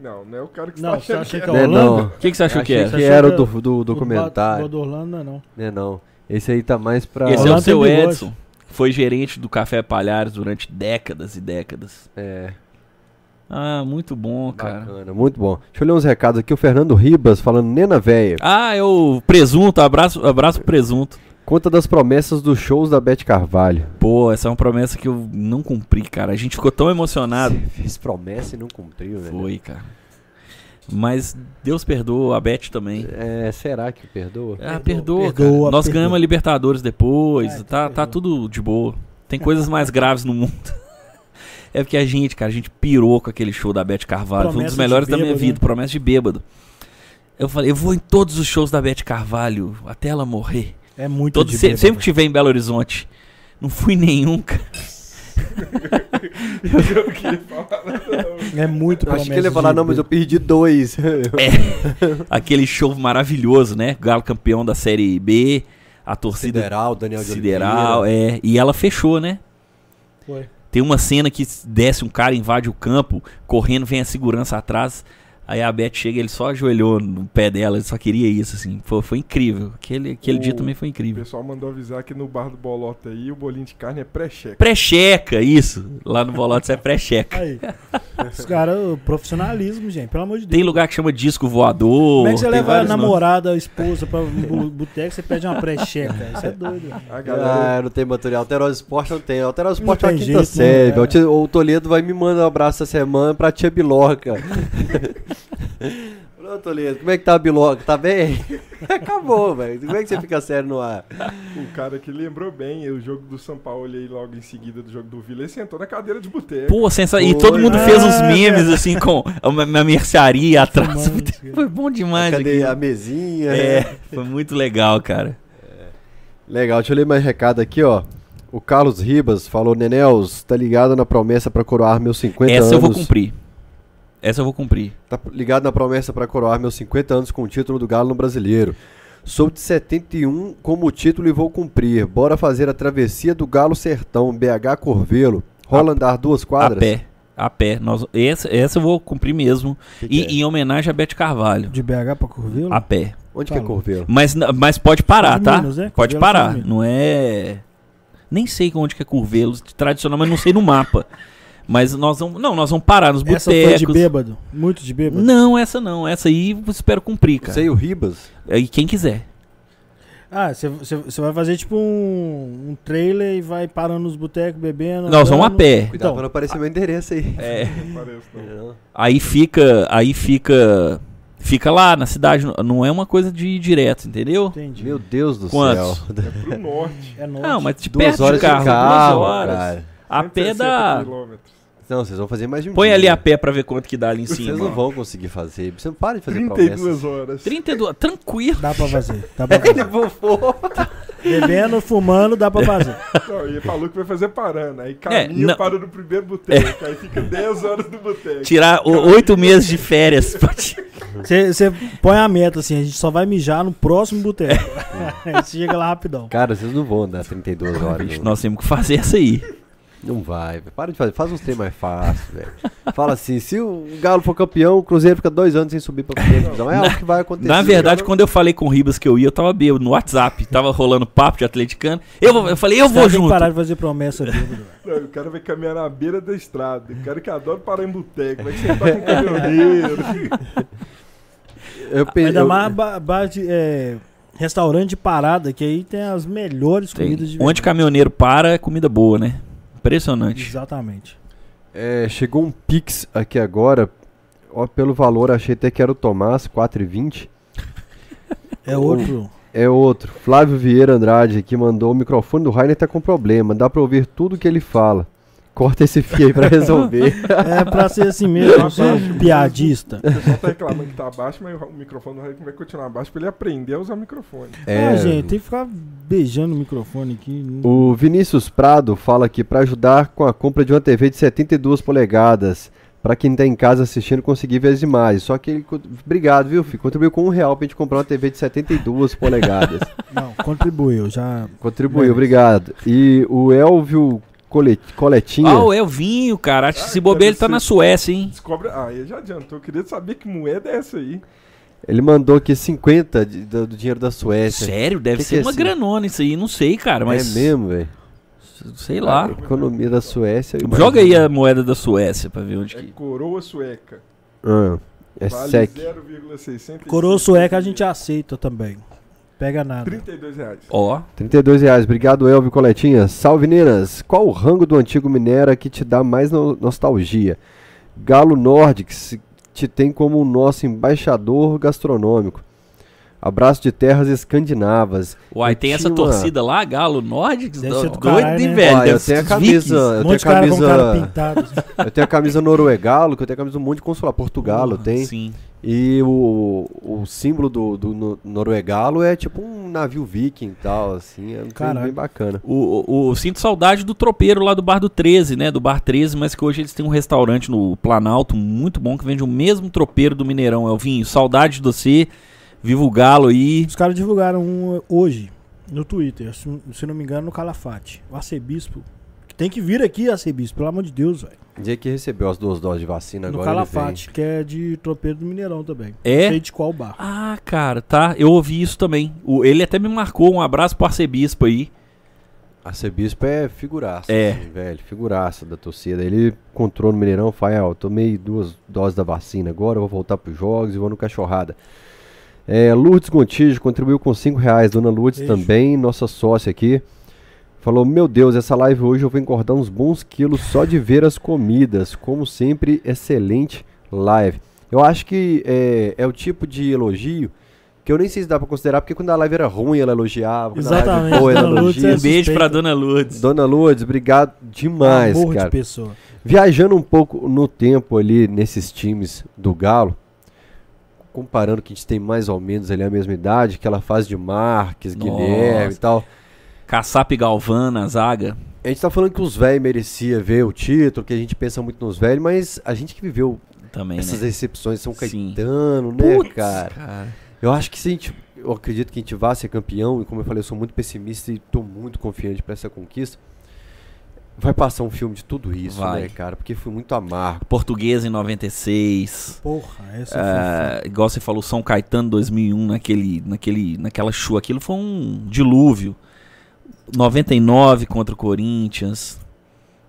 Não, não é o cara que Não, está você achando acha que que é Né, Holanda? não. O que, que você achou que é? Achei era? tá que era o do, do documentário. O do Holanda, não. Né, não. Esse aí tá mais pra. Esse é Olá, o seu tem bigode. Edson. que Foi gerente do Café Palhares durante décadas e décadas. É, Ah, muito bom, cara. bacana, muito bom. Deixa eu ler uns recados aqui. O Fernando Ribas falando, Nena Véia, Ah, é o presunto, abraço, abraço pro presunto. conta das promessas dos shows da Beth Carvalho. Pô, essa é uma promessa que eu não cumpri, cara. A gente ficou tão emocionado. Fiz promessa e não cumpriu, né? velho. Foi, cara. Mas Deus perdoa a Beth também. É, será que perdoa? Ah, É, Perdoa, perdoa, perdoa, cara. Nós perdoa. ganhamos a Libertadores depois, Ah, então tá, perdoa. tá tudo de boa. Tem coisas mais graves no mundo. É porque a gente, cara, a gente pirou com aquele show da Beth Carvalho. Foi um Promessa dos de melhores da minha bêbado, vida, né? promessa de bêbado. Eu falei, eu vou em todos os shows da Beth Carvalho, até ela morrer. É muito Todo, de se- bêbado. sempre que tiver em Belo Horizonte. Não fui em nenhum, cara. É muito Eu achei que ele promessa ia falar, de não, mas eu bêbado. perdi dois. Aquele show maravilhoso, né? Galo campeão da Série B, a torcida né, Daniel de sideral, Oliveira. é. E ela fechou, né? Foi. Tem uma cena que desce um cara, invade o campo, correndo, vem a segurança atrás. Aí a Beth chega, ele só ajoelhou no pé dela, ele só queria isso, assim. Foi, foi incrível. Aquele, aquele O- dia também foi O incrível. pessoal mandou avisar que no bar do Bolota aí o bolinho de carne é pré-cheque. Pré-checa, isso. Lá no Bolotes é pré-checa. Aí. Os caras, o profissionalismo, gente, pelo amor de Deus. Tem lugar que chama disco voador. Como é que você tem leva a vários nomes. namorada, a esposa pra um bu- boteco, você pede uma pré-checa? Isso é doido. velho. A galera. Ah, não tem material. Alterosa Esporte não tem. Alterosa Não Esporte é uma tem quinta jeito, série. né? velho. O Ti- O Toledo vai me mandar um abraço essa semana pra tia Biloca. Ô, Toledo, como é que tá a Biloca? Tá bem? Acabou, velho. Como é que você fica sério no ar? O cara que lembrou bem é o jogo do São Paulo aí logo em seguida do jogo do Vila, ele sentou na cadeira de boteco. Pô, sensa... E Foi, todo mundo né? fez uns Ah, memes, assim, com uma, uma mercearia atrás. Mano, isso aqui. Foi bom demais. Cadê aquilo. a mesinha? né? É, foi muito legal, cara. Legal, deixa eu ler mais recado aqui, ó. O Carlos Ribas falou, Nenels, tá ligado na promessa pra coroar meus 50 anos. Essa eu vou cumprir. Essa eu vou cumprir. Tá ligado na promessa pra coroar meus 50 anos com o título do Galo no Brasileiro. Sou de 71 como título e vou cumprir. Bora fazer a travessia do Galo Sertão, BH Corvelo. Rola andar duas quadras? A pé. A pé. Nós... Essa, essa eu vou cumprir mesmo. Que que E é? em homenagem a Bete Carvalho. De BH pra Curvilo? A pé. Onde que é Fala. Corvelo? Mas, n- mas pode parar, São de tá? Minas, né? Pode Curvelo parar. são de Não é. Nem sei onde que é Curvelo, tradicional, mas não sei no mapa. Mas nós vamos. Não, nós vamos parar nos Essa foi de botecos. bêbado? Muito de bêbado? Não, essa não. Essa aí eu espero cumprir, cara. Sei o Ribas? E quem quiser. Ah, você- você você vai fazer tipo um, um trailer e vai parando nos botecos, bebendo. Nós vamos a andando. pé. Cuidado Então. pra não aparecer meu endereço aí. É. É. Não parece, não. Aí fica. Aí fica. Fica lá na cidade. n- Não é uma coisa de ir direto, entendeu? Entendi. Meu Deus do Quantos? céu. É pro norte. É noite. Não, mas de Duas perto horas de carro, duas horas. cara. A pé 160 dá. quilômetros. Não, vocês vão fazer mais de um Põe dia. ali a pé pra ver quanto que dá ali em cima. Vocês não vão conseguir fazer. Você não para de fazer promessas. 32 horas. 32, tranquilo. Dá pra fazer. Dá pra fazer. Bebendo, fumando, dá pra fazer. Não, e falou que vai fazer parando. Aí caminha, não. para no primeiro boteco. Aí fica 10 horas no boteco. Tirar o- oito meses de férias. pra ti- Você você põe a meta assim, a gente só vai mijar no próximo boteco. É. Aí você chega lá rapidão. Cara, vocês não vão andar 32 horas. Bicho, não. nós temos que fazer essa aí. Não vai, velho. Para de fazer. Faz uns trem mais fácil, velho. Fala assim, se o Galo for campeão, o Cruzeiro fica dois anos sem subir pra primeira divisão. É algo que vai acontecer. Na verdade, quando eu falei com o Ribas que eu ia, eu tava bêbado no WhatsApp. Tava rolando papo de atleticano. Eu, vou- eu falei, eu Os vou caras têm que junto. parar de fazer promessa bêbado. Não, o cara vai caminhar na beira da estrada. O cara que adora parar em boteco. Vai sentar com o caminhoneiro. eu pe- Ainda eu- mais ba- bar de, é, restaurante de parada, que aí tem as melhores Tem- comidas de Onde caminhoneiro para, é comida boa, né? Impressionante. Exatamente. é, chegou um Pix aqui agora. Ó, pelo valor, achei até que era o Tomás, 4,20. É outro. É outro. Flávio Vieira Andrade que mandou o microfone do Rainer tá com problema. Dá pra ouvir tudo que ele fala. Corta esse fio aí pra resolver. É pra ser assim mesmo, eu sou um piadista. O pessoal tá reclamando que tá abaixo, mas o microfone do Raikkonen vai continuar abaixo pra ele aprender a usar o microfone. É, gente, tem que ficar beijando o microfone aqui. não- O Vinícius Prado fala aqui para ajudar com a compra de uma TV de 72 polegadas para quem está em casa assistindo conseguir ver as imagens. Só que ele, co- obrigado, viu, filho? Contribuiu com um real para gente comprar uma TV de 72 polegadas. Não, contribuiu, já. Contribuiu, obrigado. E o Elvio Cole- Coletinha. Ah, é o vinho, cara. Acho que se Ah, bobear, ele quero tá ser- na Suécia, hein? Descobre. Ah, ele já adiantou. Eu queria saber que moeda é essa aí. Ele mandou aqui 50 de- do, do dinheiro da Suécia. Sério, deve Que que ser é uma isso? granona isso aí. Não sei, cara, mas. É mesmo, Ah, velho. Sei lá. Economia da Suécia. eu Joga aí é. imagino. a moeda da Suécia pra ver onde É que. coroa sueca. Ah, é vale sec. 0,65. Coroa sueca a gente aceita também. Pega nada. 32 reais. Ó. 32 reais, obrigado Elvio Coletinha. Salve Minas, qual o rango do antigo Minera que te dá mais no- nostalgia? Galo Nordics te tem como o nosso embaixador gastronômico. Abraço de terras escandinavas. Uai, Eu tem essa tinha uma- torcida lá, Galo Nordics? Deve do- ser do doido, caralho, hein, né? velho? Ó, Deve eu ser tenho a dos camisa, Vikings. eu Um tenho a monte de cara com cara camisa, pintado. assim. eu tenho a camisa noruegalo, que eu tenho a camisa de um monte de consular, Portugalo tem. Sim. E o, o símbolo do, do no- noruegalo é tipo um navio viking e tal, assim, é um trem Caralho. bem bacana. O, o- o- sinto saudade do tropeiro lá do Bar do 13, né? Do Bar 13, mas que hoje eles têm um restaurante no Planalto muito bom que vende o mesmo tropeiro do Mineirão. Elvinho, saudade de você. Viva o Galo aí. Os caras divulgaram um hoje no Twitter, se se não me engano, no Calafate. O arcebispo, que Tem que vir aqui, Acerbis, pelo amor de Deus, velho. O dia que recebeu as duas doses de vacina No agora. ele vem. Calafate, que é de tropeiro do Mineirão também. É? Não sei de qual bar. Ah, cara, tá. Eu ouvi isso também. O, ele até me marcou. Um abraço pro arcebispo aí. Arcebispo é figuraça, É. assim, velho, figuraça da torcida. Ele encontrou no Mineirão, fala, "Ah, eu tomei duas doses da vacina agora, eu vou voltar pros jogos e vou no Cachorrada. É, Lourdes Gontijo contribuiu com 5 reais, Dona Lourdes Beijo. também, nossa sócia aqui. Falou, meu Deus, essa live hoje eu vou engordar uns bons quilos só de ver as comidas. Como sempre, excelente live. Eu acho que é, é o tipo de elogio que eu nem sei se dá pra considerar, porque quando a live era ruim, ela elogiava. Quando a live Exatamente, boa, ela Dona Lourdes elogia. é Um beijo suspeito. pra dona Lourdes. Dona Lourdes, obrigado demais, Amor cara. de pessoa. Viajando um pouco no tempo ali nesses times do Galo, comparando que a gente tem mais ou menos ali a mesma idade, aquela fase de Marques, Nossa. Guilherme e tal. Caçape Galvão na zaga. A gente tá falando que os velhos mereciam ver o título, que a gente pensa muito nos velhos, mas a gente que viveu Também, essas né? recepções São Sim. Caetano, né, Putz, cara? Eu acho que se a gente. Eu acredito que a gente vá ser campeão, e como eu falei, eu sou muito pessimista e tô muito confiante pra essa conquista. Vai passar um filme de tudo isso, Vai. né, cara? Porque foi muito amargo. Portuguesa em 96. Porra, essa foi Ah, igual você falou, São Caetano 2001, naquele, naquele, naquela chuva. Aquilo foi um dilúvio. 99 contra o Corinthians,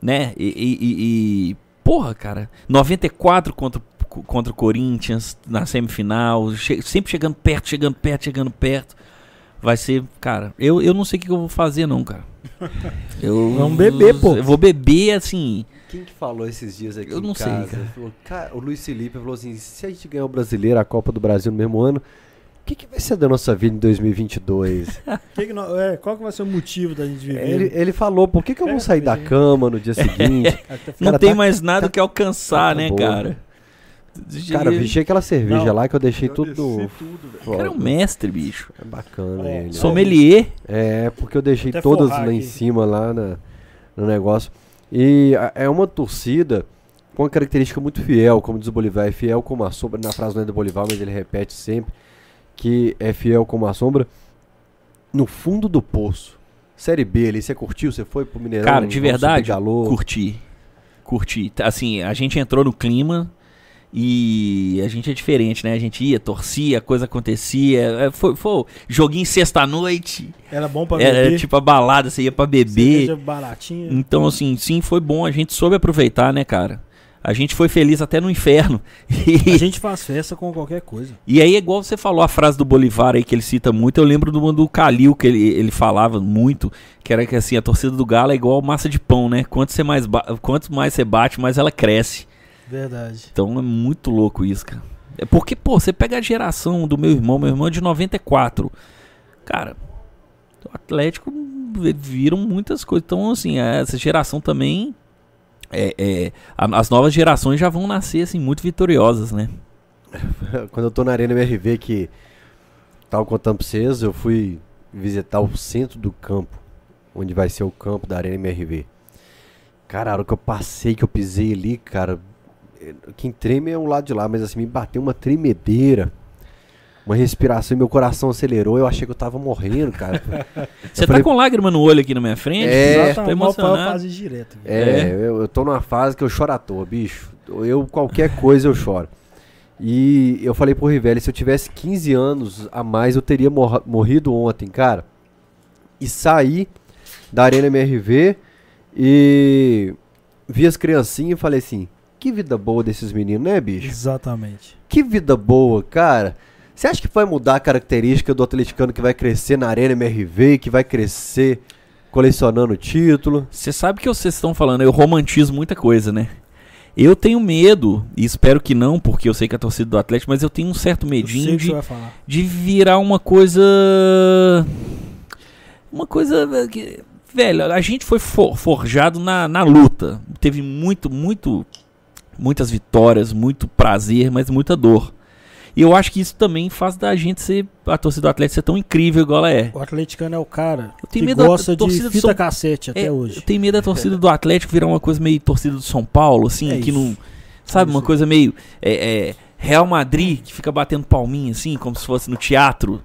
né? E, e- e- e- porra, cara. 94 contra, o- contra o Corinthians na semifinal. che- sempre chegando perto, chegando perto, chegando perto. Vai ser, cara, eu, eu não sei o que que eu vou fazer, não, cara. Eu, Vamos beber, pô. Eu vou beber, assim. Quem que falou esses dias aqui Eu em não sei, casa? cara. Falou, cara, O Luiz Felipe falou assim, se a gente ganhar o Brasileiro, a Copa do Brasil no mesmo ano, o que, que vai ser da nossa vida em 2022? Que que nó- é, qual que vai ser o motivo da É. gente viver? ele, ele falou, por que, que eu não É, saí da gente. cama no dia seguinte? Até Não Cara, tem tá- mais nada que alcançar, tá né, bom. cara? cara, eu vigia aquela cerveja Não. lá que eu deixei Já tudo... desci tudo, velho. O cara é um mestre, bicho. É bacana É, ele. sou Sommelier. É, porque eu deixei Até todas lá forrar em aqui. cima, lá na- no negócio. E a- é uma torcida com uma característica muito fiel, como diz o Bolivar, é fiel como a sombra, na frase não é do Bolivar, mas ele repete sempre, que é fiel como a sombra, no fundo do poço. Série B ali, você curtiu? Você foi pro Mineirão? Cara, de Vamos verdade, subir Galo, curti. Curti. Tá, Assim, a gente entrou no clima e a gente é diferente, né? A gente ia, torcia, a coisa acontecia. É, Foi, foi joguinho sexta-noite. Era bom pra Era beber. tipo a balada, você ia pra beber. cerveja baratinha. Então, assim, sim, foi bom. A gente soube aproveitar, né, cara? A gente foi feliz até no inferno. A E, gente faz festa com qualquer coisa. E aí, igual você falou a frase do Bolivar aí que ele cita muito, eu lembro do do Calil que ele, ele falava muito, que era que assim, a torcida do Galo é igual massa de pão, né? Quanto, você mais ba- quanto mais você bate, mais ela cresce. Verdade. Então é muito louco isso, cara. É porque, pô, você pega a geração do meu irmão, meu irmão é de 94. Cara, o Atlético vi- viram muitas coisas. Então, assim, essa geração também. é- é, a- as novas gerações já vão nascer, assim, muito vitoriosas, né? Quando eu tô na Arena MRV, que tava contando pra vocês, eu fui visitar o centro do campo, onde vai ser o campo da Arena MRV. Cara, a hora que eu passei, que eu pisei ali, cara, eh, quem treme é o lado de lá, mas assim, me bateu uma tremedeira. Uma respiração, e meu coração acelerou, eu achei que eu tava morrendo, cara. Você falei- tá com lágrima no olho aqui na minha frente? É. tá mal pra eu emocionado. fazer direto. velho. É, É. Eu, eu tô numa fase que eu choro à toa, bicho. Eu, qualquer coisa, eu choro. E eu falei pro Rivelli, se eu tivesse 15 anos a mais, eu teria morra- morrido ontem, cara. E saí da Arena MRV e vi as criancinhas e falei assim, que vida boa desses meninos, né, É, bicho? Exatamente. Que vida boa, cara. Você acha que vai mudar a característica do atleticano que vai crescer na Arena MRV, que vai crescer colecionando título? Você sabe que vocês estão falando, eu romantizo muita coisa, né? Eu tenho medo, e espero que não, porque eu sei que é a torcida do Atlético, mas eu tenho um certo Eu sei medinho o que você de, vai falar. de virar uma coisa. Uma coisa. eh, Que, velho, a gente foi for- forjado na, na luta. Teve muito, muito. Muitas vitórias, muito prazer, mas muita dor. E eu acho que isso também faz da gente ser. A torcida do Atlético ser tão incrível igual ela é. O atleticano é o cara Eu que tenho medo da gosta de torcida do fita São- cassete até É, Eu hoje. tenho medo da torcida do Atlético virar uma coisa meio torcida do São Paulo, assim, É que isso. não. Sabe, uma Isso. coisa meio. é, é, Real Madrid, que fica batendo palminha, assim, como se fosse no teatro.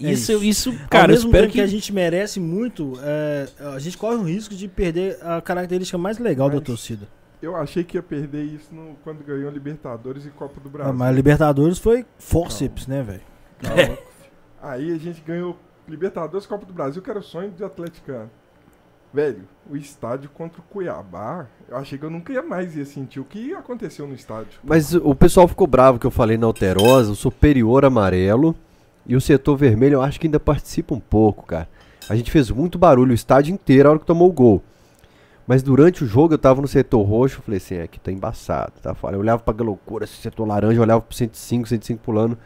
É Isso, isso. isso, Cara, cara, eu mesmo espero tempo que. que... a gente merece muito, é, a gente corre o risco de perder a característica mais legal da Mas- torcida. Eu achei que ia perder isso no- quando ganhou Libertadores e Copa do Ah, Brasil. mas a Libertadores foi forceps, né, velho? Calma. Aí a gente ganhou Libertadores, Copa do Brasil, que era o sonho de atleticano. Velho, o estádio contra o Cuiabá, eu achei que eu nunca ia mais ia sentir o que aconteceu no estádio. Mas o pessoal ficou bravo que eu falei na Alterosa, o superior amarelo e o setor vermelho eu acho que ainda participa um pouco, cara. A gente fez muito barulho o estádio inteiro a hora que tomou o gol. Mas durante o jogo eu tava no setor roxo, eu falei assim, é, aqui tá embaçado, tá fora. Eu olhava pra loucura, esse setor laranja, eu olhava pro 105, 105 pulando.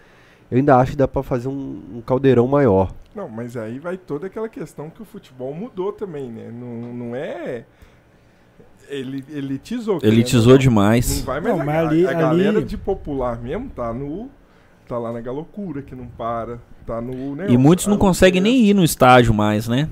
Eu ainda acho que dá pra fazer um, um caldeirão maior. Não, mas aí vai toda aquela questão que o futebol mudou também, né? Não, não é. Ele né? elitizou. Ele querendo ou tisou não. demais. Não vai mais Não, a, mas ali- a galera ali- de popular mesmo tá no. Tá lá na galocura que não para. Tá no. né, E muitos não a- conseguem nem ir no estádio mais, né?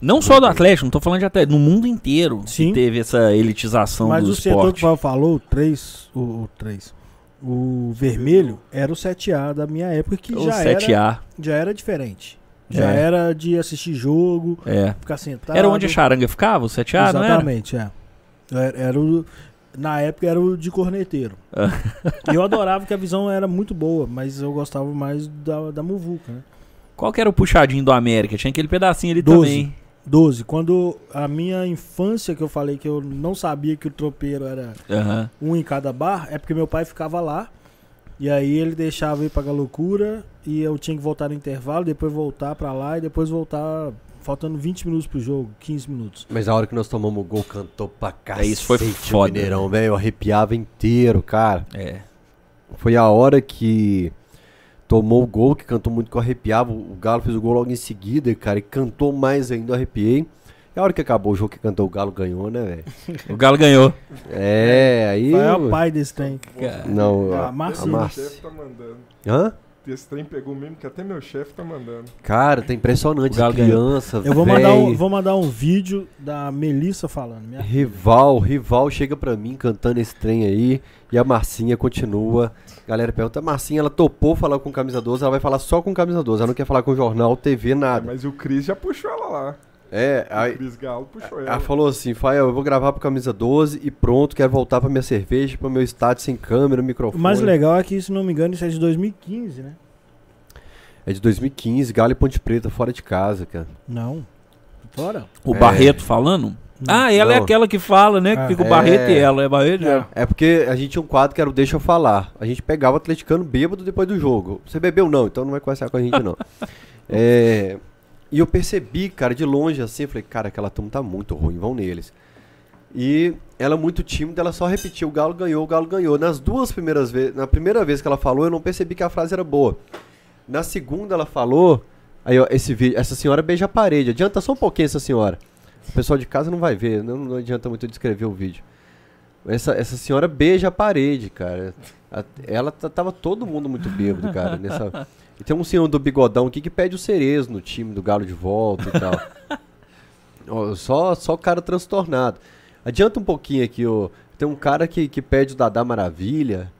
Não só do Atlético, não tô falando de Atlético, no mundo inteiro que Sim. teve essa elitização Mas do o setor que esporte. o Paulo falou, o 3, o, o 3, o vermelho, era o 7A da minha época, que o já, Era, 7A. já era diferente. Já É. era de assistir jogo, É. ficar sentado. Era onde a charanga ficava, o 7A, não era? tá Exatamente, é. Era, era o, na época era o de corneteiro. Ah. eu adorava que a visão era muito boa, mas eu gostava mais da, da Muvuca, né? Qual que era o puxadinho do América? Tinha aquele pedacinho ali Doze. também. 12. Quando a minha infância, que eu falei que eu não sabia que o tropeiro era Aham. um em cada bar, é porque meu pai ficava lá. E aí ele deixava eu ir pra loucura e eu tinha que voltar no intervalo, depois voltar pra lá e depois voltar faltando 20 minutos pro jogo, 15 minutos. Mas a hora que nós tomamos o gol, cantou pra cacete. É, isso foi o foda. Mineirão, velho, eu arrepiava inteiro, cara. É. Foi a hora que tomou o gol, que cantou muito que eu arrepiava. O Galo fez o gol logo em seguida, cara, e cantou mais ainda, eu arrepiei. E a hora que acabou o jogo que cantou o Galo ganhou, né, velho? O Galo ganhou. É, aí. Pai é o pai desse trem. Não, Ah, a- Márcio. a Meu Márcia. chefe tá mandando. Hã? Esse trem pegou mesmo que até meu chefe tá mandando. Cara, tá impressionante. O Galo essa criança, Eu vou mandar, véi. um, vou mandar um vídeo da Melissa falando. minha- Rival, rival chega pra mim cantando esse trem aí. E a Marcinha continua. Galera pergunta, Marcinha, ela topou falar com camisa 12, ela vai falar só com camisa 12. Ela não quer falar com jornal, TV, É, nada. mas o Cris já puxou ela lá. É, O Ah, aí, Cris Galo puxou ela. Ela falou assim, Fael, eu vou gravar pro camisa 12 e pronto, quero voltar pra minha cerveja, pro meu estádio sem câmera, O microfone. mais legal é que, se não me engano, isso é de 2015, né? É de 2015, Galo e Ponte Preta, fora de casa, cara. Não. Fora? O É. Barreto falando? Ah, ela é Não. aquela que fala, né? Que Ah, fica o é. Barreto e ela. É Barreto e É. ela. É porque a gente tinha um quadro que era o Deixa Eu Falar. A gente pegava o atleticano bêbado depois do jogo. Você bebeu não, então não vai conversar com a gente não. É, e eu percebi, cara, de longe assim, eu falei, cara, aquela turma tá muito ruim, vão neles. E ela é muito tímida, ela só repetiu, o Galo ganhou, o Galo ganhou. Nas duas primeiras vezes, na primeira vez que ela falou, eu não percebi que a frase era boa. Na segunda ela falou, aí ó, esse vídeo, essa senhora beija a parede, adianta só um pouquinho essa senhora. O pessoal de casa não vai ver, não, não adianta muito eu descrever o vídeo. Essa, essa senhora beija a parede, cara. A- ela tá- tava todo mundo muito bêbado, cara. Nessa... E tem um senhor do bigodão aqui que pede o cerezo no time do Galo de volta e tal. Ó, só, só o cara transtornado. Adianta um pouquinho aqui, ó. Tem um cara que, que pede o Dadá Maravilha.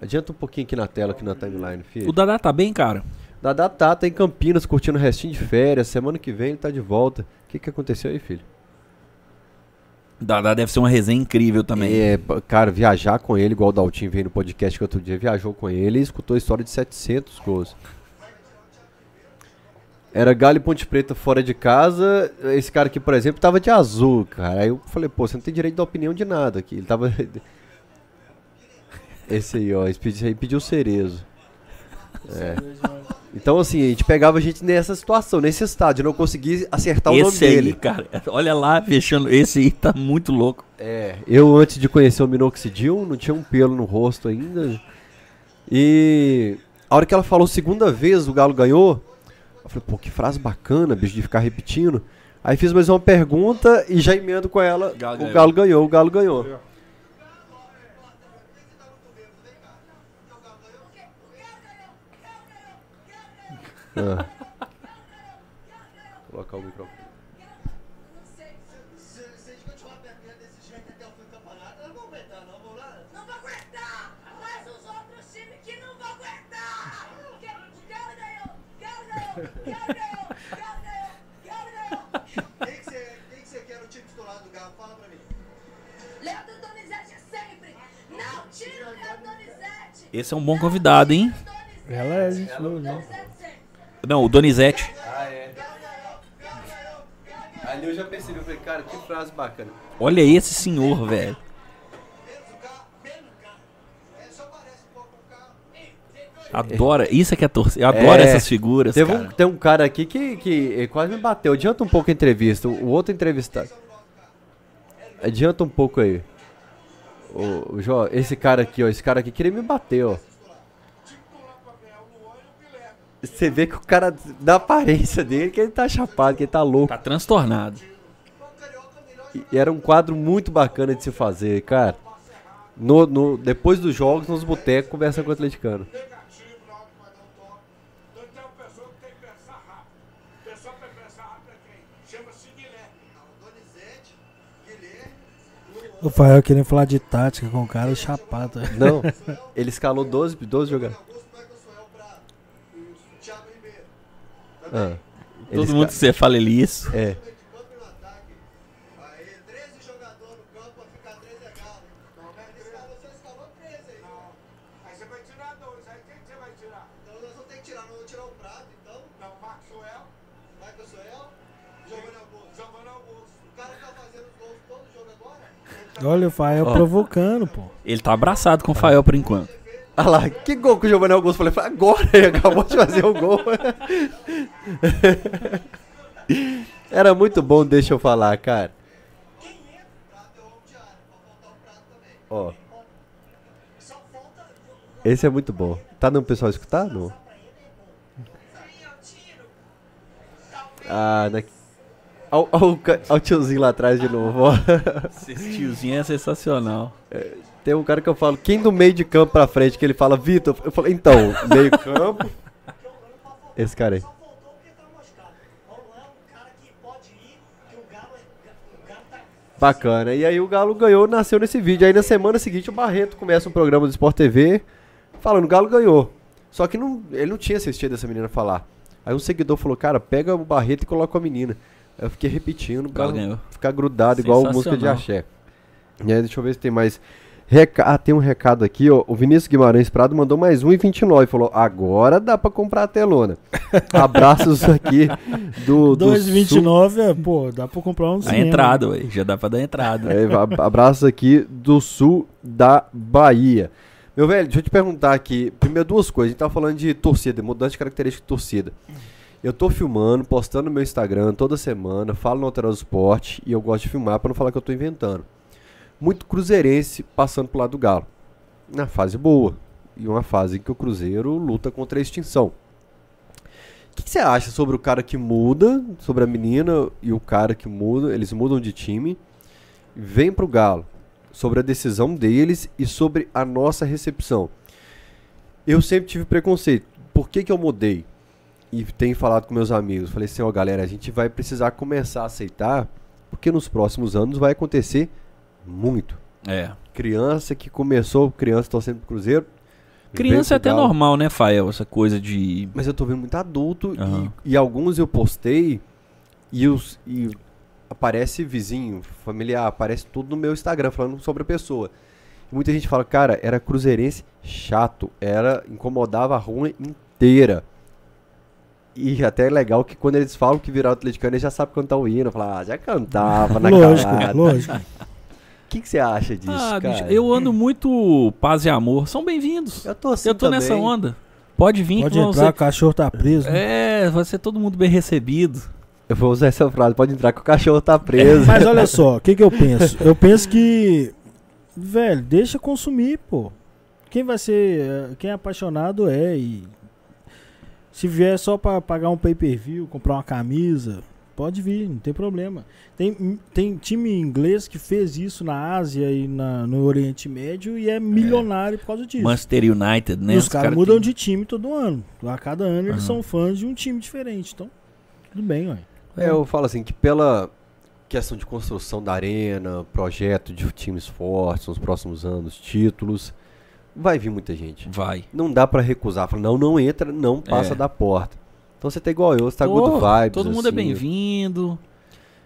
Adianta um pouquinho aqui na tela, aqui na timeline, filho. O Dadá tá bem, cara? Dadá tá, tá em Campinas curtindo o restinho de férias. Semana que vem ele tá de volta. O que, que aconteceu aí, filho? O Dadá deve ser uma resenha incrível também. É, p- cara, viajar com ele, igual o Daltinho veio no podcast que outro dia, viajou com ele e escutou a história de 700 gols. Era Galo e Ponte Preta fora de casa. Esse cara aqui, por exemplo, tava de azul, cara. Aí eu falei, pô, você não tem direito da opinião de nada aqui. Ele tava. Esse aí, ó. Esse pedi- aí pediu cerezo. É. Então, assim, a gente pegava a gente nessa situação, nesse estádio. Eu não conseguia acertar Tá o nome esse aí, dele. cara. Olha lá, fechando. Esse aí tá muito louco. É, eu antes de conhecer o minoxidil, não tinha um pelo no rosto ainda. E a hora que ela falou segunda vez, o Galo ganhou. Eu falei, pô, que frase bacana, bicho, de ficar repetindo. Aí fiz mais uma pergunta e já emendo com ela. Galo o ganhou. Galo ganhou, o Galo ganhou. Ah. Colocar o microfone. Se, se a gente continuar perdendo desse jeito até o fim do campeonato, eu não vou aguentar, não, vou lá. Não vou aguentar! Mas os outros times que não vão aguentar! Galo ganhou! Galo ganhou! Quem que você quem que você quer no time titular do Galo? Fala pra mim. Leandro Donizete é sempre! Não tira o Leandro Donizete! Esse é um bom convidado, hein? Ela é gente boa, não. Não, o Donizete. Ah, é. Ali eu já percebi, eu falei, cara, que frase bacana. Olha esse senhor, velho. Adora, isso é que é torcida. Eu adoro É. essas figuras, Teve um, cara. tem um cara aqui que, que eh, quase me bateu. Adianta um pouco a entrevista. O outro entrevistado. Adianta um pouco aí. O, o Jó, esse cara aqui, ó. Esse cara aqui queria me bater, ó. Você vê que o cara, da aparência dele, que ele tá chapado, que ele tá louco. Tá transtornado. E e era um quadro muito bacana de se fazer, cara. No, no- depois dos jogos, nos botecos, conversa com o atleticano. O Fael querendo falar de tática com o cara chapado. Não, ele escalou 12, 12 jogadores. Ah, ele Todo mundo esca- você fala ele isso. É. Aí, 13 jogadores no campo pra ficar 13 é Galo. Não, mas ele escalou, só escalou 13 aí. Aí você vai tirar dois, aí quem você vai tirar? Então nós vamos ter que tirar, não vou tirar o prato, então. Não, Maxwell. Maxwell? Giovanni Augusto. Giovanni Augusto. O cara que tá fazendo os gols todo jogo agora? Olha o Fael provocando, pô. Ele tá abraçado com o Fael por enquanto. Ah lá, que gol que o Giovanni Augusto falou. Agora ele acabou de fazer o gol. Era muito bom, deixa eu falar, cara. Ó. Esse é muito bom. Tá no pessoal escutar? Não? Ah, na... Olha o ca- ó o tiozinho lá atrás de novo, ó. Esse tiozinho é sensacional. Tem um cara que eu falo, quem do meio de campo pra frente que ele fala, Vitor? Eu falo, então, meio campo. Esse cara aí. Só voltou porque tá machucado. Ou não é um cara que pode ir, que o Galo, é- o Galo tá Bacana. E aí o Galo ganhou, nasceu nesse vídeo. Aí na semana seguinte o Barreto começa um programa do Sport TV falando, o Galo ganhou. Só que não, ele não tinha assistido essa menina falar. Aí um seguidor falou, cara, pega o Barreto e coloca a menina. Aí eu fiquei repetindo pra Galo ganhou. ficar grudado igual música de Sensacional. axé. E aí, deixa eu ver se tem mais. Reca... Ah, tem um recado aqui, ó. O Vinícius Guimarães Prado mandou mais 1,29. Falou: agora dá pra comprar a telona. Abraços aqui do. do 2,29, é, pô, dá pra comprar um A cinema. entrada, ué. Já dá pra dar Sul... entrada. É, ab- abraços aqui do sul da Bahia. Meu velho, deixa eu te perguntar aqui. Primeiro, duas coisas. A gente tava falando de torcida, mudança de característica de torcida. Eu tô filmando, postando no meu Instagram toda semana, falo no Alterado Esporte e eu gosto de filmar pra não falar que eu tô inventando. Muito cruzeirense passando pro lado do Galo. Na fase boa. E uma fase em que o Cruzeiro luta contra a extinção. O que que você acha sobre o cara que muda, sobre a menina e o cara que muda, eles mudam de time, vem pro Galo, sobre a decisão deles e sobre a nossa recepção. Eu sempre tive preconceito. Por que, que eu mudei? E tenho falado com meus amigos. Falei assim, ó galera, a gente vai precisar começar a aceitar, porque nos próximos anos vai acontecer muito. É. Criança que começou, criança torcendo pro Cruzeiro. vem Criança pro é até Galo. normal, né, Fael? Essa coisa de. Mas eu tô vendo muito adulto e- Aham. e, alguns eu postei e, os, e aparece vizinho, familiar, aparece tudo no meu Instagram falando sobre a pessoa. E muita gente fala, cara, era cruzeirense chato, era incomodava a rua inteira. E até é legal que quando eles falam que viraram atleticano, eles já sabem cantar o hino. Fala, ah, já cantava na Lógico, calada. O lógico. que, que você acha disso, Ah, bicho, cara? eu ando muito paz e amor. São bem-vindos. eu tô, assim Eu tô nessa também. onda. Pode vir Pode que vão entrar, o cachorro tá preso. ser... É, vai ser todo mundo bem recebido. Eu vou usar essa frase, pode entrar que o cachorro tá preso. Mas olha só, o que, que eu penso? Eu penso que, velho, deixa consumir, pô. Quem vai ser, eh, quem é apaixonado é. E se vier só pra pagar um pay per view, comprar uma camisa, pode vir, não tem problema. Tem, tem time inglês que fez isso na Ásia e na- no Oriente Médio e é milionário por causa disso. Manchester United, né? e os caras mudam têm- de time todo ano. A cada ano eles são fãs de um time diferente. Então, tudo bem, ué. É, Hum. eu falo assim que pela questão de construção da arena, projeto de times fortes nos próximos anos, títulos, vai vir muita gente. Vai. Não dá pra recusar, falar não, não entra, não passa É. da porta. Então você tá igual eu, você tá Pô, good vibes. Todo mundo é assim. bem-vindo,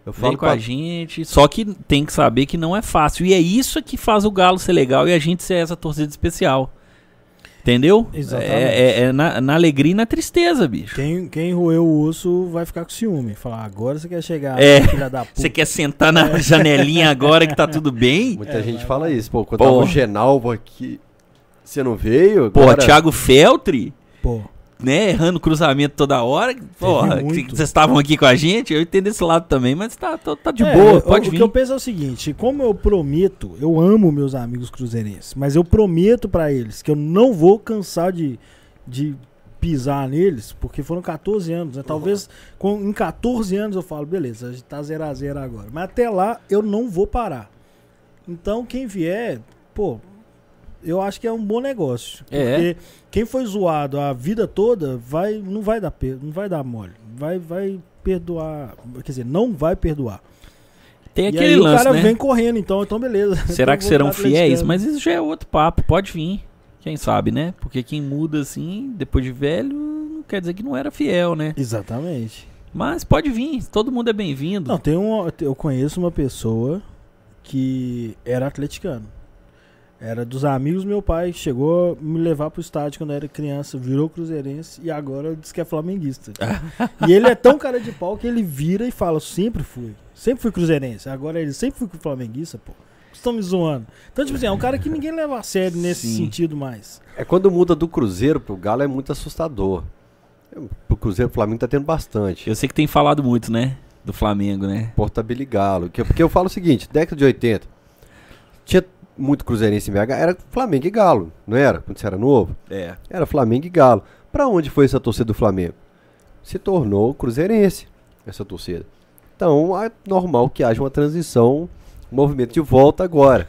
Eu falo vem com a gente. Só que tem que saber que não é fácil. E é isso que faz o Galo ser legal e a gente ser essa torcida especial. Entendeu? Exatamente. É, é- é na, na alegria e na tristeza, bicho. Quem, quem roeu o osso vai ficar com ciúme. Falar, agora você quer chegar, É. filha da puta. Você quer sentar É. na janelinha agora que tá tudo bem? Muita gente fala isso, pô, quando tava Pô. o Genalvo aqui, você não veio? Porra, Agora- Thiago Feltri, Pô, né, errando cruzamento toda hora. Porra, que muito. vocês estavam aqui com a gente, eu entendo esse lado também, mas tá, tá, tá de É, boa, eu- pode o vir. que eu penso é o seguinte, como eu prometo, eu amo meus amigos cruzeirenses, mas eu prometo pra eles que eu não vou cansar de, de pisar neles, porque foram 14 anos, né? Talvez com, em 14 anos eu falo, beleza, a gente tá 0 a 0 agora, mas até lá eu não vou parar. Então quem vier, pô, eu acho que é um bom negócio, É. porque quem foi zoado a vida toda vai não vai dar pe- não vai dar mole, vai vai perdoar, quer dizer, não vai perdoar. Tem E aquele aí o lance, cara né? vem correndo, então, então beleza. Será Então que vou serão virar fiéis? atleticano. Mas isso já é outro papo, pode vir. Quem sabe, né? Porque quem muda assim, depois de velho, não quer dizer que não era fiel, né? Exatamente. Mas pode vir, todo mundo é bem-vindo. Não, tem um. Eu conheço uma pessoa que era atleticano. Era dos amigos do meu pai, chegou a me levar pro estádio quando eu era criança, virou cruzeirense e agora diz que é flamenguista. e ele é tão cara de pau que ele vira e fala: sempre fui. Sempre fui cruzeirense. Agora ele sempre fui flamenguista, pô. Vocês estão me zoando. Então, tipo assim, é um cara que ninguém leva a sério nesse Sim. sentido mais. É quando muda do Cruzeiro pro Galo é muito assustador. Eu- Pro Cruzeiro, o Flamengo tá tendo bastante. Eu sei que tem falado muito, né? Do Flamengo, né? Portabile Galo. Que, porque eu falo o seguinte, década de 80, tinha muito cruzeirense em BH, era Flamengo e Galo, não era? Quando você era novo, É. era Flamengo e Galo. Pra onde foi essa torcida do Flamengo? Se tornou cruzeirense, essa torcida. Então, é normal que haja uma transição, um movimento de volta agora.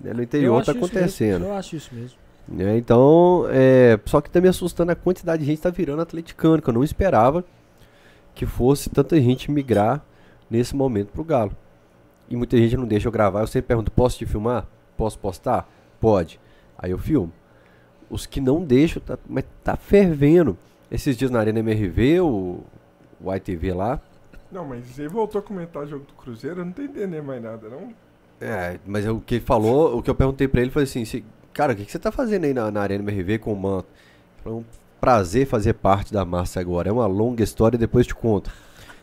Né, No interior tá acho isso mesmo, acontecendo. Eu acho isso mesmo. né? Então, é, só que tá me assustando a quantidade de gente que tá virando atleticano, que eu não esperava que fosse tanta gente migrar nesse momento pro Galo. E muita gente não deixa eu gravar, eu sempre pergunto, posso te filmar? Posso postar? Pode. Aí eu filmo. Os que não deixam, tá, mas tá fervendo. Esses dias na Arena MRV, o, o ITV lá, Não, mas você voltou a comentar jogo do Cruzeiro, eu não tô entendendo mais nada, não. É, mas o que ele falou, o que eu perguntei pra ele foi assim, se- cara, o que, que você tá fazendo aí na, na Arena MRV com o Manto? Ele Falou, é um prazer fazer parte da massa agora, é uma longa história e depois te conto.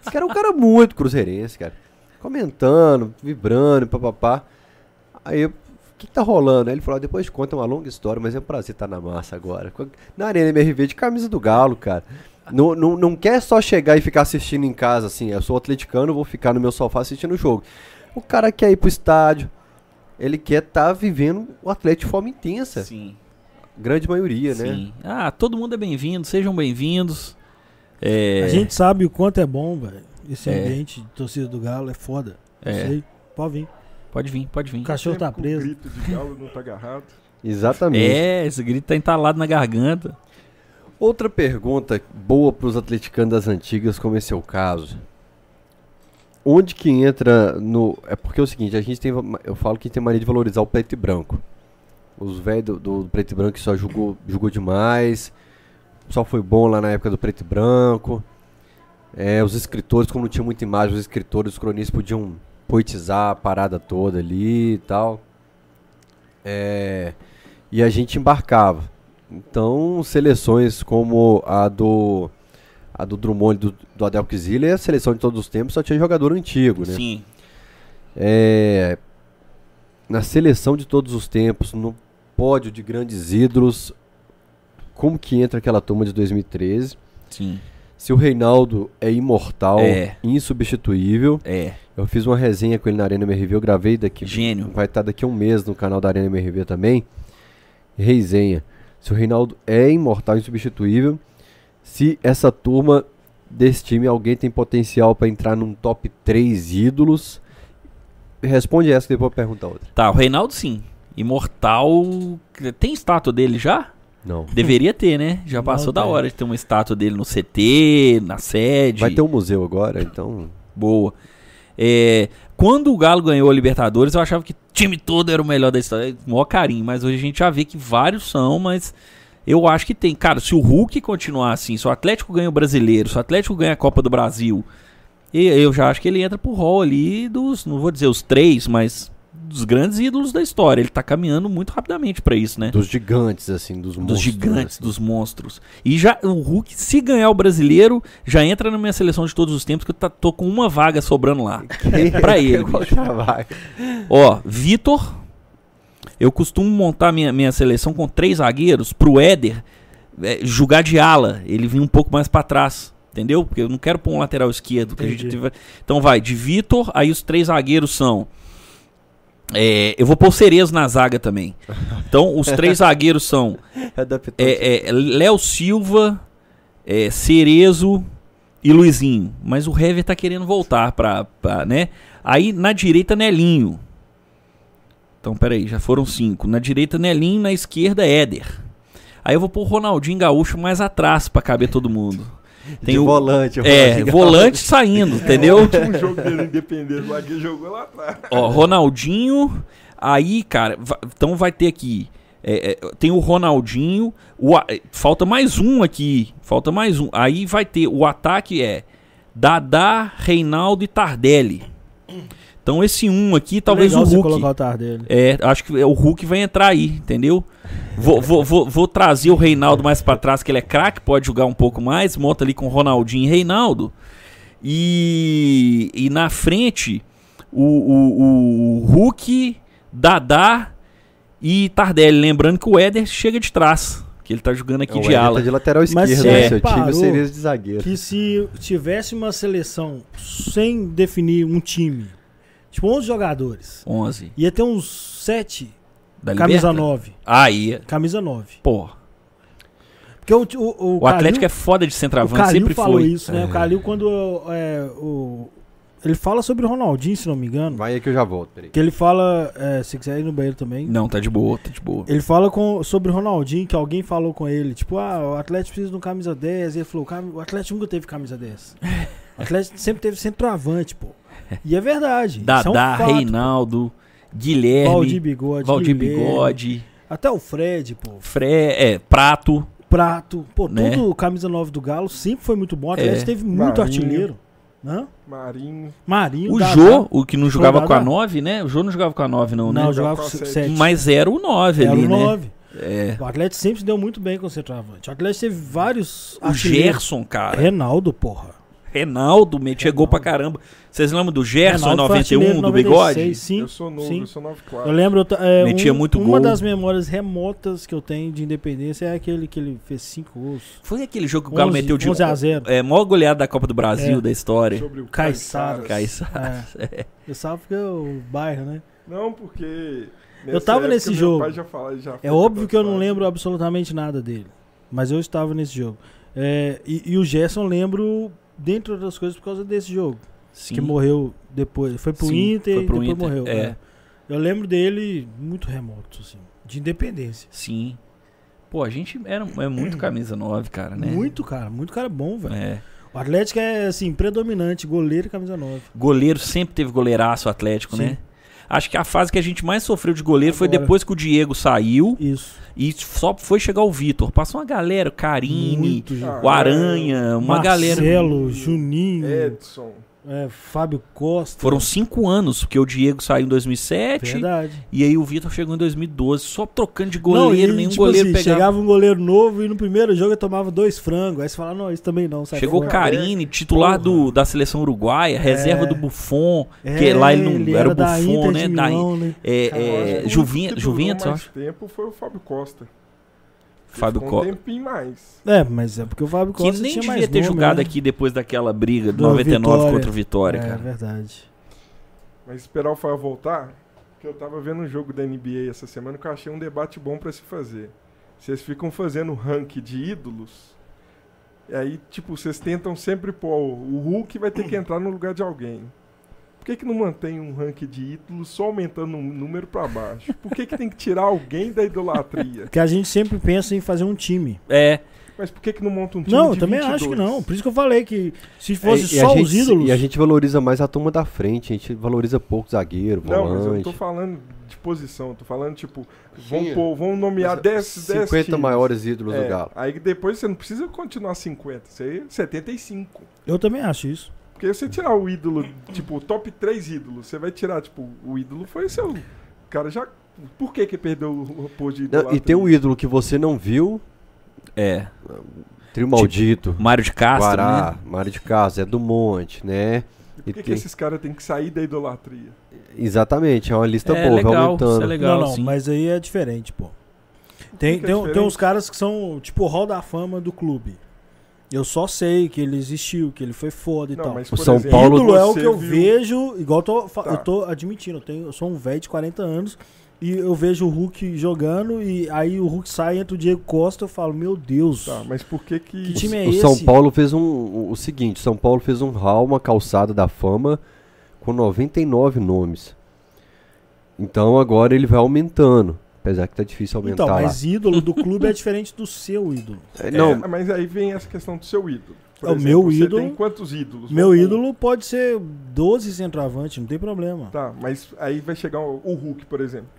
Esse cara é um cara muito cruzeirense, cara. Comentando, vibrando, papapá. Aí eu, o que, que tá rolando? Aí ele falou, "Ah, depois te conto, é uma longa história, mas é um prazer estar na massa agora. Co- Na Arena MRV de camisa do galo, cara. Não, não, não quer só chegar e ficar assistindo em casa, assim, eu sou atleticano, vou ficar no meu sofá assistindo o jogo. O cara quer ir pro estádio. Ele quer estar vivendo o Atlético de forma intensa. Sim. Grande maioria, né? Sim. Ah, todo mundo é bem-vindo, sejam bem-vindos. É, A gente sabe o quanto é bom, velho. Esse É. ambiente de torcida do Galo é foda. Eu É. sei. Pode vir. Pode vir, pode vir. O cachorro Sempre tá com preso. grito de galo não tá agarrado. Exatamente. É, esse grito tá entalado na garganta. Outra pergunta boa pros atleticanos das antigas, como esse é o caso. Onde que entra no. É porque é o seguinte, a gente tem. Eu falo que tem mania de valorizar o preto e branco. Os velhos do, do preto e branco que só julgou, julgou demais. Só foi bom lá na época do preto e branco. É, os escritores, como não tinha muita imagem, os escritores, os cronistas podiam poetizar a parada toda ali e tal. É, e a gente embarcava. Então, seleções como a do a do Drummond do, do Adel Kizila é a seleção de todos os tempos, só tinha jogador antigo, né? Sim. É, na seleção de todos os tempos, no pódio de grandes ídolos, como que entra aquela turma de 2013? Sim. Se o Reinaldo é imortal, É. insubstituível, É. eu fiz uma resenha com ele na Arena MRV, eu gravei daqui. Gênio. Vai estar daqui a um mês no canal da Arena MRV também. Resenha. Se o Reinaldo é imortal e insubstituível, se essa turma desse time, alguém tem potencial para entrar num top 3 ídolos, responde essa que depois eu pergunto a outra. Tá, o Reinaldo sim. Imortal. Tem estátua dele já? Não. Deveria ter, né? Já Não passou da tem. hora de ter uma estátua dele no CT, na sede. Vai ter um museu agora, então. Boa. É, quando o Galo ganhou a Libertadores, eu É, achava que o time todo era o melhor da história. O maior carinho, mas hoje a gente já vê que vários são, mas Eu acho que tem. Cara, se o Hulk continuar assim, se o Atlético ganha o brasileiro, se o Atlético ganha a Copa do Brasil, e- eu já acho que ele entra pro hall ali dos, não vou dizer os três, mas dos grandes ídolos da história. Ele tá caminhando muito rapidamente pra isso, né? Dos gigantes, assim, dos monstros. Dos gigantes, assim. dos monstros. E já o Hulk, se ganhar o brasileiro, já entra na minha seleção de todos os tempos, que eu tá- tô com uma vaga sobrando lá. pra ele, Eu bicho. vai. Ó, Vitor, eu costumo montar minha, minha seleção com três zagueiros pro Éder é, jogar de ala. Ele vinha um pouco mais pra trás, entendeu? Porque eu não quero pôr um lateral esquerdo. Que a gente Entendi. tiver... Então vai, de Vitor, aí os três zagueiros são. é, eu vou pôr o Cerezo na zaga também. Então, os três zagueiros são Adaptou. é, é, Léo Silva, é, Cerezo e Luizinho. Mas o Hever tá querendo voltar pra, pra, né? Aí na direita, Nelinho. Então, peraí, já foram cinco. Na direita, Nelinho, na esquerda, Éder. Aí eu vou pôr o Ronaldinho Gaúcho mais atrás pra caber todo mundo. de volante. eu É, falei, volante saindo, O entendeu? último jogo dele independente lá que ele jogou lá atrás. Ó, Ronaldinho. Aí, cara, va- então vai ter aqui. é, é, tem o Ronaldinho. o a- é, falta mais um aqui. Falta mais um. Aí vai ter. O ataque é Dadá, Reinaldo e Tardelli. Então esse um aqui, talvez Legal o você Hulk. colocar o tar dele. É, acho que é, o Hulk vai entrar aí, entendeu? Vou, vou, vou, vou trazer o Reinaldo mais pra trás, que ele é craque, pode jogar um pouco mais. Monta ali com Ronaldinho e Reinaldo. E, e na frente, o, o, o Hulk, Dadá e Tardelli. Lembrando que o Éder chega de trás, que ele tá jogando É, aqui o de Éder tá ala. É. de lateral Mas esquerdo, você né? Seu reparou time eu seria de É. zagueiro. Que se tivesse uma seleção sem definir um time, tipo 11 jogadores, 11. ia ter uns 7, Da camisa Tá Liberta. 9. Aí, Camisa 9. pô. Porque o, o, o O Atlético é Calil- foda de o centroavante, Calil sempre falou foi. isso, né? O Calil, quando é, o, ele fala sobre o Ronaldinho, se não me engano, Vai aí que eu já volto, peraí. que ele fala, é, se quiser ir no banheiro também, Não, tá de boa, tá de boa. Ele fala com, sobre o Ronaldinho, que alguém falou com ele, tipo, ah, o Atlético precisa de um camisa 10. E ele falou, "Cam- o Atlético nunca teve camisa 10. O Atlético sempre teve centroavante, pô. E é verdade. isso é um Dadá, fato. Reinaldo, Guilherme, Valdir Bigode. Valdir Guilherme, Bigode, Até o Fred, pô. Fre, é, Prato, Prato. Pô, Né? tudo camisa 9 do Galo sempre foi muito bom. O Atlético É. teve muito Marinho. artilheiro. Hã? Marinho. Marinho. o Dadá. Jô, o que não jogava Dadá. com a 9, né? O Jô não jogava com a 9 não, Não, né? jogava com Jogava com 7. Mas era o 9 Era ali, o né? 9. É. O Atlético sempre se deu muito bem com o centroavante. O Atlético teve vários O Gerson, cara. Reinaldo, porra. Reinaldo metia gol pra caramba. Vocês lembram do Gerson em Reinaldo foi 91, artilheiro do em 96, Bigode? Sim, eu sou novo, sim. eu sou 94. Eu lembro, eu ta- é, Metia um- muito uma gol. das memórias remotas que eu tenho de Independência é aquele que ele fez cinco gols. Foi aquele jogo que o Galo 11 meteu de 11 a 0. É, maior goleada da Copa do Brasil É. da história. Ah, Sobre o Caiçara. Caiça. É. Eu sabe porque é o bairro, né? Não, porque. Eu tava nesse nessa meu jogo. pai já fala- já foi É óbvio que eu não pra- lembro absolutamente nada dele, mas eu estava nesse jogo. É, e, e o Gerson eu lembro, dentre outras coisas, por causa desse jogo. Sim. Que morreu depois. Foi pro Sim, Inter foi pro e depois Inter, morreu. é. é. Eu lembro dele muito remoto, assim. De Independência. Sim. Pô, a gente era é muito camisa 9, cara, né? Muito cara, muito cara bom, velho. É. O Atlético é, assim, predominante, goleiro e camisa 9. Goleiro sempre teve goleiraço o Atlético, Sim. né? Acho que a fase que a gente mais sofreu de goleiro foi Agora. depois que o Diego saiu Isso. e só foi chegar o Vitor. Passou uma galera, o Carine, Muito, Ah, gente. o Aranha, uma galera. Marcelo, Juninho, Edson. é, Fábio Costa. É Foram cinco anos, porque o Diego saiu em 2007 Verdade. e aí o Vitor chegou em 2012, só trocando de goleiro, Não, e, nenhum tipo goleiro assim, pegava. Chegava um goleiro novo e no primeiro jogo eu tomava dois frangos. Aí você fala, não, isso também não. é?" Sai Chegou o fora. Carine, titular do, da seleção uruguaia, reserva do Buffon, É, que lá ele não era, o da Buffon, Inter né? de Da, Milão, né? é, Cara, eu acho que é, o Juvin- único que durou Juventus, eu mais acho. tempo foi o Fábio Costa. Ele Fábio ficou Costa. Um tempinho mais. É, mas é porque o Fábio Que Costa nem tinha devia mais ter nome, jogado né? aqui depois daquela briga do Do 99 Vitória. contra o Vitória, É, cara. verdade. Mas esperar o Fábio voltar, que eu tava vendo um jogo da NBA essa semana que eu achei um debate bom pra se fazer. Vocês ficam fazendo rank de ídolos, e aí, tipo, vocês tentam sempre pôr o o Hulk vai ter que entrar no lugar de alguém. Por que, que não mantém um ranking de ídolos só aumentando um número pra baixo? Por que, que tem que tirar alguém da idolatria? Porque a gente sempre pensa em fazer um time. É. Mas por que, que não monta um time não, eu de também 22? acho que não. Por isso que eu falei que se É, fosse só a gente, os ídolos. E a gente valoriza mais a turma da frente, a gente valoriza pouco zagueiro, Não, mas eu volante. tô falando de posição, eu tô falando, tipo, Sim. vão, pôr, vão nomear 10, 10 50 times. maiores ídolos do É, Galo. Aí depois você não precisa continuar 50, você é 75. Eu também acho isso. Porque você tirar o ídolo, tipo, o top 3 ídolos, você vai tirar, tipo, o ídolo foi seu. O cara já. Por que que perdeu o o posto de Não, ídolo? e tem um ídolo que você não viu, É. Trio Maldito, Mário de Castro, Guará, né? Mário de Casa, é do Monte, né? Por que, que tem- esses caras têm que sair da idolatria? Exatamente, é uma lista É boa, vai legal, aumentando. isso é legal, não, não, sim. mas aí é diferente, pô. Tem, que que é tem, um- tem diferente? uns caras que são, tipo, o Hall da Fama do clube. Eu só sei que ele existiu, que ele foi foda e Não, tal. mas, O por São exemplo, Paulo- ídolo é o você que eu viu- vejo, igual eu tô, fa- Tá. eu tô admitindo, eu, tenho, eu sou um velho de 40 anos e eu vejo o Hulk jogando e aí o Hulk sai, entra o Diego Costa, eu falo, meu Deus. Tá, mas por que que. Que time é o São esse? Paulo fez um, o- o seguinte, São Paulo fez um hall, uma calçada da fama com 99 nomes. Então agora ele vai aumentando, apesar que tá difícil aumentar então, lá. mas ídolo do clube é diferente do seu ídolo. É, É, não, mas aí vem essa questão do seu ídolo. Por É, o meu você ídolo- tem quantos ídolos? Meu Vamos- ídolo pode ser 12 centroavante, não tem problema. Tá, mas aí vai chegar o o Hulk, por exemplo.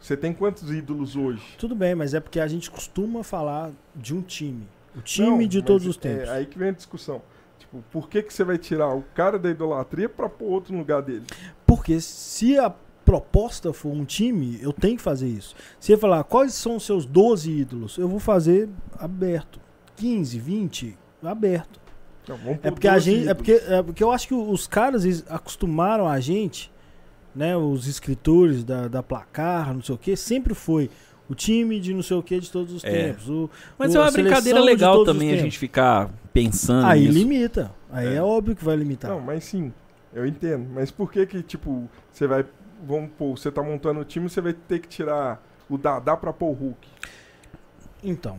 Você tem quantos ídolos hoje? Tudo bem, mas é porque a gente costuma falar de um time. O Não, time de mas todos os é tempos. aí que vem a discussão. Tipo, por que, que você vai tirar o cara da idolatria pra pôr outro no lugar dele? Porque se a proposta for um time, eu tenho que fazer isso. Se eu falar quais são os seus 12 ídolos, eu vou fazer aberto. 15, 20, aberto. Não, vamos É pôr porque a 12 gente. É ídolos. porque, é porque eu acho que os caras eles acostumaram a gente, né? Os escritores da, da placar, não sei o que, sempre foi. O time de não sei o que de todos os É. tempos. o- Mas o- é a uma brincadeira seleção de legal todos os também a tempos. gente ficar pensando Aí nisso. limita. Aí é. óbvio que vai limitar. Não, mas sim, eu entendo. Mas por que que, tipo, você vai... Vamos pôr, você tá montando o time, você vai ter que tirar o Dadá pra pôr o Hulk. Então.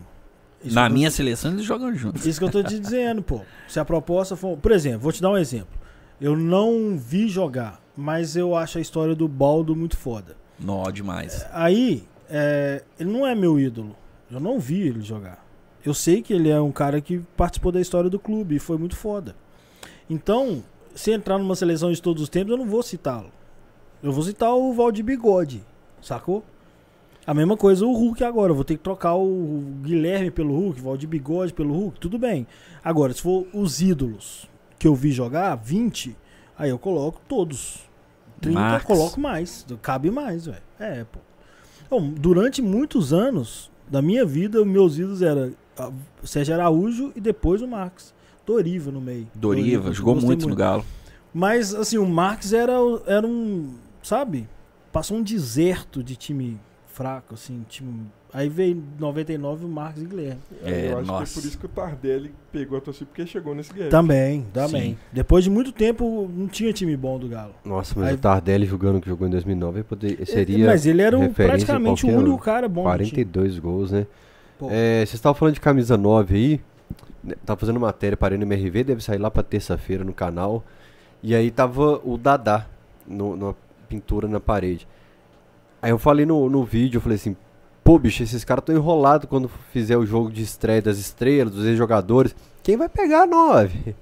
isso Na que eu- minha seleção eles jogam juntos. Isso que eu tô te dizendo, pô. Se a proposta for. Por exemplo, vou te dar um exemplo. Eu não vi jogar, mas eu acho a história do Baldo muito foda. Nó demais. Aí, é, ele não é meu ídolo. Eu não vi ele jogar. Eu sei que ele é um cara que participou da história do clube e foi muito foda. Então, se entrar numa seleção de todos os tempos, eu não vou citá-lo. Eu vou citar o Valdir Bigode, sacou? A mesma coisa o Hulk agora. Eu vou ter que trocar o Guilherme pelo Hulk, o Valdir Bigode pelo Hulk, tudo bem. Agora, se for os ídolos que eu vi jogar, 20, aí eu coloco todos. 30 Marx. eu coloco mais. Cabe mais, velho. É, pô. Então, durante muitos anos da minha vida, meus ídolos eram ah, Sérgio Araújo e depois o Marx. Doriva no meio. Doriva, jogou gostei muito no Galo. Mas, assim, o Marx era, o- era um. Sabe? Passou um deserto de time fraco, assim. Time... Aí veio em 99 o Marx e Guilherme. É, eu acho que nossa. é por isso que o Tardelli pegou a torcida, porque chegou nesse Tá, game. Também, também. Sim. Depois de muito tempo, não tinha time bom do Galo. Nossa, mas Aí- É, o Tardelli jogando que jogou em 2009 ele poder- seria Mas ele era o- referência em praticamente o qualquer único ano. cara bom do time. 42 gols, né? Pô. É, Vocês estavam falando de camisa 9 aí. né, Tava fazendo matéria para a MRV, deve sair lá pra terça-feira no canal. E aí tava o Dadá no, numa pintura na parede. Aí eu falei no, no vídeo, eu falei assim, pô, bicho, esses caras estão enrolados quando fizer o jogo de estreia das estrelas, dos ex-jogadores. Quem vai pegar a 9?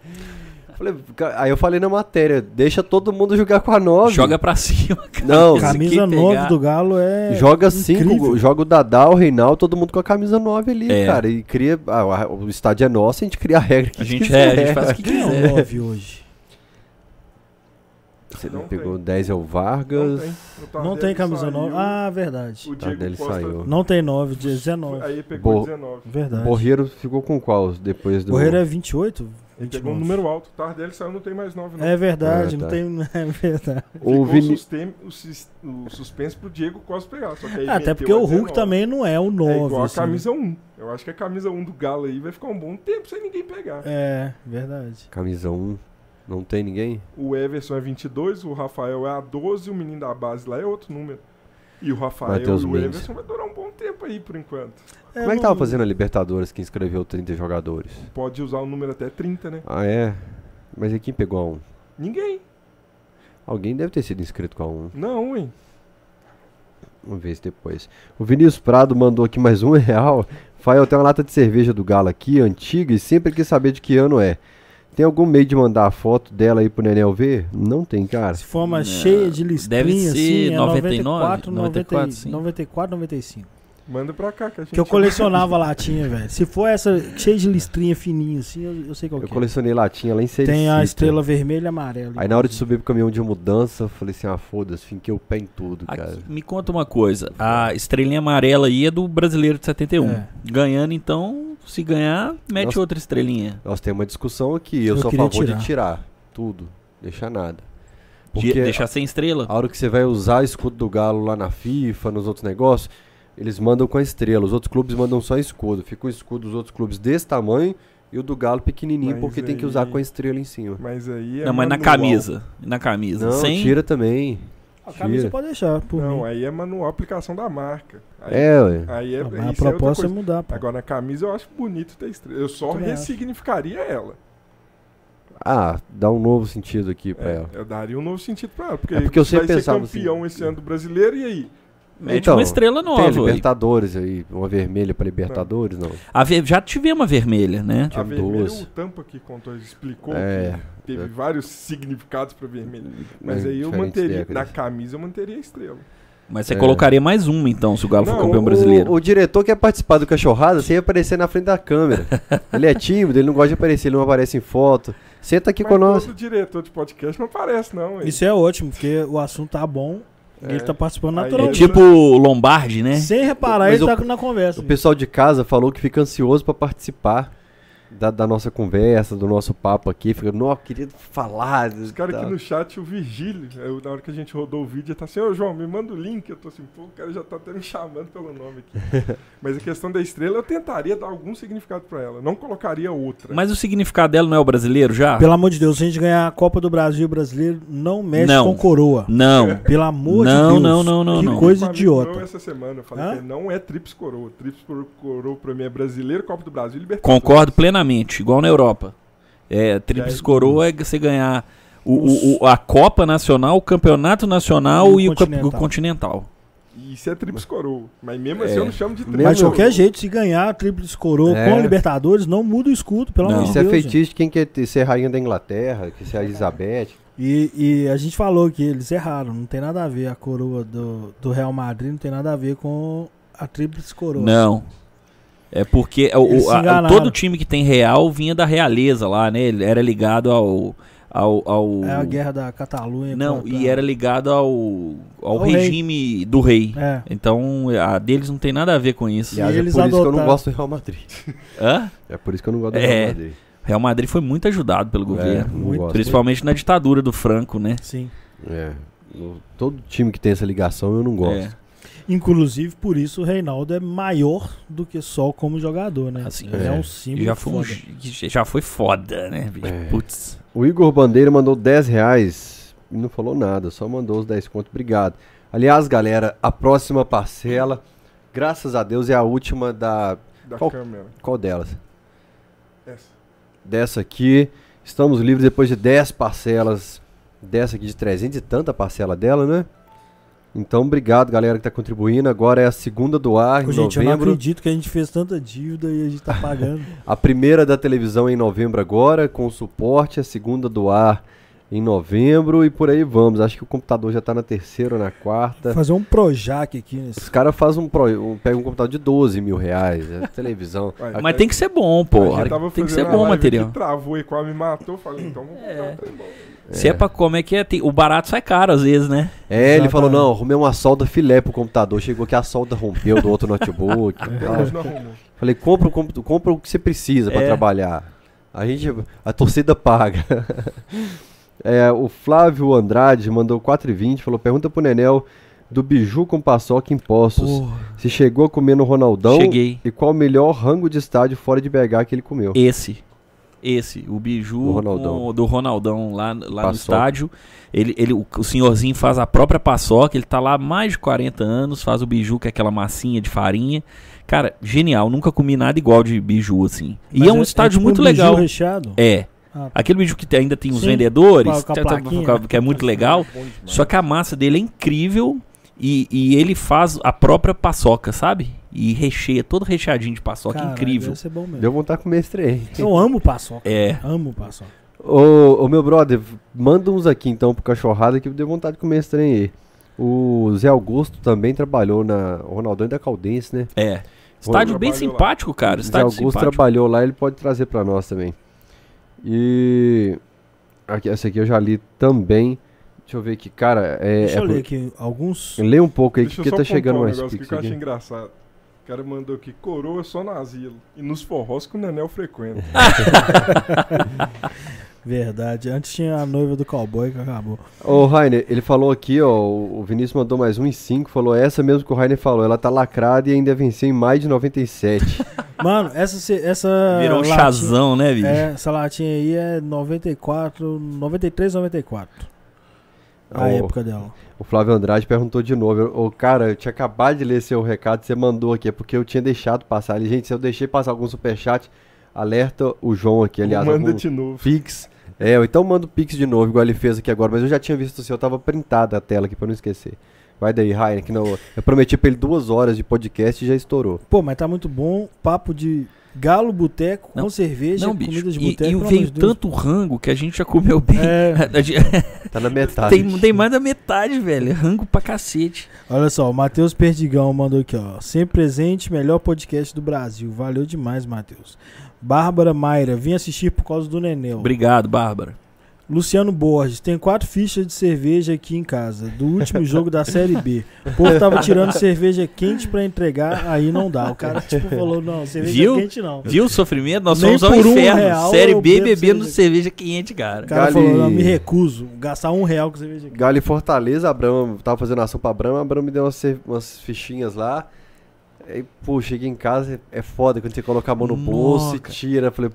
Falei, "Ca- aí eu falei na matéria, deixa todo mundo jogar com a 9. Joga pra cima. Não, Esse Camisa aqui 9 pegar- do Galo é. Joga cinco, incrível. go- joga o Dadá, o Reinaldo, todo mundo com a camisa 9 ali, É. cara. E cria. ah, a- o estádio é nosso, a gente cria a regra que A gente, é, quiser. a gente faz o que Quem é quiser. o 9 hoje? Você Não não pegou tem. 10 é o Não Vargas. tem. O Não Tardelli tem camisa saiu, 9. Ah, verdade. o Tardelli Diego Costa saiu. Não tem 9, foi- 19. Aí pegou Bo- 19. Verdade. Borreiro ficou com qual depois do. Borreiro é 28? Ele 29. pegou um número né? alto. O Tardelli saiu, não tem mais 9, não. É verdade, É, não tá. tem. É verdade. o Ficou Vini... sustem- o, sis- o suspense pro Diego Costa pegar. Só que aí Ah, Até meteu porque a o Hulk 19. também não é o 9. É igual assim. a camisa 1. Eu acho que a camisa 1 do Galo aí vai ficar um bom tempo sem ninguém pegar. É, verdade. Camisa 1. Não tem ninguém? O Everson é 22, o Rafael é a 12, o menino da base lá é outro número. E o Rafael Matheus e o Mendes. Everson vai durar um bom tempo aí por enquanto. Como é que tava fazendo a Libertadores que inscreveu 30 jogadores? Pode usar o número até 30, né? Ah, é? Mas e quem pegou a 1? Ninguém. Alguém deve ter sido inscrito com a 1. Não, hein? Uma vez depois. O Vinícius Prado mandou aqui mais um real. Fael, tem uma lata de cerveja do Galo aqui, antiga, e sempre quis saber de que ano é. Tem algum meio de mandar a foto dela aí pro Nenel ver? Não tem, cara. Se for uma cheia de listrinha, Deve ser assim, é 99, 94, 94, 94, sim. 94, 95. Manda pra cá que a gente. Que eu colecionava latinha, velho. Se for essa cheia de listrinha fininha, assim, eu, eu sei qual Eu que é. colecionei latinha lá em Sericita. Tem a estrela vermelha e amarela. Aí na hora de subir pro caminhão de mudança, eu falei assim, ah, foda-se, finquei o pé em tudo, Aqui, cara. me conta uma coisa. A estrelinha amarela aí é do brasileiro de 71. É. Ganhando, então, se ganhar, mete Nossa. outra estrelinha. Nós temos uma discussão aqui, eu, Eu sou a queria favor tirar. de tirar tudo, deixar nada. De, Porque deixar sem estrela. a hora que você vai usar o escudo do Galo lá na FIFA, nos outros negócios, eles mandam com a estrela, os outros clubes mandam só escudo. Fica o escudo dos outros clubes desse tamanho e o do Galo pequenininho, Mas porque tem que aí- usar com a estrela em cima. Mas aí é. não, mas na manual. camisa. Na camisa. Não, sem... tira também. A camisa Tira. pode deixar, por Não, mim. aí é manual aplicação da marca. Aí, É, ué. Aí é. Não, mas a isso é outra proposta é, coisa. mudar, pô. Agora na camisa eu acho bonito ter estrela. Eu só Também acho. ressignificaria ela. Ah, dá um novo sentido aqui pra ela. É, eu daria um novo sentido pra ela. Porque, É porque eu sempre vai ser pensava campeão assim- esse ano do brasileiro e aí? Mete Então, uma estrela Tem nova. aí. Libertadores aí, uma vermelha pra Libertadores, não. A ver- Já tivemos uma vermelha, né? A Tinha vermelha, duas. o Tampa que contou, explicou É. que teve vários significados pra vermelha. Mas É, aí eu diferentes manteria, na décadas. camisa eu manteria a estrela. Mas você É. colocaria mais uma, então, se o Galo for Não, campeão o- brasileiro. O, o diretor quer participar do Cachorrada sem aparecer na frente da câmera. ele é tímido, ele não gosta de aparecer, ele não aparece em foto. Senta aqui Mas com nós. todo diretor de podcast não aparece, não. hein? Isso é ótimo, porque o assunto tá bom e É. ele tá participando Aí- É o- naturalmente. tipo Lombardi, né? Sem reparar, Mas ele o- tá na conversa. O pessoal de casa falou que fica ansioso pra participar da, da nossa conversa, do nosso papo aqui. Fica, não, eu queria falar. Os caras tá. aqui no chat, o Virgílio, eu- na hora que a gente rodou o vídeo, ele tá assim, ô João, me manda o link. Eu tô assim, pô, o cara já tá até me chamando pelo nome aqui. Mas a questão da estrela, eu tentaria dar algum significado pra ela. Não colocaria outra. Mas o significado dela não é o brasileiro já? Pelo amor de Deus, se a gente ganhar a Copa do Brasil brasileiro, não mexe Não. com coroa. É. Não. Pelo amor de Não, Deus. não, não, não, Que não. coisa Falei idiota. com Não essa semana, eu falei Hã? que não é Trips Coroa. Trips Coroa pra mim é brasileiro, Copa do Brasil e Libertadores. Concordo plenamente, igual na Europa. É, tríplice coroa é você ganhar o, o- o- a Copa Nacional, o Campeonato Nacional E e o o, camp- o Continental. Continental. E Isso é Trips Coroa. Mas mesmo assim eu não chamo de Trips É. Mas de Mesmo- qualquer jeito, se ganhar a tríplice coroa É. com a Libertadores, não muda o escudo, pelo Não. amor de Isso é Deus. gente. feitiço de quem quer ter- ser rainha da Inglaterra, que ser a Elizabeth. E, e a gente falou que eles erraram, não tem nada a ver a coroa do, do Real Madrid, não tem nada a ver com a tríplice coroa. Não. É porque o- o- Eles se a- o- enganaram. todo time que tem real vinha da realeza lá, né? Ele era ligado ao. ao, ao- É a guerra da Catalunha. Não, contra- e era ligado ao, Ao ao rei. regime do rei. É. Então a deles não tem nada a ver com isso. E é por eles isso que eu não adotaram- gosto do Real Madrid. Hã? É por isso que eu não gosto do É, Real Madrid. Real Madrid foi muito ajudado pelo É, governo. não muito gosto. Principalmente na ditadura do Franco, né? Sim. É. No- Todo time que tem essa ligação eu não gosto. É. Inclusive, por isso, o Reinaldo é maior do que só como jogador, né? Assim, Ele é, é. um símbolo. já, foi um foda. gi- que já foi foda, né? bicho? É. Putz. O Igor Bandeira mandou 10 reais e não falou nada, só mandou os 10 conto, obrigado. Aliás, galera, a próxima parcela, graças a Deus, é a última da. Da Qual- câmera. Qual delas? Essa. Dessa aqui. Estamos livres depois de 10 parcelas. Dessa aqui de 300 e tanta parcela dela, né? Então, obrigado, galera, que tá contribuindo. Agora é a segunda do ar, em Ô, gente, eu não novembro. acredito que a gente fez tanta dívida e a gente tá pagando. A primeira da televisão em novembro agora, com suporte, a segunda do ar em novembro e por aí vamos. Acho que o computador já tá na terceira ou na quarta. Fazer um Projac aqui nesse. Os caras fazem um, pro- um- pegam um computador de 12 mil reais, é televisão. Vai. Mas tem que ser bom, pô. Eu tava Tem que ser fazendo a bom o live material. aqui, travou e quase me matou. Falei, então vamos comprar um trem bom. Se é pra como é que é, tem- o barato sai caro às vezes, né? É, ele falou, Exatamente. não, arrumei uma solda filé pro computador, chegou que a solda rompeu do outro notebook. e Até tal. Ah. hoje não arrumou. Falei, compra o, compu- compra o que você precisa pra É. trabalhar. A gente, a torcida paga. É, o Flávio Andrade mandou 4,20, falou, pergunta pro Nenel do biju com paçoca em Poços. Porra. Se chegou a comer no Ronaldão Cheguei. e qual o melhor rango de estádio fora de BH que ele comeu. Esse. Esse, o biju Do Ronaldão. com- do Ronaldão lá, lá no Paçoca. estádio. Ele, ele, o, o senhorzinho faz a própria paçoca, ele tá lá há mais de 40 anos, faz o biju, que é aquela massinha de farinha. Cara, genial, nunca comi nada igual de biju, assim. e é um estádio tipo muito um biju legal. recheado. É. Ah, Aquele bicho que tem- ainda tem os Sim, vendedores, com a tá- tá- plaquinha. né? que é muito legal. Bom demais. Só que a massa dele é incrível e, e ele faz a própria paçoca, sabe? E recheia, todo recheadinho de paçoca, caralho, incrível. Deve ser bom mesmo. Deu vontade de comer esse trem. Eu amo paçoca. É. Amo paçoca. Ô, ô, meu brother, manda uns aqui então pro cachorrada que deu vontade de comer esse trem aí. O Zé Augusto também trabalhou na. O Ronaldão é da Caldense, né? É. Estádio bem trabalho lá. simpático, cara. O Zé Estádio Augusto simpático. trabalhou lá, ele pode trazer pra nós também. E. Aqui, essa aqui eu já li também. Deixa eu ver aqui, cara. É, Deixa é eu por- ler aqui alguns. Lê um pouco aí, Deixa eu porque só tá chegando pontuar um mais negócio aqui pix que eu achei aqui. engraçado. O cara mandou aqui, coroa só no asilo. E nos forrós que o Nenel frequenta. Verdade. Antes tinha a noiva do cowboy que acabou. Ô, Rainer, ele falou aqui, ó. O o Vinícius mandou mais um em cinco. Falou essa mesmo que o Rainer falou. Ela tá lacrada e ainda venceu em mais de 97. Mano, essa. se- essa Virou um latinha- chazão, né, bicho? É, essa latinha aí é 94, 93, 94. A Ô. época dela. O Flávio Andrade perguntou de novo. eu- Ô, cara, eu tinha acabado de ler seu recado, você mandou aqui, é porque eu tinha deixado passar. Ele, gente, se eu deixei passar algum superchat, alerta o João aqui, aliás. Manda algum de novo. Pix. É, ou então manda o Pix de novo, igual ele fez aqui agora, mas eu já tinha visto o seu, tava printada a tela aqui pra eu não esquecer. Vai daí, Rainer, que não. Eu prometi pra ele duas horas de podcast e já estourou. Pô, mas tá muito bom. Papo de galo, boteco, Não. com cerveja, Não, bicho. comida de E, boteco. e pelo amor veio de Deus. tanto rango que a gente já comeu bem. É. A gente- Tá na metade. tem, tem mais da metade, velho. É Rango pra cacete. Olha só, o Matheus Perdigão mandou aqui, ó. Sempre presente, melhor podcast do Brasil. Valeu demais, Matheus. Bárbara Maira, vim assistir por causa do Nenel. Obrigado, Bárbara. Luciano Borges, tem quatro fichas de cerveja aqui em casa, do último jogo da Série B. O povo tava tirando cerveja quente pra entregar, aí não dá. O cara, tipo, falou, não, cerveja Viu? quente não. Viu o sofrimento? Nós Nem fomos ao por um inferno. real Série eu B bebo bebendo cerveja. cerveja quente, cara. O cara Gali- falou, não, me recuso, gastar um real com cerveja quente. Galo e Fortaleza, Abrão, tava fazendo ação pra Abrão, Abrão me deu umas, cer- umas fichinhas lá. Aí, pô, cheguei em casa, é é foda quando você coloca a mão no Nó, bolso e cara. tira. Falei,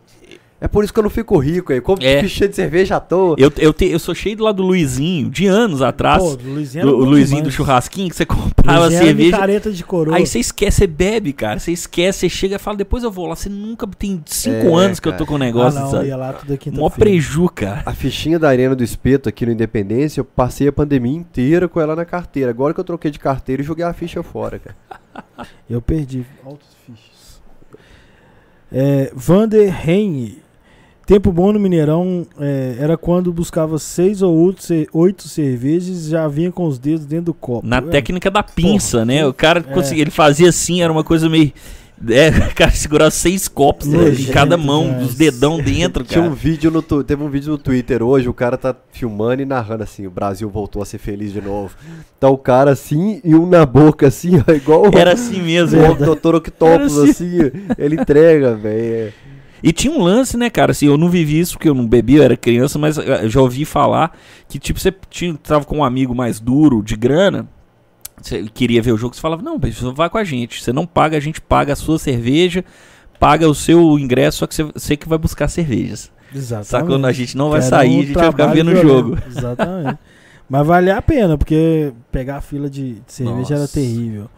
é por isso que eu não fico rico aí. Como É. fichinha de cerveja à toa. Eu, eu, te- eu sou cheio do lado do Luizinho, de anos atrás. Pô, do Luizinho do, era o bom Luizinho do demais. churrasquinho, que Ah, você comprava Luizinho era cerveja. micareta de coroa. Aí você esquece, você bebe, cara. Você esquece, você chega e fala, depois eu vou lá. Você nunca tem cinco É, anos que eu tô com o negócio, ah, não, sabe? ia lá toda quinta Mó preju, cara. A fichinha da Arena do Espeto aqui no Independência, eu passei a pandemia inteira com ela na carteira. Agora que eu troquei de carteira e joguei a ficha fora, cara. Eu perdi. Altos fichas. É, Vander Henry. Tempo bom no Mineirão é, era quando buscava seis ou oito, ce- oito cervejas e já vinha com os dedos dentro do copo. Na É, técnica da pinça, né? O cara É. conseguia, ele fazia assim, era uma coisa meio. É, o cara segurava seis copos né, em Nojento cada mão, demais. dos dedão dentro, Tinha cara. um vídeo no tu- teve um vídeo no Twitter hoje, o cara tá filmando e narrando assim, o Brasil voltou a ser feliz de novo. Tá o cara assim e um na boca assim, ó, igual o- Era assim mesmo. o Dr. Octopus Era assim, ele entrega, velho. E tinha um lance, né, cara? Assim, eu não vivi isso porque eu não bebi, eu era criança, mas eh, eu já ouvi falar que, tipo, você tinha, tava com um amigo mais duro, de grana, você queria ver o jogo, você falava, não, bicho, você vai com a gente. Você não paga, a gente paga a sua cerveja, paga o seu ingresso, só que você, você que vai buscar cervejas. Exatamente. Sacou? A gente não vai Era sair, um a gente vai ficar trabalho vendo o violento. jogo. Exatamente. Mas valia a pena, porque pegar a fila de, de cerveja era Nossa. terrível.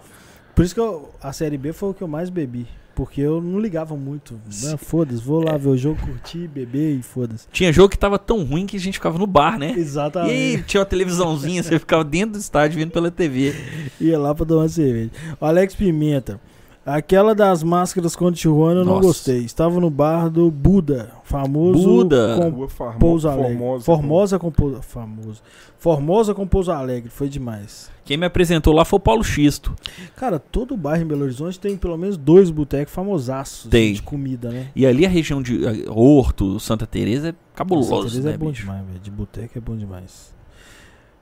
Por isso que eu- a Série B foi o que eu mais bebi. Porque eu não ligava muito. Sim. É. Ah, foda-se, vou lá ver o jogo, curtir, beber e foda-se. Tinha jogo que tava tão ruim que a gente ficava no bar, né? E Exatamente. aí, tinha uma televisãozinha, você ficava dentro do estádio vendo pela TV. Ia lá pra tomar uma cerveja. O Alex Pimenta. Aquela das máscaras contra Tijuana eu não Nossa. gostei. Estava no bar do Buda, famoso Buda. com Rua Farmo- Pouso Alegre. Formosa. Formosa com Pouso Famoso. Formosa com Pouso Alegre, foi demais. Quem me apresentou lá foi o Paulo Xisto. Cara, todo bairro em Belo Horizonte tem pelo menos dois botecos famosaços assim, Tem. de comida, né? E ali a região de eh, Horto, Santa Teresa é Santa cabuloso, Teresa né, é bom bicho? demais, velho. De boteco é bom demais.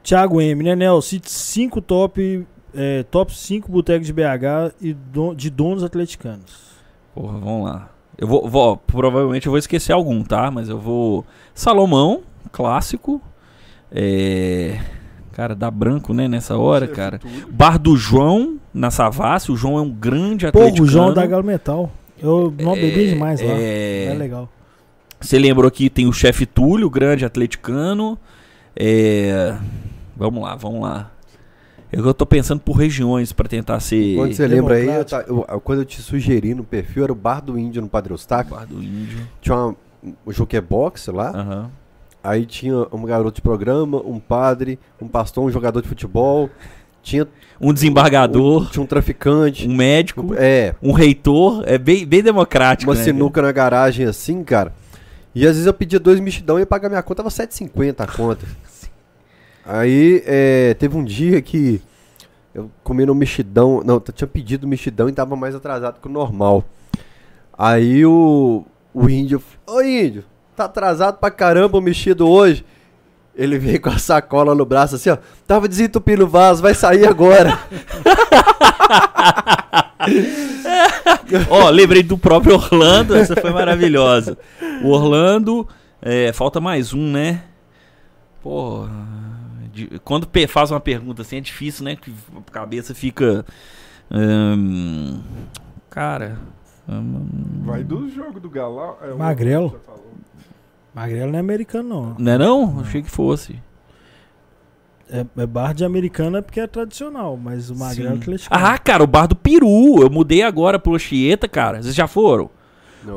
Thiago M, né, Nel? Cite 5 top, eh, top 5 botecos de BH e don- de donos atleticanos. Porra, vamos lá. Eu vou, vou- provavelmente eu vou esquecer algum, tá? Mas eu vou Salomão, clássico. É, cara, dá branco, né, nessa hora, Isso é cara. futuro. Bar do João na Savassi, o João é um grande Porra, atleticano. o João da Galo Metal. Eu não bebi É, demais lá. é. É legal. Você lembrou que tem o chefe Túlio, grande atleticano. É, Vamos lá, vamos lá. Eu, eu tô pensando por regiões pra tentar ser Quando você lembra aí, eu democrático. ta- eu- eu- quando eu te sugeri no perfil, era o Bar do Índio no Padre Eustáquio. Bar Ah. do Índio. Tinha uma, o Jukebox lá. Aham. Aí tinha um garoto de programa, um padre, um pastor, um jogador de futebol. Tinha Um desembargador, um, tinha um traficante. um médico, é, um reitor. É bem, bem democrático, uma né? sinuca na garagem assim, cara. E às vezes eu pedia dois mexidão e ia pagar minha conta, tava 7,50 a conta. Aí é, teve um dia que eu comendo um mexidão. Não, eu tinha pedido um mexidão e tava mais atrasado que o normal. Aí o, o índio. Ô índio, tá atrasado pra caramba o mexido hoje. Ele veio com a sacola no braço assim, ó. Tava desentupindo o vaso, vai sair agora. Ó, lembrei do próprio Orlando, essa foi maravilhosa. O Orlando, é, falta mais um, né? Pô, de- quando pe- faz uma pergunta assim é difícil, né? Que a cabeça fica. hum, cara. hum, Vai do jogo do Galão. é, o- Magrelo. já falou. Magrelo não é americano, não. não é não? Achei que fosse. É, é bar de americana porque é tradicional, mas o Magrelo é Sim. atleticano. Ah, cara, o Bar do Peru. Eu mudei agora pro Anchieta, cara. Vocês já foram?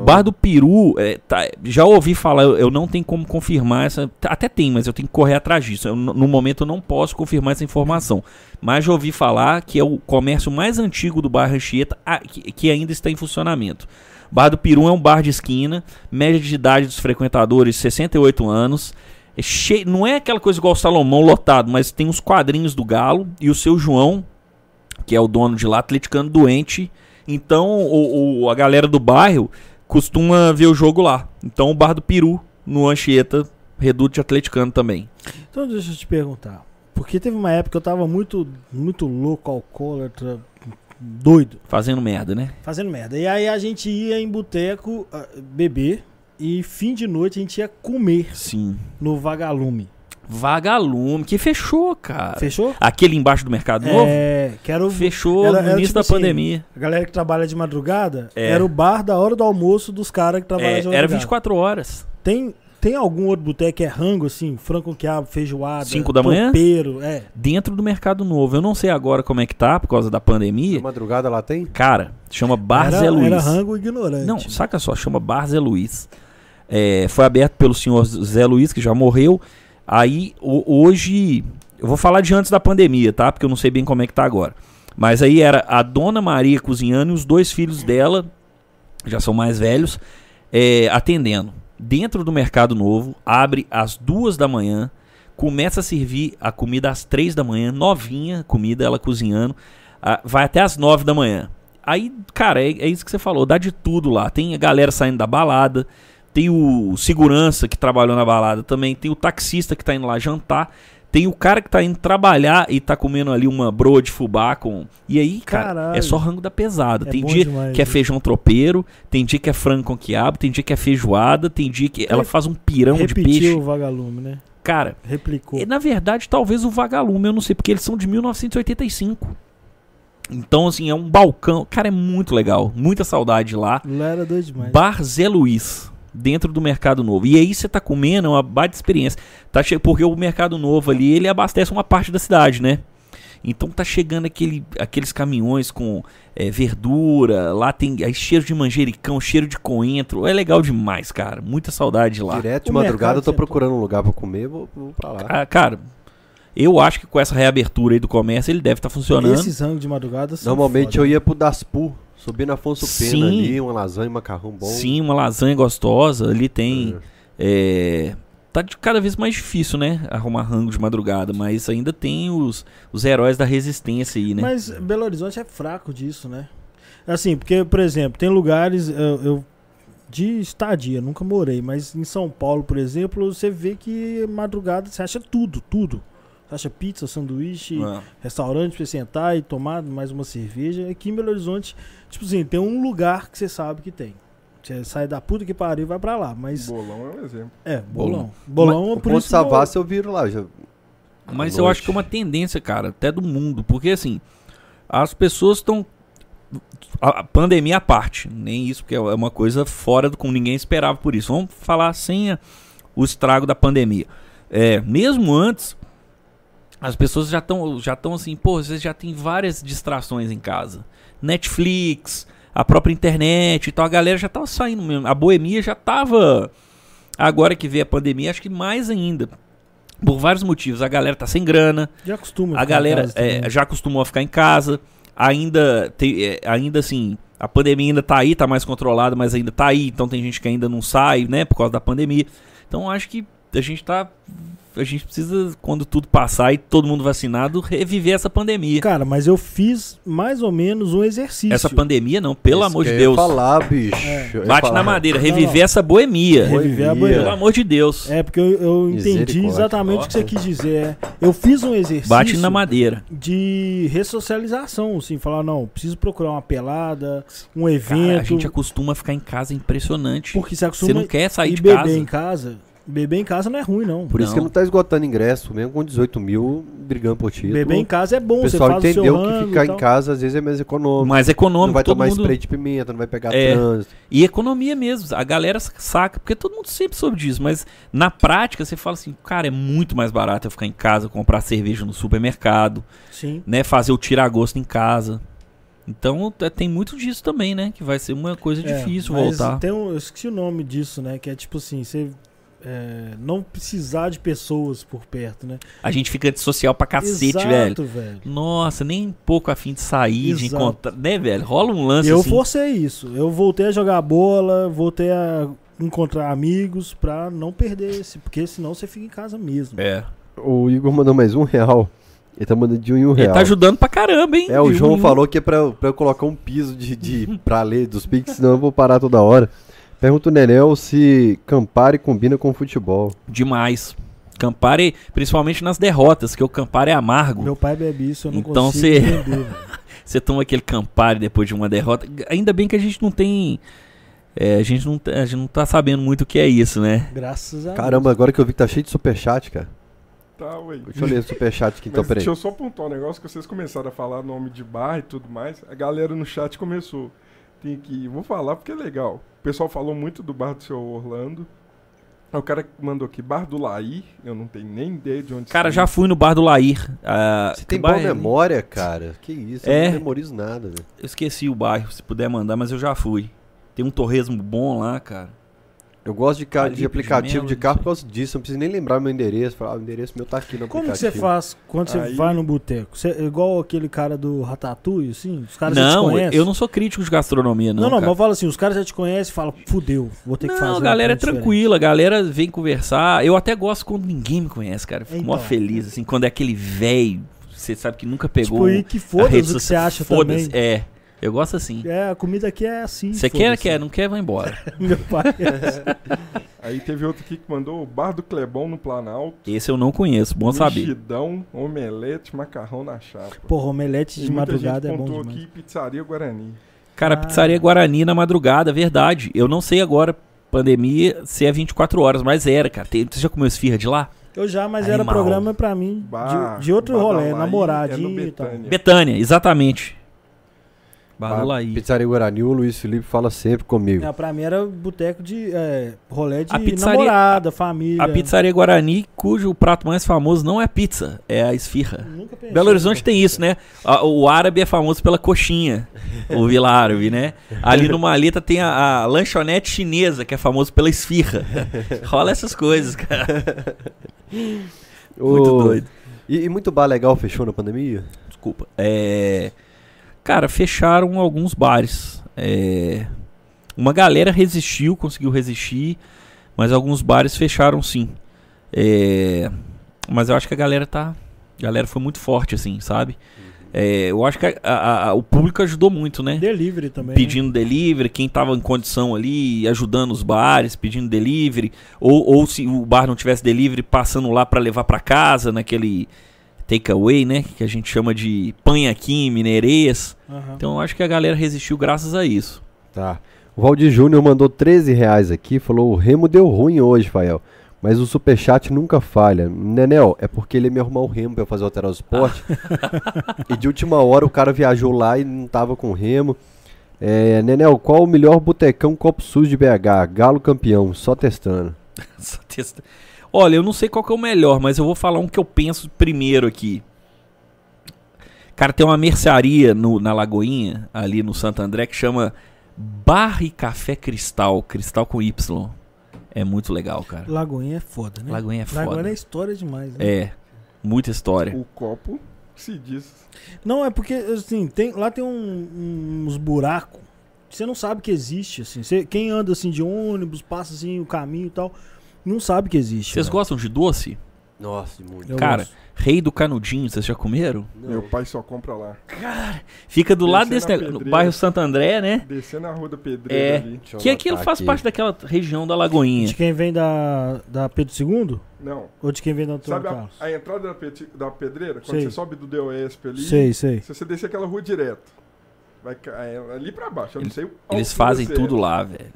Bar do Peru, é, tá, já ouvi falar, eu, eu não tenho como confirmar essa. Até tem, mas eu tenho que correr atrás disso. Eu n- no momento eu não posso confirmar essa informação. Mas já ouvi falar que é o comércio mais antigo do bar Anchieta, a- que, que ainda está em funcionamento. Bar do Peru é um bar de esquina, média de idade dos frequentadores 68 anos. É cheio, não é aquela coisa igual o Salomão lotado, mas tem uns quadrinhos do Galo e o seu João, que é o dono de lá, atleticano doente. Então o, o- a galera do bairro costuma ver o jogo lá. Então o Bar do Peru, no Anchieta, reduto de atleticano também. Então deixa eu te perguntar. Porque teve uma época que eu tava muito, muito louco, alcoólatra, doido, Fazendo merda, né? fazendo merda. E aí a gente ia em boteco ah, beber e fim de noite a gente ia comer Sim. no vagalume. Vagalume, que fechou, cara. Fechou? Aquele embaixo do Mercado Novo? É, quero Fechou Era- no era início tipo da assim, pandemia. A galera que trabalha de madrugada É. era o bar da hora do almoço dos caras que trabalham É, de madrugada. era 24 horas. Tem, tem algum outro boteco que é rango, assim? Frango com quiabo, feijoada. Cinco da manhã? Topeiro, é. Dentro do Mercado Novo. Eu não sei agora como é que tá, por causa da pandemia. madrugada lá tem? Cara, chama Bar era, Zé Luiz. era rango ignorante. Não, saca só, chama Bar Zé Luiz. É, foi aberto pelo senhor Zé Luiz, que já morreu. Aí, ho- hoje, eu vou falar de antes da pandemia, tá? Porque eu não sei bem como é que tá agora. Mas aí era a dona Maria cozinhando e os dois filhos dela, já são mais velhos, é, atendendo. Dentro do Mercado Novo, abre às duas da manhã, começa a servir a comida às três da manhã, novinha, comida, ela cozinhando, ah, vai até às nove da manhã. Aí, cara, é, é isso que você falou, dá de tudo lá. Tem a galera saindo da balada, tem o segurança que trabalhou na balada também, tem o taxista que tá indo lá jantar, tem o cara que tá indo trabalhar e tá comendo ali uma broa de fubá com. E aí, cara, é Caralho. só rango da pesada. É tem bom dia demais, que é né? feijão tropeiro, tem dia que é frango com quiabo, tem dia que é feijoada, tem dia que ela faz um pirão Repetiu de peixe. o vagalume, né? Cara, Replicou. e, na verdade, talvez o Vagalume, eu não sei, porque eles são de 1985. Então, assim, é um balcão. Cara, é muito legal. Muita saudade lá. Lá era doido demais. Bar Zé Luiz, dentro do Mercado Novo. E aí você tá comendo, é uma baita experiência. Tá che... Porque o Mercado Novo ali, ele abastece uma parte da cidade, né? Então tá chegando aquele, aqueles caminhões com é, verdura, lá tem aí, cheiro de manjericão, cheiro de coentro. É legal demais, cara. Muita saudade lá. Direto de O madrugada eu tô mercado, procurando um lugar pra comer, vou, vou pra lá. Ah, cara, eu acho que com essa reabertura aí do comércio ele deve estar funcionando. Esses rangos de madrugada são Normalmente eu foda. ia pro Daspu, subir na Afonso Pena Sim. ali, uma lasanha, um macarrão bom. Sim, uma lasanha gostosa. Ali tem. é, tá de cada vez mais difícil, né? Arrumar rango de madrugada, mas ainda tem os, os heróis da resistência aí, né? Mas Belo Horizonte é fraco disso, né? Assim, porque, por exemplo, tem lugares eu, eu- de estadia, nunca morei, mas em São Paulo, por exemplo, você vê que madrugada você acha tudo, tudo. Você acha pizza, sanduíche, Ah, restaurante pra você sentar e tomar mais uma cerveja. Aqui em Belo Horizonte, tipo assim, tem um lugar que você sabe que tem. Você sai da puta que pariu e vai pra lá, mas Bolão é um exemplo. é, bolão. Bolão, Bolão, Mas, é o por ponto isso que eu- Savassi eu viro lá. Já. Mas À eu noite. acho que é uma tendência, cara, até do mundo. Porque assim, as pessoas estão. A a pandemia à parte, nem isso, porque é uma coisa fora do como ninguém esperava por isso. Vamos falar sem a- o estrago da pandemia. É, mesmo antes, as pessoas já estão já tão assim, pô, vocês já tem várias distrações em casa. Netflix, a própria internet e tal, a galera já tava saindo mesmo. A boemia já tava Agora que veio a pandemia, acho que mais ainda. Por vários motivos. A galera tá sem grana, Já costuma. a ficar em galera casa é, também. já acostumou a ficar em casa. Ainda, tem, é, ainda assim, a pandemia ainda tá aí, tá mais controlada, mas ainda tá aí. Então tem gente que ainda não sai, né, por causa da pandemia. Então acho que a gente tá. A gente precisa, quando tudo passar e todo mundo vacinado, reviver essa pandemia. Cara, mas eu fiz mais ou menos um exercício. Essa pandemia não, pelo Isso amor que de eu ia Deus. falar, bicho. É. Eu ia Bate falar. na madeira, Não, reviver não. essa boemia. Reviver Boemia. a Pelo banheira. amor de Deus. É, porque eu, eu entendi Misericórdia. exatamente o que você quis dizer. é. Eu fiz um exercício Bate na madeira. de ressocialização, assim, falar, não, preciso procurar uma pelada, um evento. Cara, a gente acostuma ficar em casa é impressionante. Porque você Você acostuma não quer sair e de beber casa. em casa. Beber em casa não é ruim, não. Por isso que Não. não tá esgotando ingresso, mesmo com 18 mil brigando por título. Beber em casa é bom, o você pessoal faz o seu entendeu rango que e ficar tal. em casa às vezes é mais econômico. Mais não econômico, vai todo tomar mundo... spray de pimenta, não vai pegar É. trânsito. E economia mesmo. A galera saca, porque todo mundo sempre soube disso, mas na prática você fala assim, cara, é muito mais barato eu ficar em casa, comprar cerveja no supermercado, Sim. né, fazer o tiragosto em casa. Então, é, tem muito disso também, né, que vai ser uma coisa É, difícil mas voltar. Tem um, eu esqueci o nome disso, né? Que é tipo assim, você é, não precisar de pessoas por perto, né? A gente fica antissocial pra cacete, velho. Exato, velho. Nossa, nem um pouco afim de sair, de Exato. encontrar. Né, velho? Rola um lance Eu assim. forcei isso. Eu voltei a jogar bola, voltei a encontrar amigos pra não perder esse, porque senão você fica em casa mesmo. É. O Igor mandou mais um real. Ele tá mandando de um em um Ele real. tá ajudando pra caramba, hein? É, o Viu? João falou que é pra, pra eu colocar um piso de, de pra ler dos piques, senão eu vou parar toda hora. Pergunta o Nerel se Campari combina com futebol. Demais. Campari, principalmente nas derrotas, que o Campari é amargo. Meu pai bebe isso, eu não Então consigo você- entender. velho. Você toma aquele Campari depois de uma derrota. Ainda bem que a gente não tem. é, a, gente não, tá- a gente não tá sabendo muito o que é isso, né? Graças a Caramba, agora que eu vi que tá cheio de superchat, cara. Tá, ué. Deixa eu ler o superchat aqui então, Mas peraí. deixa eu só apontar um negócio que vocês começaram a falar nome de bar e tudo mais. A galera no chat começou. Tem que. Vou falar porque é legal. O pessoal falou muito do bar do seu Orlando. Aí O cara mandou aqui, bar do Laí. Eu não tenho nem ideia de onde Cara, isso é. já fui no bar do Lair. ah, Você que tem bar boa é? memória, cara. Que isso, eu É. não memorizo nada, velho. Eu esqueci o bairro, se puder mandar, mas eu já fui. Tem um torresmo bom lá, cara. Eu gosto de, ca- Felipe de aplicativo Melo, de não carro sei. por causa disso. Não preciso nem lembrar meu endereço. Falar, ah, o endereço meu tá aqui no Como que você aplicativo. faz quando você Aí- vai no boteco? Você é igual aquele cara do Ratatouille, assim? Os caras já te não, conhecem? eu não sou crítico de gastronomia, não. Não, não, cara. mas eu falo assim, os caras já te conhecem e falam, fudeu, vou ter que fazer. Não, a uma galera é coisa tranquila, a galera vem conversar. Eu até gosto quando ninguém me conhece, cara. Eu Fico mó Então. feliz, assim, quando é aquele velho, você sabe que nunca diferente. pegou. um- Tipo, e que a foda-se o rede que você social. acha Foda-se, também. É, eu gosto assim. É, a comida aqui é assim. Você quer, foda-se. quer, não quer, vai embora. Meu pai é. Aí teve outro aqui que mandou o bar do Clebão no Planalto. Esse eu não conheço, bom saber. Mexidão, omelete, macarrão na chapa. Porra, omelete E de muita madrugada gente é bom pontuou demais. aqui pizzaria Guarani. Cara, Ah. pizzaria Guarani na madrugada, verdade. Eu não sei agora, pandemia, se é 24 horas, mas era, cara. Tem- Você já comeu esfirra de lá? Eu já, mas era Animal. programa pra mim de- Bar- de, outro Bar da rolê, Laí é no namoradinho e tal. Betânia. Betânia, exatamente. Ah, Barulaí. Pizzaria Guarani, o Luiz Felipe fala sempre comigo. Não, É, pra mim era boteco de é, rolê de A pizzaria- namorada, família. A pizzaria Guarani, cujo prato mais famoso não é pizza, é a esfirra. Nunca pensei. Belo Horizonte tem isso, né? A- O árabe é famoso pela coxinha, o Vila Árabe, né? Ali no Maleta tem a, a lanchonete chinesa, que é famoso pela esfirra. Rola essas coisas, cara. Muito Ô, doido. E, e muito bar legal fechou na pandemia? Desculpa. É, Cara, fecharam alguns bares. É, Uma galera resistiu, conseguiu resistir, mas alguns bares fecharam sim. É, Mas eu acho que a galera tá. A galera foi muito forte, assim, sabe? É, eu acho que a- a- a- o público ajudou muito, né? Delivery também. né? pedindo delivery, quem tava em condição ali, ajudando os bares, pedindo delivery, ou, ou se o bar não tivesse delivery, passando lá para levar para casa, naquele takeaway, né, que a gente chama de panhaquim, mineirês. Aham. Então eu acho que a galera resistiu graças a isso. Tá. O Valdir Júnior mandou 13 reais aqui, falou: o Remo deu ruim hoje, Fael. Mas o superchat nunca falha. Nenel, é porque ele ia me arrumar o remo pra eu fazer o Alterar o Esporte. Ah. e de última hora o cara viajou lá e não tava com o remo. É, Nenel, qual o melhor botecão copo sujo de BH? Galo campeão, só testando. Essa testa- Olha, eu não sei qual que é o melhor, mas eu vou falar um que eu penso primeiro aqui. Cara, tem uma mercearia no- na Lagoinha, ali no Santo André, que chama Bar e Café Cristal, Cristal com Y. É muito legal, cara. Lagoinha é foda, né? Lagoinha é foda. Lagoinha é história demais, né? É, muita história. O copo se diz. Não, é porque, assim, tem, lá tem um- uns buracos que você não sabe que existe, assim. Você- quem anda, assim, de ônibus, passa, assim, o caminho e tal, não sabe que existe. Vocês né? gostam de doce? Nossa, muito. Eu cara, gosto. rei do canudinho, vocês já comeram? Meu pai só compra lá. Fica do Descer lado desse na negócio, no pedreira. bairro Santo André, né? Descendo a rua da pedreira É, ali. Deixa eu que aquilo anotar faz aqui. parte daquela região da Lagoinha. De quem vem da, da Pedro II? Não. Ou de quem vem da Antônio Sabe a, Carlos? a entrada da, peti- da pedreira? Quando Sei. você sobe do DOESP ali. Sei, sei. Se você descer aquela rua direto. Vai ca- é ali pra baixo. Eu não sei o é. Eles altura fazem certa. é. tudo lá, velho.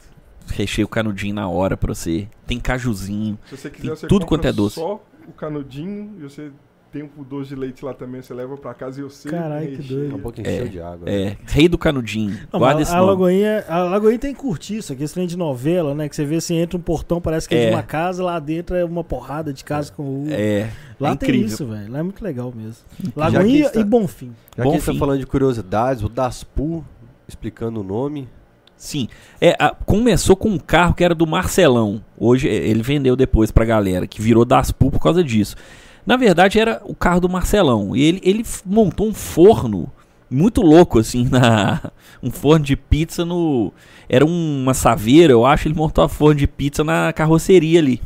Recheia o canudinho na hora pra você. Tem cajuzinho. Se você Tem quiser, você tudo compra quanto é doce. só o canudinho e você tem um doce de leite lá também, você leva pra casa e eu sei. Caralho, que doido. Acabou que É, Tá um encheu de água. né? É, rei do canudinho. Não, Guarda mas esse a, nome. Lagoinha, a Lagoinha tem cortiça, que esse trem de novela, né? Que você vê assim, entra um portão, parece que é, É. de uma casa, lá dentro é uma porrada de casa com o. É, lá é tem incrível. isso, velho. Lá é muito legal mesmo. Já que Lagoinha está- e Bonfim. Já Bom que a gente tá fim. falando de curiosidades, o Daspu, explicando o nome. Sim. É, a- começou com um carro que era do Marcelão. Hoje é, ele vendeu depois pra galera, que virou Daspu por causa disso. Na verdade, era o carro do Marcelão. E ele, ele f- montou um forno muito louco, assim, na. Um forno de pizza no. Era um- uma saveira, eu acho. Ele montou a forno de pizza na carroceria ali.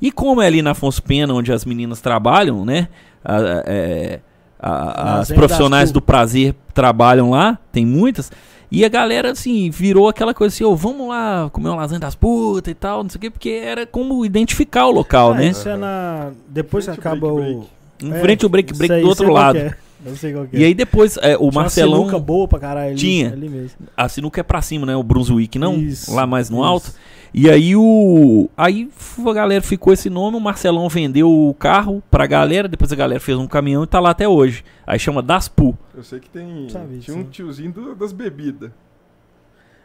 E como é ali na Afonso Pena, onde as meninas trabalham, né? A- a- é, a- Nas as profissionais Daspu. do prazer trabalham lá, tem muitas. E a galera, assim, virou aquela coisa assim, ô, vamos lá comer uma lasanha das putas e tal, não sei o quê, porque era como identificar o local, Ah, né? Isso é na. Depois que Frente acaba ao o. break, Em é, frente ao break isso break aí, do sei outro qual que lado. é. Eu sei qual que é. E aí depois, é, o Tinha uma Marcelão. sinuca boa pra caralho. ali- Tinha. Ali mesmo. A sinuca é pra cima, né? O Brunswick, não? Isso, Lá mais no isso. alto. E aí o. Aí f- a galera ficou esse nome, o Marcelão vendeu o carro pra galera, depois a galera fez um caminhão e tá lá até hoje. Aí chama Daspu. Eu sei que tem. Sabe tinha isso, um né? tiozinho do- das bebidas.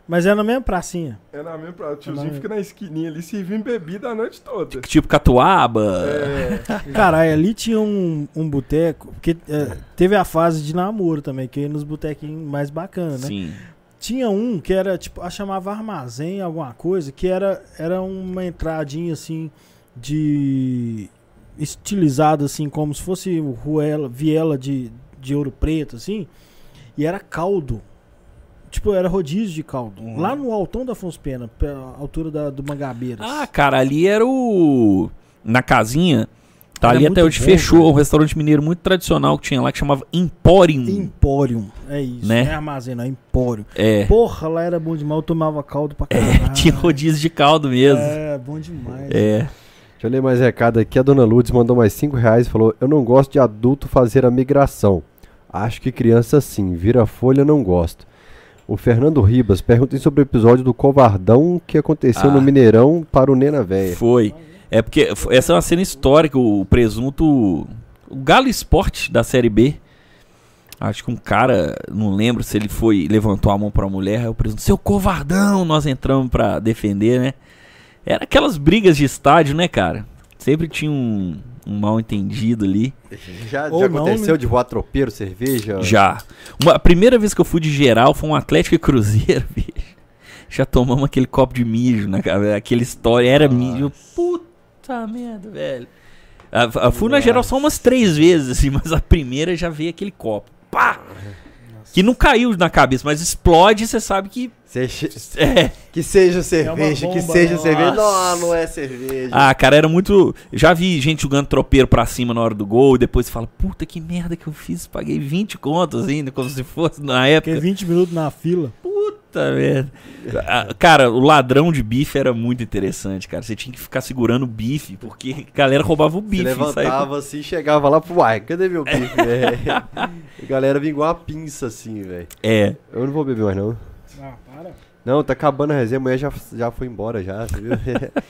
Mas é na mesma pracinha. É na mesma pra... O tiozinho na- fica na esquininha ali servindo bebida a noite toda. Tipo né? Catuaba. É, Caralho, ali tinha um, um boteco. Porque é, teve a fase de namoro também, que ia nos botequinhos mais bacanas, né? Sim. Tinha um que era, tipo, a chamava armazém, alguma coisa, que era, era uma entradinha assim de. estilizada, assim, como se fosse o ruela, viela de, de ouro preto, assim. E era caldo. Tipo, era rodízio de caldo. Uhum. Lá no Altão da Afonso Pena, pela altura da, do Mangabeiras. Ah, cara, ali era o. Na casinha. Tá Era ali até muito hoje bom, fechou cara. um restaurante mineiro muito tradicional que tinha lá que chamava Emporium. Empório. É isso. Hum. Né? Não é armazém, não, é Empório. É. Porra, lá era bom demais. Eu tomava caldo pra caralho. É, tinha rodízio de caldo mesmo. Ah. É, bom demais. É. Deixa eu ler mais recado aqui. A dona Lourdes mandou mais 5 reais e falou: Eu não gosto de adulto fazer a migração. Acho que criança sim, vira folha, não gosto. O Fernando Ribas pergunta sobre o episódio do covardão que aconteceu Ah. no Mineirão para o Nena Véia. Foi. É porque f- essa é uma cena histórica, o presunto. O Galo Esporte da Série B. Acho que um cara, não lembro se ele foi, levantou a mão pra mulher, aí o presunto, seu covardão, nós entramos pra defender, né? Era aquelas brigas de estádio, né, cara? Sempre tinha um, um mal entendido ali. Já, Ou já não, aconteceu né? de voar tropeiro, cerveja? Já. Uma- a primeira vez que eu fui de geral foi um Atlético e Cruzeiro, bicho. Já tomamos aquele copo de mijo, né, cara? Aquela história, era mijo. Puta merda, velho. Ah, f- ah, fui na geral só umas três vezes, assim, mas a primeira já veio aquele copo. Pá! Que não caiu na cabeça, mas explode e você sabe que. É. Que seja cerveja, que bomba, seja cerveja. Não, não é cerveja. Ah, cara, era muito. Já vi gente jogando tropeiro pra cima na hora do gol e depois fala, puta que merda que eu fiz, paguei 20 contos ainda, como se fosse na época. Fiquei 20 minutos na fila. Puta merda. Ah, Cara, o ladrão de bife era muito interessante, cara. Você tinha que ficar segurando o bife, porque a galera roubava o Se bife. e saía levantava assim, chegava lá, pô, uai, cadê meu bife? É. A galera vinha igual uma pinça assim, velho. com- É. Eu não vou beber mais não. Ah, para. Não, tá acabando a resenha, amanhã já, já foi embora já, você viu?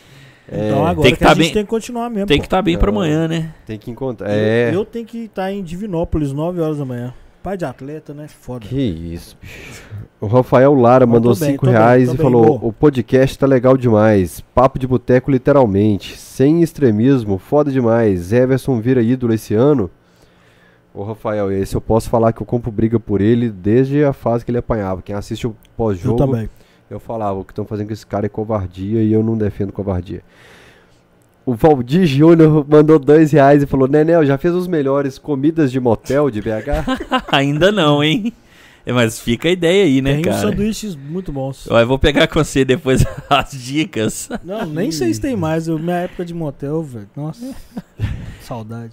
Então agora Tem que, que a tá gente bem- tem que continuar mesmo. Tem pô. que estar bem pra amanhã, né? Tem que encontrar. Eu- É. Eu, tenho que estar em Divinópolis, 9 horas da manhã. Pai de atleta, né? Foda. Que isso, bicho. O Rafael Lara Mas mandou tô bem, 5 tô bem, reais tô e bem, falou: boa. O podcast tá legal demais. Papo de boteco, literalmente. Sem extremismo, foda demais. Everson vira ídolo esse ano. Ô, Rafael, esse eu posso falar que eu compro briga por ele desde a fase que ele apanhava. Quem assiste o eu pós-jogo, também. eu, Eu falava, o que estão fazendo com esse cara é covardia e eu não defendo covardia. O Valdir Júnior mandou dois reais e falou, Nenel, já fez os melhores comidas de motel de BH? Ainda não, hein? É, Mas fica a ideia aí, né, Tem um uns cara? sanduíches muito bons. Ó, Eu vou pegar com você depois as dicas. Não, nem sei se tem mais. Eu, minha época de motel, velho. Nossa. Saudade.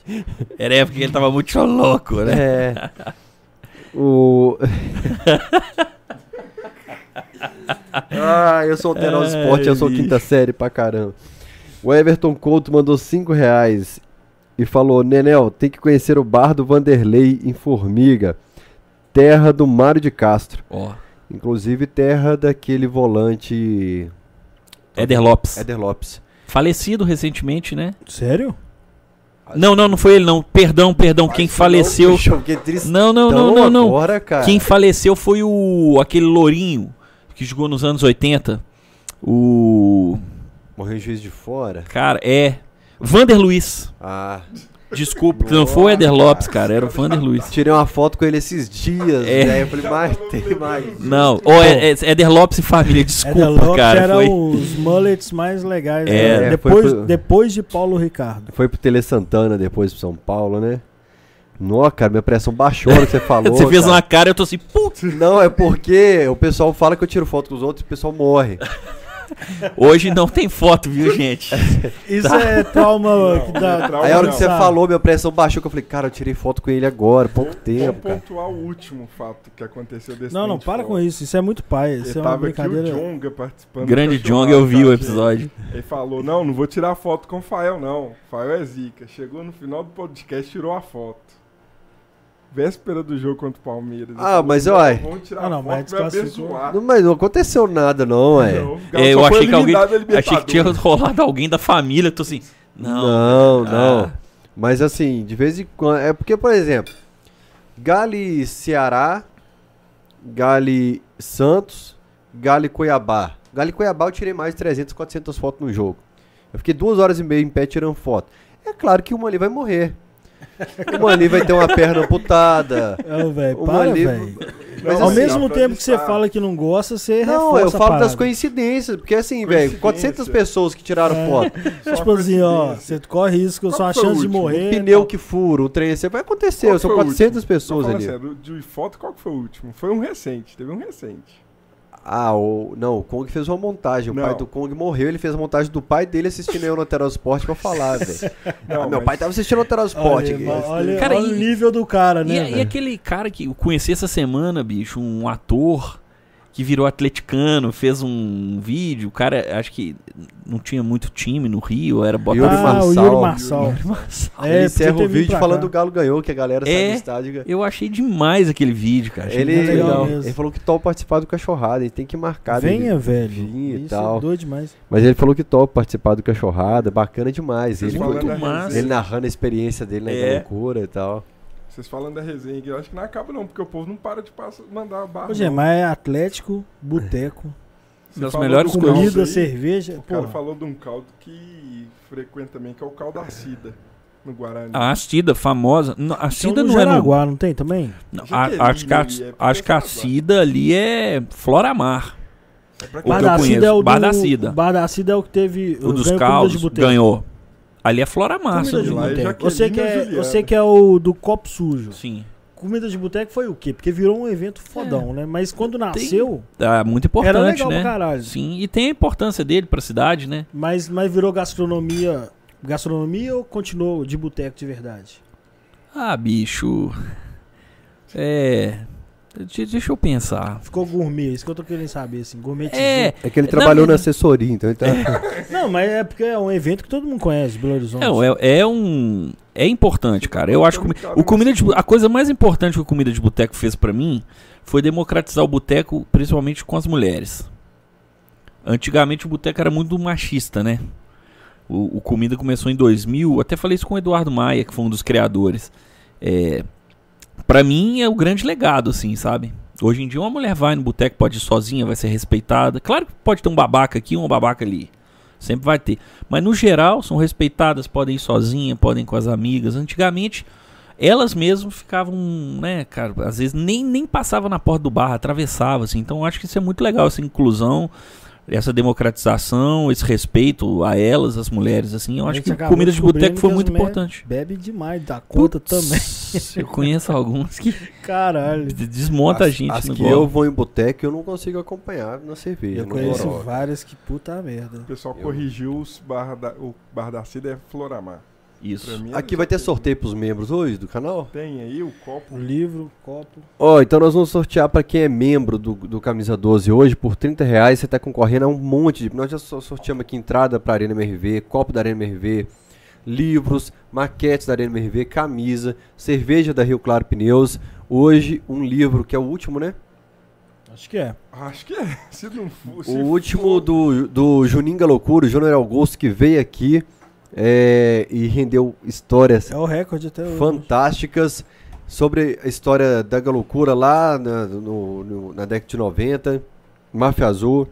Era a época que ele tava muito louco, né? é. O... ah, eu sou o Terol Esporte, eu sou bicho. quinta série pra caramba. O Everton Couto mandou cinco reais e falou, Nenel, tem que conhecer o bar do Vanderlei em Formiga, terra do Mário de Castro. Ó, Inclusive terra daquele volante Éder Lopes. Éder Lopes. Falecido recentemente, né? Sério? Não, não, não foi ele, não. Perdão, perdão. Quem faleceu. Puxa, eu fiquei tristão Não, não, não, não, não. Tá agora, cara. Quem faleceu foi o aquele lourinho que jogou nos anos 80. O Morreu em juiz de fora? cara é Vander Luiz. Ah. Desculpa, não foi o Éder Lopes, cara, era o Vander Luiz. Tirei uma foto com ele esses dias, É. né? Eu falei, mas tem mais. Não, ou é, é, Éder Lopes e família, desculpa, Éder Lopes cara. era um foi... os mullets mais legais. É, né? é, depois, foi pro- depois de Paulo Ricardo. Foi pro Tele Santana depois pro São Paulo, né? Nossa, cara, minha pressão baixou no que você falou. Você fez cara. uma cara, eu tô assim, putz. Não, é porque o pessoal fala que eu tiro foto com os outros e o pessoal morre. Hoje não tem foto, viu, gente? Isso é trauma que dá. trauma Aí a hora que você Tá. Sabe? falou, minha pressão baixou, que eu falei, cara, eu tirei foto com ele agora, pouco tempo, Vamos cara. pontuar o último fato que aconteceu desse Não, não, dente para fora. com isso. Isso é muito pai. Isso Ele é uma tava aqui o brincadeira. Jonga participando. do Grande Cachorrada Jong, eu vi o Cachê. episódio. Ele falou, não, não vou tirar foto com o Fael, não. Fael é zica. Chegou no final do podcast, tirou a foto. Véspera do jogo contra o Palmeiras. Ele Ah, falou, mas, "Não, uai. Vamos tirar Ah, não, a foto, mas vai desclassificou. abençoar. Não, mas não aconteceu nada, não, é. Não, o Galo É, eu só foi achei que alguém eliminado da achei que tinha Libertadores. rolado alguém da família, eu tô assim, não. Não, não. Ah. Mas assim, de vez em quando. É porque, por exemplo, Gale Ceará, Gale Santos, Gale Cuiabá. Gale Cuiabá eu tirei mais de 300, 400 fotos no jogo. Eu fiquei duas horas e meia em pé tirando foto. É claro que uma ali vai morrer. Uma ali vai ter uma perna amputada. Ô, É velho, Uma para, ali- velho. Mas Não, Ao assim, mesmo pra tempo que você listar. fala que não gosta, você não, reforça eu a falo das parada. coincidências, porque assim, velho, 400 Coincidência. pessoas que tiraram foto. Só Tipo assim, ó, coincidência. você corre risco, Qual só a foi o chance de último? Um morrer. né? pneu que fura, um trem, assim, vai acontecer, Qual são foi o 400 último? pessoas Não, ali. fala sério, de foto, qual que foi o último? Foi um recente, teve um recente. Ah, o... não, o Kong fez uma montagem. O Não. pai do Kong morreu, ele fez a montagem do pai dele assistindo eu no Terosport pra falar, velho. Não, Ah, meu mas- pai tava assistindo o Terosport. Olha, aqui. mas olha- Cara, olha e- o nível do cara, E, né? e velho? aquele cara que eu conheci essa semana, bicho, um ator que virou atleticano, fez um vídeo, o cara acho que não tinha muito time no Rio, era Yuri Botafogo. ah, o Marçal. Yuri Marçal. Ele porque encerra teve o um pra vídeo cá. falando que o Galo ganhou, que a galera sai É. do estádio. e ganha. Eu achei demais aquele vídeo, cara. Achei Ele, muito legal ele- mesmo. ele falou que topa participar do Cachorrada, ele tem que marcar. né, Venha, ele- velho. vinha e Isso é tal. Tá doido demais. Mas ele falou que topa participar do Cachorrada, bacana demais. Vocês Ele, falando muito da massa. resenha- ele tá- narrando a experiência dele na É. loucura e tal. Vocês falando da resenha aqui, eu acho que não acaba não, porque o povo não para de passar, mandar a barra. Ô, Gê, não. mas é Atlético, Boteco, Você Nas falou melhores do caldo comida, aí, cerveja. O cara Pô, falou de um caldo que frequenta também, que é o caldo acida, no Guarani. A Cida, famosa. Não, a Cida não é no. Então, Jaraguá, né? não tem também? não, Gente, a- ele acho, que a, não é ia, acho que a Cida ali é Floramar. É pra O que eu conheço. é o do... Bar da Cida. Bar da Cida é o que teve... O ganhou dos comida Caldos de boteco. ganhou. Ali é Floramar, se Comida eu não de me lá engano. é boteco. Você Jaqueline que e é, Juliana. você que é o do copo sujo. Sim. Comida de boteco foi o quê? Porque virou um evento É. fodão, né? Mas quando nasceu, Tá muito importante, era legal né? pra caralho. Sim, e tem a importância dele pra cidade, né? Mas, mas virou gastronomia. Gastronomia ou continuou de boteco de verdade? Ah, bicho. É. de- Deixa eu pensar. Ficou gourmet, isso que eu tô querendo saber, assim, gourmetizou. É, É que ele Não, trabalhou na mas- assessoria, então ele tá... Não, mas é porque é um evento que todo mundo conhece, Belo Horizonte. Não, é, é um. É importante, cara. Eu acho que Então, o comida de, bu- a coisa mais importante que o comida de boteco fez pra mim foi democratizar o boteco, principalmente com as mulheres. Antigamente o boteco era muito machista, né? O, o comida começou em 2000. eu Até falei isso com o Eduardo Maia, que foi um dos criadores. É, para mim é o grande legado, assim, sabe? Hoje em dia uma mulher vai no boteco, pode ir sozinha, vai ser respeitada. Claro que pode ter um babaca aqui, um babaca ali. Sempre vai ter. Mas no geral, são respeitadas, podem ir sozinha, podem ir com as amigas. Antigamente elas mesmas ficavam, né, cara, às vezes nem, nem passava na porta do bar, atravessava, assim. Então eu acho que isso é muito legal, essa inclusão, essa democratização, esse respeito a elas, as mulheres, assim. Eu A acho gente que acabou comida de boteco descobrindo foi que muito as mulheres importante. Bebe demais, dá conta também. Putz, Eu conheço alguns que Caralho. desmonta a as, gente as no que gol. eu vou em boteco eu não consigo acompanhar na cerveja. Eu no conheço goró. várias que puta merda. O pessoal Eu- corrigiu os bar da, o bar da seda é Floramar. Pra Isso. mim, é Aqui eles- vai ter sorteio pros membros hoje do canal? Tem aí o copo. Um livro, copo. Ó, então nós vamos sortear pra quem é membro do, do Camisa 12 hoje, por 30 reais você tá concorrendo a um monte de... Nós já só sorteamos aqui entrada pra Arena MRV, copo da Arena MRV, livros, maquetes da Arena MRV, camisa, cerveja da Rio Claro Pneus, hoje um livro que é o último, né? Acho que é. Acho que é. Se não fosse. O último do, do Juninga Loucura, o Júnior Augusto, que veio aqui é, e rendeu histórias É o recorde até hoje. fantásticas sobre a história da Galocura lá na, no- no- na década de 90, Máfia Azul,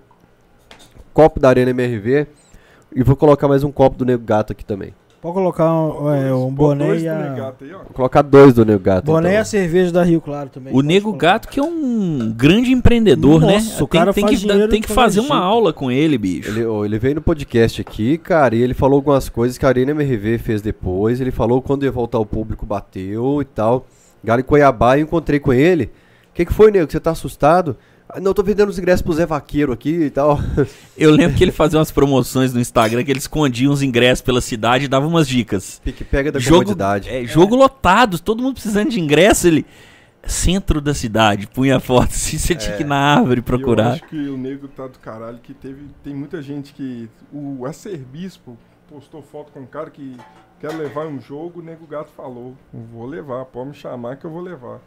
copo da Arena MRV. E vou colocar mais um copo do Nego Gato aqui também. Pode colocar um, é, um Pô, boné dois e do a... Negato aí, ó. Vou colocar dois do Nego Gato. Boné é assim. então. e a cerveja da Rio Claro também. O Pode Nego colocar. Gato, que é um grande empreendedor, Nossa, né? o cara tem, tem faz que, dar- dinheiro tem que com fazer energia. uma aula com ele, bicho. Ele, ó, ele veio no podcast aqui, cara, e ele falou algumas coisas que a Arena MRV fez depois. Ele falou quando ia voltar o público bateu e tal. Galo em Cuiabá, eu encontrei com ele. O que, que foi, nego? Você tá assustado? "Ah, Não, eu tô vendendo os ingressos pro Zé Vaqueiro aqui e tal. Eu lembro que ele fazia umas promoções no Instagram que ele escondia uns ingressos pela cidade e dava umas dicas. Pique pega da jogo comodidade. é, jogo lotado, todo mundo precisando de ingresso, ele centro da cidade, punha a foto, assim, você tinha É. que ir na árvore Eu procurar. acho que o nego tá do caralho, que teve. Tem muita gente que. O arcebispo postou foto com um cara que quer levar um jogo, o nego gato falou. Vou levar, pode me chamar que eu vou levar.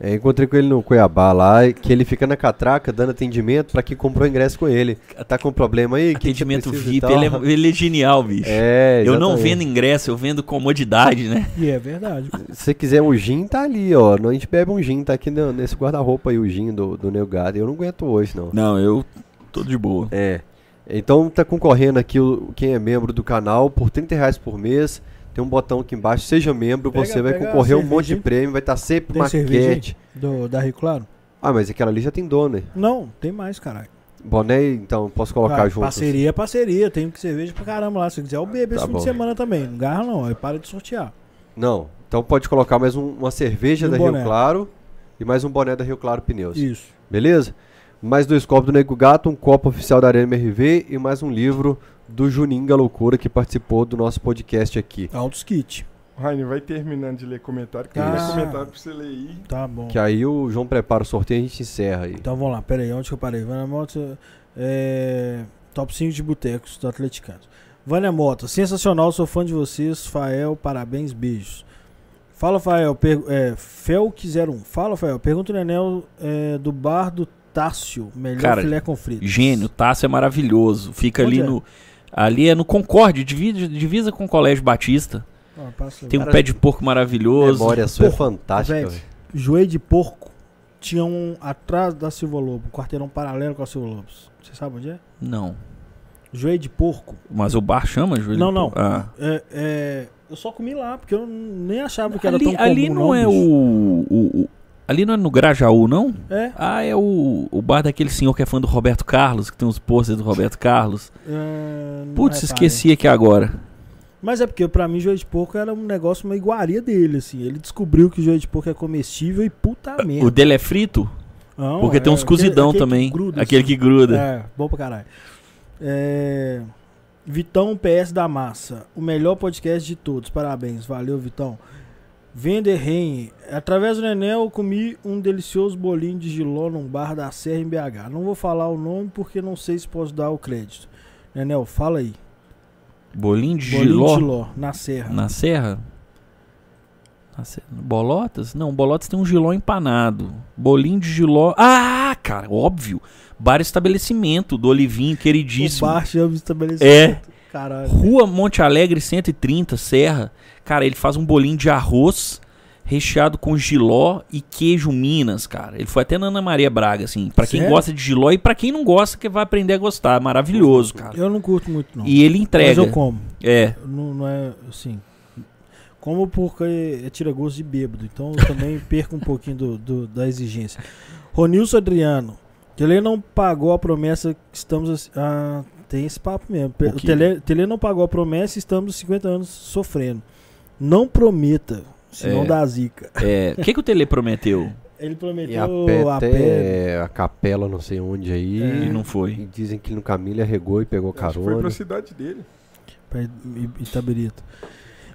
É, encontrei com ele no Cuiabá lá, e que ele fica na catraca dando atendimento pra quem comprou ingresso com ele. Tá com problema aí? Que que você Atendimento precisa e VIP, tal? ele é, ele é genial, bicho. É, eu não vendo exatamente. ingresso, eu vendo comodidade, né? E é verdade. Se você quiser um gin, tá ali, ó. A gente bebe um gin, tá aqui no- nesse guarda-roupa aí, o gin do, do Neo Gado. Eu não aguento hoje, não. Não, eu tô de boa. É. Então tá concorrendo aqui o, quem é membro do canal por 30 reais por mês. Tem um botão aqui embaixo, seja membro, Pega- você vai pega a concorrer a um cerveja, monte de hein? prêmio, vai estar sempre Tem cerveja maquete. Do, da Rio Claro? Ah, mas aquela ali já tem dono, né? Não, tem mais, caralho. Boné, então, posso colocar Vai, junto. assim. Parceria é parceria. Tem que cerveja pra caramba lá. Se quiser, eu bebo esse Tá fim bom. de semana também. Não garra não, aí para de sortear. Não. Então pode colocar mais um- uma cerveja E um da boné. Rio Claro e mais um boné da Rio Claro Pneus. Isso. Beleza? Mais dois copos do Nego Gato, um copo oficial da Arena MRV e mais um livro do Juninga Loucura que participou do nosso podcast aqui. Altos kit. Raine, vai terminando de ler comentário, que tem Isso. comentário pra você ler aí. Tá bom. Que aí o João prepara o sorteio e a gente encerra aí. Então vamos lá, pera aí, onde que eu parei? Vânia Mota, é, top 5 de botecos do Atleticanos. Vânia Mota, sensacional, sou fã de vocês. Fael, parabéns, beijos. Fala, Fael, per... é, Felk01. Fala, Fael, pergunta o Nenel é, do bar do Tássio, melhor Cara, filé com fritas. Gênio, o Tássio é maravilhoso. Fica Onde ali é? no. Ali é no Concorde, divisa, divisa com o Colégio Batista. Ó, passa aí. Tem um Cara, pé de porco maravilhoso. Memória sua é Porra, fantástica. velho. velho. Joelho de porco tinha um atrás da Silva Lobo, um quarteirão paralelo com a Silva Lobos. Você sabe onde é? Não. Joelho de porco. Mas o bar chama, Júlio? Não, não. Ah. É, é, eu só comi lá, porque eu nem achava que era tão comum. Ali, ali não, é o, bicho. o- o- Ali não é no Grajaú, não? É, Ah, é o, o bar daquele senhor que é fã do Roberto Carlos, que tem uns posters do Roberto Carlos. É, não Putz, reparei. esqueci aqui agora. Mas é porque pra mim joelho de porco era um negócio, uma iguaria dele, assim. Ele descobriu que joelho de porco é comestível e puta O merda. dele é frito? Não, Porque tem é uns cozidão aquele- também. gruda, aquele assim. que gruda. É, bom pra caralho. É, Vitão PS da Massa, o melhor podcast de todos. Parabéns, valeu Vitão. Vender Ren, através do Nenel eu comi um delicioso bolinho de giló num bar da Serra em BH. Não vou falar o nome porque não sei se posso dar o crédito. Nenel, fala aí. Bolinho de Bolinho giló. de giló na Serra. Na Serra? Na Serra- Bolotas? Não, Bolotas tem um giló empanado. Bolinho de giló. Ah, cara, óbvio. Bar estabelecimento do Olivinho, O queridíssimo. bar chama estabelecimento. É. Caralho. Rua Monte Alegre 130, Serra. Cara, ele faz um bolinho de arroz recheado com giló e queijo Minas, cara. Ele foi até na Ana Maria Braga, assim. Pra quem Sério? gosta de giló e pra quem não gosta, que vai aprender a gostar. Maravilhoso, cara. Eu não curto muito, não. E ele É, Mas entrega. eu como. É. Não, não é assim. Como porque é tira gosto de bêbado, então eu também perco um pouquinho do, do- da exigência. Ronilson Adriano, Tele não pagou a promessa que estamos. ass- Ah, tem esse papo mesmo. Pe- O O, quê? Tele, Tele não pagou a promessa e estamos 50 anos sofrendo. Não prometa, senão É. dá zica. É, o que, que o Tele prometeu Ele E a prometeu pé a até pé. a capela, não sei onde É. aí. e não E foi? dizem que no caminho ele regou e pegou Acho que foi carona. pra cidade dele. pra I- Itabirito.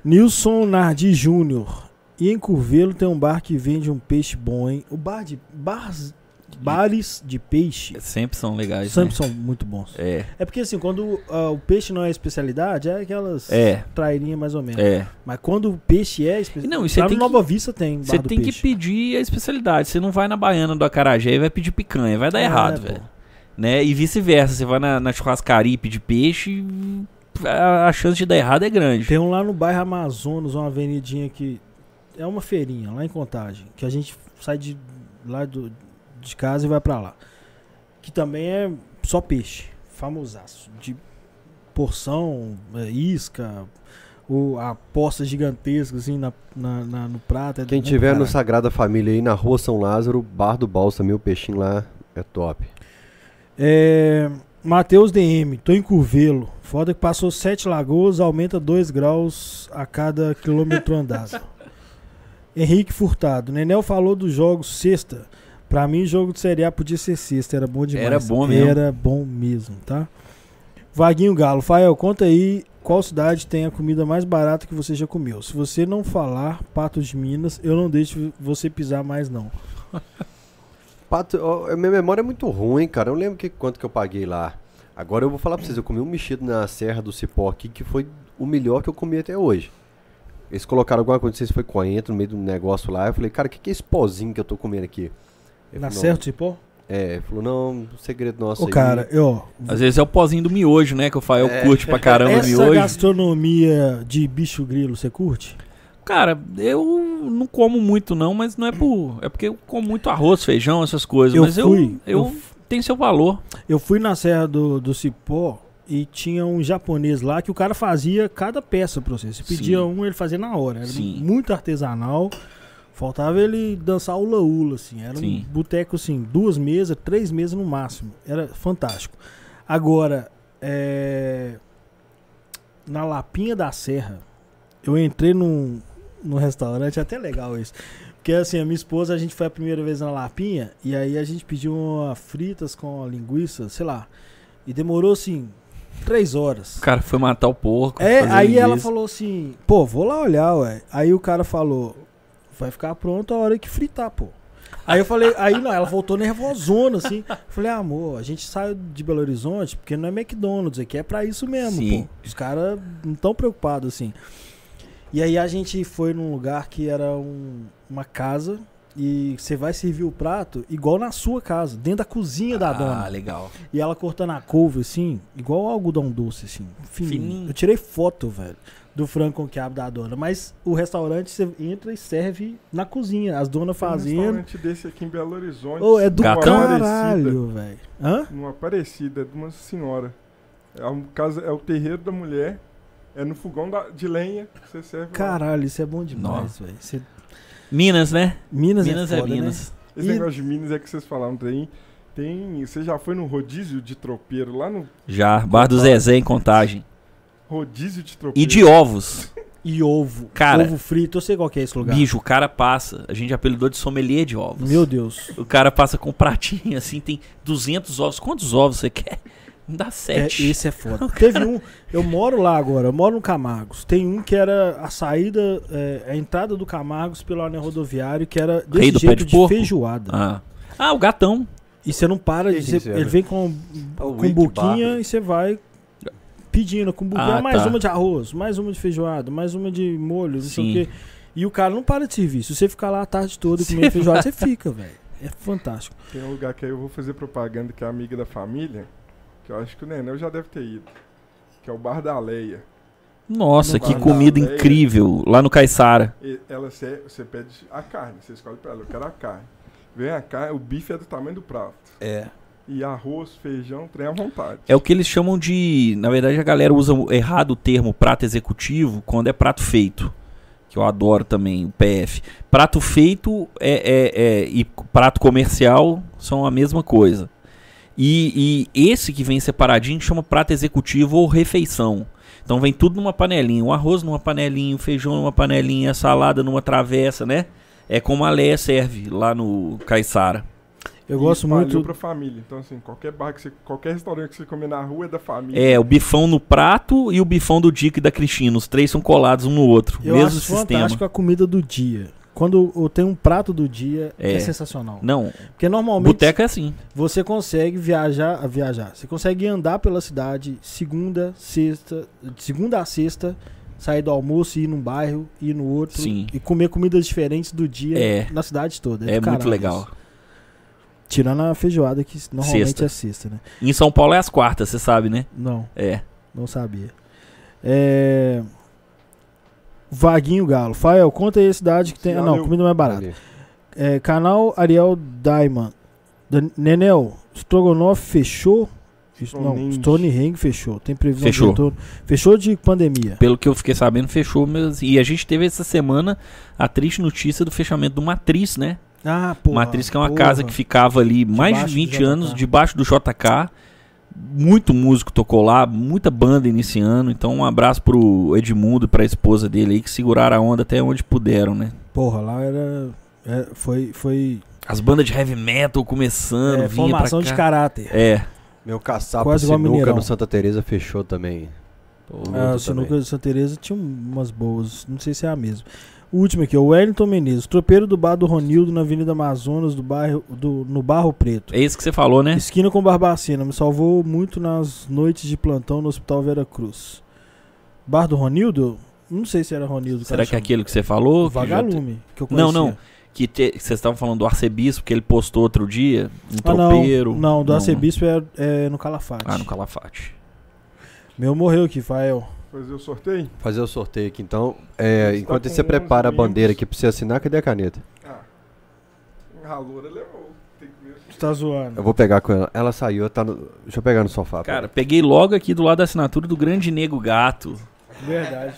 Nilson Nardi Júnior. E em Curvelo tem um bar que vende um peixe bom, hein? O bar de. Bars, bares de peixe Sempre são legais. né? sempre são muito bons. É, É porque assim, quando ah, o peixe não é especialidade, é aquelas é, trairinhas mais ou menos. é. Mas quando o peixe é especialidade. Não, e você lá tem no que- Nova Vista tem. Bar Você do tem que peixe. pedir a especialidade. Você não vai na baiana do acarajé e vai pedir picanha. Vai dar É, errado, pô. velho. Né? E vice-versa. Você vai na, na churrascaria e pedir peixe, a, a chance de dar errado é grande. Tem um lá no bairro Amazonas, uma avenidinha que. É uma feirinha, lá em Contagem. Que a gente sai de lá do, de casa e vai pra lá. Que também é só peixe. Famosaço. De porção, é, isca, o, a aposta gigantesca assim na, na- na- no prato. é Quem bom tiver pra no caralho. Sagrada Família aí na rua São Lázaro, Bar do Balsa, meu peixinho lá é top. É, Matheus DM, tô em Curvelo. Foda que passou 7 lagoas, aumenta 2 graus a cada quilômetro andado. Henrique Furtado, Nenel falou dos jogos sexta. Pra mim, jogo de Série A podia ser sexta, era bom demais. Era bom mesmo. Era bom mesmo, tá? Vaguinho Galo, Fael, conta aí qual cidade tem a comida mais barata que você já comeu. Se você não falar Patos de Minas, eu não deixo você pisar mais, não. Pato, ó, a minha memória é muito ruim, cara. Eu lembro que quanto que eu paguei lá. Agora eu vou falar pra vocês, eu comi um mexido na Serra do Cipó aqui, que foi o melhor que eu comi até hoje. Eles colocaram alguma coisa, não sei se foi coentro no meio do negócio lá. Eu falei, cara, o que, que é esse pozinho que eu tô comendo aqui? Ele Na falou, Serra do Cipó? "Não." É, ele falou, não, segredo nosso Ô, aí." cara, eu, ó, Às vezes é o pozinho do miojo, né? Que o Fael curte pra caramba o Essa é miojo. gastronomia de bicho grilo, você curte? Cara, eu não como muito, não, mas não é por. É porque eu como muito arroz, feijão, essas coisas. Eu mas fui, eu. eu tem seu valor. Eu fui na Serra do, do Cipó e tinha um japonês lá que o cara fazia cada peça pra você. Você pedia Sim. um, ele fazia na hora. Era Sim. muito artesanal. Faltava ele dançar o laula, assim. Era Sim. um boteco, assim, duas mesas, três mesas no máximo. Era fantástico. Agora, é, na Lapinha da Serra, eu entrei num, num restaurante, é até legal isso. Porque assim, a minha esposa, a gente foi a primeira vez na Lapinha, e aí a gente pediu uma fritas com linguiça, sei lá. E demorou assim, três horas. O cara foi matar o porco. É, fazer aí ela linguiça. falou assim, pô, vou lá olhar, ué. Aí o cara falou, vai ficar pronto a hora que fritar, pô. Aí eu falei, aí não, ela voltou nervosona, assim. Eu Falei, ah, amor, a gente saiu de Belo Horizonte porque não é McDonald's, aqui é pra isso mesmo, Sim. pô. Os caras não tão preocupados, assim. E aí a gente foi num lugar que era um- uma casa e você vai servir o prato igual na sua casa, dentro da cozinha da dona. Ah, legal. E ela cortando a couve, assim, igual algodão doce, assim, fininho. Fininho. Eu tirei foto, velho, do frango com quiabo da dona. Mas o restaurante, você entra e serve na cozinha. As donas Um fazendo. restaurante desse aqui em Belo Horizonte. um Ô, é do Gatão? caralho, velho. Hã? Numa parecida, de uma senhora. É, um casa, é o terreiro da mulher. É no fogão da- de lenha. Você serve. lá. Caralho, isso é bom demais, Nossa. velho. Você- Minas, né? Minas, Minas é é, foda, né? Minas. Esse E- negócio de Minas é que vocês falaram daí. Tem. Você já foi no rodízio de tropeiro, lá no Já, Bar do Zezé em contagem. rodízio de tropeiro. E de ovos. E ovo. Cara, Ovo frito, eu sei qual que é esse lugar. Bicho, o cara passa. A gente apelidou de sommelier de ovos. Meu Deus. O cara passa com um pratinho assim, tem 200 ovos. Quantos ovos você quer? Não dá É, sete. esse é foda. Teve um. Eu moro lá agora, eu moro no Camargos. Tem um que era a saída, é, a entrada do Camargos pelo anel rodoviário, que era desse Rei do pé jeito de de, porco? feijoada. Ah. Ah, o gatão. E você não para, Que de- você- isso, ele Ever? vem com, Ah, o com Wake boquinha Barber. e você vai pedindo com boquinha. Ah, mais tá. uma de arroz, mais uma de feijoada, mais uma de molho, não sei Sim. o quê. E o cara não para de servir. Se você ficar lá a tarde toda Você comendo feijoada, você fica, velho. É fantástico. Tem um lugar que aí eu vou fazer propaganda que é amiga da família. Que eu acho que o Nenel já deve ter ido. Que é o Bar da Leia. Nossa, Não que dá, comida velho. incrível. Lá no Caiçara. E ela você, você pede a carne, você escolhe pra ela, eu quero a carne. Vem a carne, o bife é do tamanho do prato. É. E arroz, feijão, trem à vontade. É o que eles chamam de. Na verdade, a galera usa o- errado o termo prato executivo quando é prato feito. que eu adoro também, o PF. Prato feito é, é- é- e prato comercial são a mesma coisa. E, e esse que vem separadinho chama prato executivo ou refeição. Então vem tudo numa panelinha. O arroz numa panelinha, o feijão numa panelinha, a salada numa travessa, né? É como a Leia serve lá no Caissara. Eu gosto Valeu muito. pra família. Então, assim, qualquer bar que você. Qualquer restaurante que você comer na rua é da família. É, o bifão no prato e o bifão do Dick e da Cristina. Os três são colados um no outro. Eu mesmo acho sistema. fantástico a comida do dia. Quando eu tenho um prato do dia, é, É. sensacional. Não, Porque normalmente boteca é assim. você consegue viajar, viajar. Você consegue andar pela cidade segunda, sexta, de segunda a sexta, sair do almoço, ir num bairro, ir no outro Sim. e comer comidas diferentes do dia É. na cidade toda. É do muito caralho legal. isso. Tirando a feijoada que normalmente Sexta. é sexta, né? Em São Paulo é às quartas, você sabe, né? Não, É. não sabia. É... Vaguinho Galo. Fael, conta aí a cidade que tem. Ah, não, Valeu. comida mais barata. Ali. É, canal Ariel Diamond. Dan- Nenel, Strogonoff fechou? Isso, Não, Stonehenge. Stonehenge fechou. Tem previsão Fechou. de retorno. Fechou de pandemia. Pelo que eu fiquei sabendo, fechou. Mas... E a gente teve essa semana a triste notícia do fechamento do Matriz, né? Ah, pô. Matriz, que é uma casa que ficava ali mais Debaixo de do 20 JK. anos debaixo do JK. Muito músico tocou lá, muita banda iniciando. Então, um abraço pro Edmundo e pra esposa dele aí que seguraram a onda até onde puderam, né? Porra, lá era. é, foi foi As bandas de heavy metal começando, é, vinha pra formação cá. de caráter. É, Meu caçapa Quase igual sinuca Mineirão. no Santa Teresa fechou também. Ah, Outro o sinuca também. de Santa Teresa tinha umas boas, não sei se é a mesma. O último aqui, o Wellington Menezes, tropeiro do bar do Ronildo na Avenida Amazonas, do bairro, do, no Barro Preto. é isso que você falou, né? Esquina com Barbacena, me salvou muito nas noites de plantão no Hospital Vera Cruz. Bar do Ronildo? Não sei se era Ronildo. Será que é cara, aquele que você chama. falou? que já Vagalume, que eu Não, conhecia. não. Que te- que vocês estavam falando do arcebispo que ele postou outro dia, um Ah, não. tropeiro. Não, do arcebispo é, é no Calafate. Ah, no Calafate. Meu morreu aqui, Fael. É. Fazer o sorteio? Fazer o sorteio aqui então. É, Está enquanto com você prepara a 11 bandeira minutos. aqui pra você assinar, cadê a caneta? Ah. um Ralura levou. Tem que ver. Você tá zoando. Eu vou pegar com ela. Ela saiu, tá no... Deixa eu pegar no sofá. Cara, peguei logo aqui do lado da assinatura do grande nego gato. Verdade.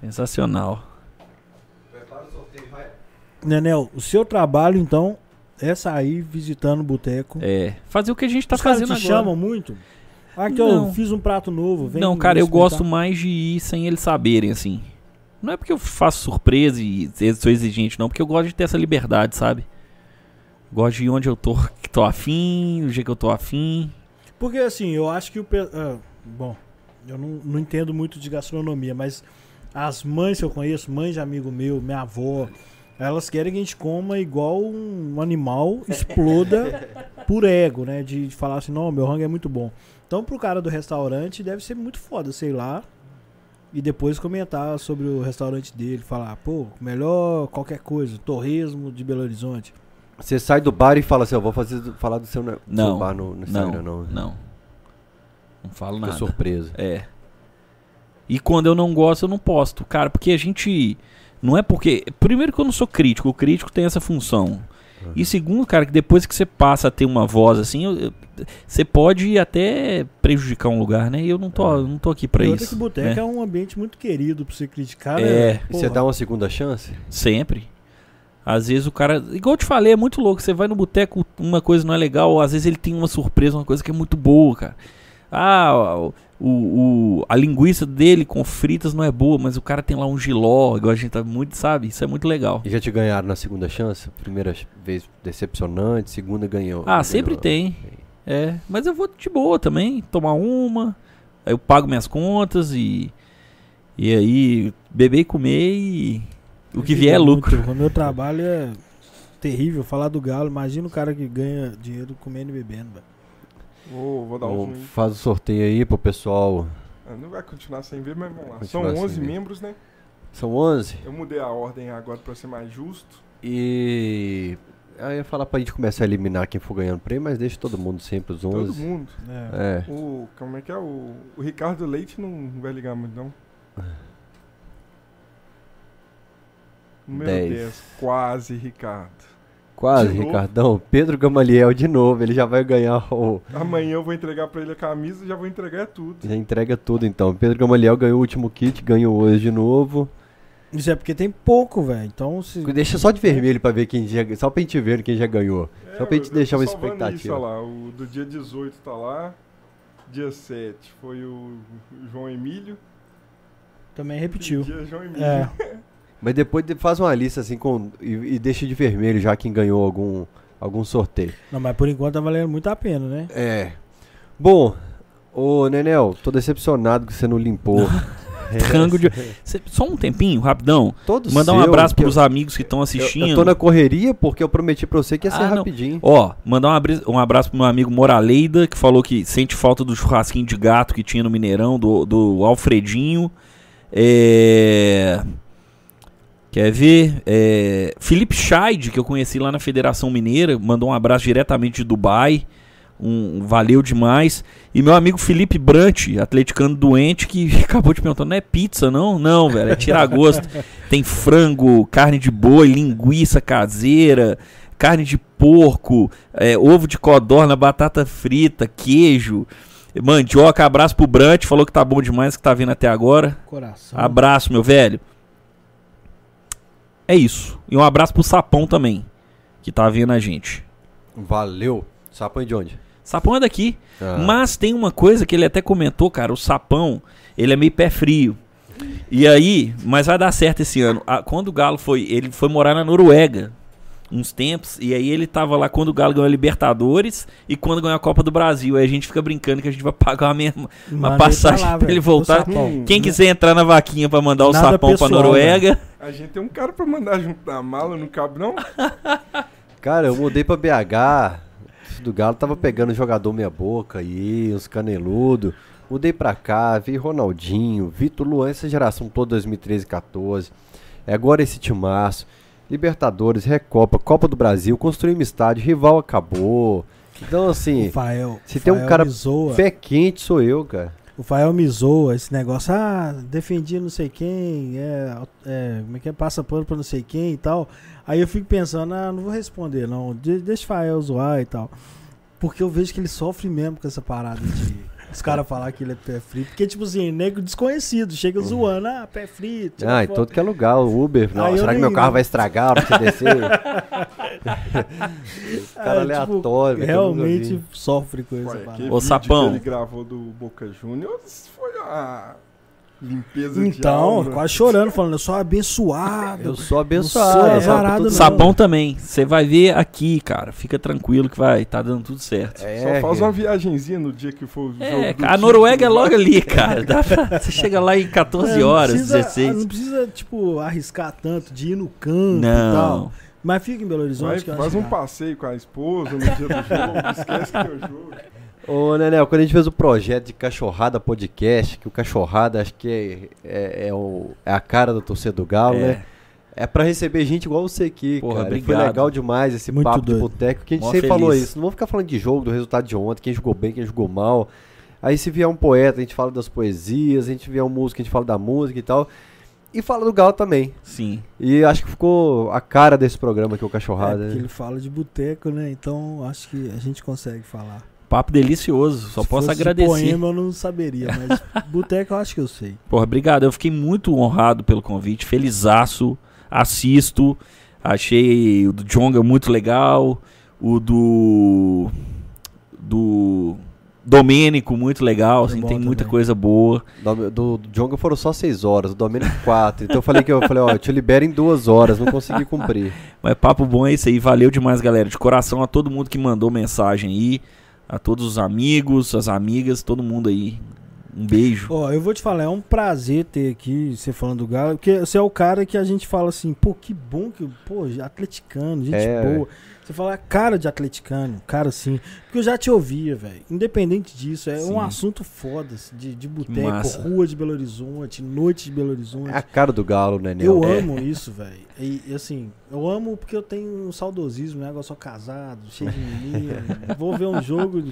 Sensacional. Nenel, o seu trabalho, então, é sair visitando o boteco. É. Fazer o que a gente tá Os caras te fazendo agora. chamam muito? Ah, que Não. eu fiz um prato novo. Vem não, cara, eu experimentar. gosto mais de ir sem eles saberem, assim. Não é porque eu faço surpresa e ex- sou exigente, não, porque eu gosto de ter essa liberdade, sabe? Gosto de ir onde eu tô, que tô afim, o jeito que eu tô afim. Porque assim, eu acho que o. pe- ah, bom, eu não, não entendo muito de gastronomia, mas as mães que eu conheço, mães de amigo meu, minha avó, elas querem que a gente coma igual um animal exploda por ego, né? De, de falar assim, não, meu rango é muito bom. Então pro cara do restaurante deve ser muito foda, sei lá. E depois comentar sobre o restaurante dele, falar, pô, melhor qualquer coisa, torresmo de Belo Horizonte. Você sai do bar e fala assim: Eu vou fazer, falar do seu, ne- do Não, seu bar no, no Não, Instagram, não. não. Não, falo Fica nada. surpresa. É. E quando eu não gosto, eu não posto, cara, porque a gente. Não é porque. Primeiro que eu não sou crítico, o crítico tem essa função. E segundo, cara, que depois que você passa a ter uma voz assim, eu- eu- você pode até prejudicar um lugar, né? E eu não tô, eu não tô aqui pra E outra isso. que boteca né? é um ambiente muito querido pra você criticar, É. né? E você Porra. dá uma segunda chance? Sempre. Às vezes o cara. Igual eu te falei, é muito louco. Você vai no boteco, uma coisa não é legal, às vezes ele tem uma surpresa, uma coisa que é muito boa, cara. Ah, o, o- a linguiça dele com fritas não é boa, mas o cara tem lá um giló, igual a gente tá muito, sabe? Isso é muito legal. E já te ganharam na segunda chance? Primeira ch- vez decepcionante, segunda ganhou. Ah, sempre tem. É, mas eu vou de boa também, tomar uma, aí eu pago minhas contas e. E aí, beber e comer e. O que vier é lucro. O meu trabalho é terrível. Falar do galo, imagina o cara que ganha dinheiro comendo e bebendo. velho. Vou, vou dar um Bom, zoom. Então, faz o sorteio aí pro pessoal. Ah, Não vai continuar sem ver, mas vamos lá. Vai São continuar sem 11 ver. membros, né? São 11 Eu mudei a ordem agora pra ser mais justo. e. Aí eu ia falar pra gente começar a eliminar quem for ganhando prêmio, mas deixa todo mundo sempre os 11. Todo mundo. É. O, como é que é? O, o Ricardo Leite não vai ligar muito, não. É. Número Dez. 10. Quase, Ricardo. Quase, De novo? Ricardão. Pedro Gamaliel de novo, ele já vai ganhar o. Amanhã eu vou entregar pra ele a camisa e já vou entregar é tudo. Já entrega tudo então. Pedro Gamaliel ganhou o último kit, ganhou hoje de novo. Isso é porque tem pouco, velho. Então, se. Deixa só de vermelho pra ver quem já, só pra gente ver quem já ganhou. só pra gente É, eu- eu deixar tô uma salvando Isso, expectativa. olha lá, o do dia 18 tá lá. Dia 7 foi o João Emílio. Também e repetiu. Dia João Emílio. É. Mas depois de- faz uma lista assim com, e, e deixa de vermelho já quem ganhou algum, algum sorteio. Não, mas por enquanto tá valendo muito a pena, né? É. Bom, ô Nenel, tô decepcionado que você não limpou. É, Rango de... Cê- Só um tempinho, rapidão. Todos Mandar um abraço pros amigos que estão assistindo. Eu, eu tô na correria porque eu prometi pra você que ia ser Ah, não. rapidinho. Ó, mandar um, abri- um abraço pro meu amigo Moraleida, que falou que sente falta do churrasquinho de gato que tinha no Mineirão, do, do Alfredinho. É... Quer ver? É... Felipe Scheid, que eu conheci lá na Federação Mineira, mandou um abraço diretamente de Dubai. Um, um valeu demais. E meu amigo Felipe Brant, atleticano doente, que acabou te perguntando: não é pizza, não? Não, velho, é tira-gosto. Tem frango, carne de boi, linguiça caseira, carne de porco, é, ovo de codorna, batata frita, queijo. Mandioca, abraço pro Brant, falou que tá bom demais, que tá vindo até agora. Coração. Abraço, meu velho. É isso. E um abraço pro Sapão também, que tá vendo a gente. Valeu. Sapão de onde? Sapão é daqui. Ah. Mas tem uma coisa que ele até comentou, cara, o sapão, ele é meio pé frio. E aí, mas vai dar certo esse ano. Ah, quando o Galo foi, ele foi morar na Noruega uns tempos, e aí ele tava lá quando o Galo ganhou a Libertadores e quando ganhou a Copa do Brasil. Aí a gente fica brincando que a gente vai pagar a mesma Mandei uma passagem pra tá lá, pra velho. Hum. ele voltar. O sapão. é Quem quiser entrar na vaquinha pra mandar o Nada sapão pessoal, né? pra Noruega, A gente tem um cara pra mandar junto na mala, não cabe não? Cara, eu mudei pra BH. isso Do Galo tava pegando jogador meia boca aí, uns caneludo. Mudei pra cá, vi Ronaldinho, Vitor Luan, essa geração toda 2013 e 14. É agora esse timaço. Libertadores, Recopa, Copa do Brasil, construímos estádio, rival acabou. Então assim, Fael. se tem um Fael cara me zoa. pé quente sou eu, cara. O Fael me zoa esse negócio. Ah, defendia não sei quem, é, é, como é que é? Passa pano pra não sei quem e tal. Aí eu fico pensando, ah, não vou responder não. De- deixa o Fael zoar e tal. Porque eu vejo que ele sofre mesmo com essa parada de. Os caras falar que ele é pé frio. Porque, tipo assim, nego desconhecido, chega zoando, ah, pé frio. tira Uhum. Ah, em foto. todo que é lugar, o Uber. Não, Aí eu será que nem- meu carro vai estragar pra você descer? Esse cara Ah, tipo, aleatório. que eu nunca vi. Realmente sofre com essa Ué, parada. aquele Ô, vídeo Sapão. que ele gravou do Boca Juniors foi a limpeza de Então, alma. quase chorando, falando, eu sou abençoado. Eu sou sou abençoado. azarado, sabe? não. sapão também. Você vai ver aqui, cara. Fica tranquilo que vai, tá dando tudo certo. É, Só faz uma viagenzinha no dia que for o jogo É, do cara, a time, Noruega é vai. logo ali, cara. Dá pra- Você chega lá em 14 É, não horas, precisa- 16. Não precisa, tipo, arriscar tanto de ir no campo e Não. tal. Mas fica em Belo Horizonte. Vai, que eu faz acho um que dá. passeio com a esposa no dia do jogo, esquece que é o jogo. Ô, Nenel, quando a gente fez o projeto de Cachorrada Podcast, que o Cachorrada acho que é, é, é o- é a cara do torcedor do Galo, É. né? É pra receber gente igual você aqui, Porra, cara. Foi obrigado. legal demais esse Muito papo de doido. boteco, que a gente Mó sempre falou feliz. isso. Não vamos ficar falando de jogo, do resultado de ontem, quem jogou bem, quem jogou mal. Aí se vier um poeta, a gente fala das poesias, a gente vier um músico, a gente fala da música e tal. E fala do Galo também. Sim. E acho que ficou a cara desse programa aqui, o É, Cachorrada. porque né? ele fala de boteco, né? Então acho que a gente consegue falar. Papo delicioso. Só Se posso fosse de agradecer. poema eu não saberia, mas boteco eu acho que eu sei. Porra, obrigado. Eu fiquei muito honrado pelo convite. Felizaço. Assisto. Achei o do Jonga muito legal. O do. Do. Domênico, muito legal. Muito Assim, bom tem muita também. coisa boa. Do, do, do Jonga foram só 6 horas, do Domênico 4. Então eu falei que eu falei, ó, eu te libero em duas horas, não consegui cumprir. Mas papo bom é isso aí. Valeu demais, galera. De coração a todo mundo que mandou mensagem aí. A todos os amigos, as amigas, todo mundo aí. Um beijo. Ó, eu vou te falar, é um prazer ter aqui você falando do Galo, porque você é o cara que a gente fala assim, pô, que bom que, pô, atleticano, gente É, boa. Você fala cara de atleticano, cara assim, porque eu já te ouvia, velho. Independente disso, é Sim. um assunto foda assim, de, de boteco, massa. rua de Belo Horizonte, noite de Belo Horizonte. É a cara do Galo, né, Nel? Eu É. amo isso, velho. E e, assim, eu amo porque eu tenho um saudosismo, né? Agora eu sou casado, cheio de menino. vou ver um jogo,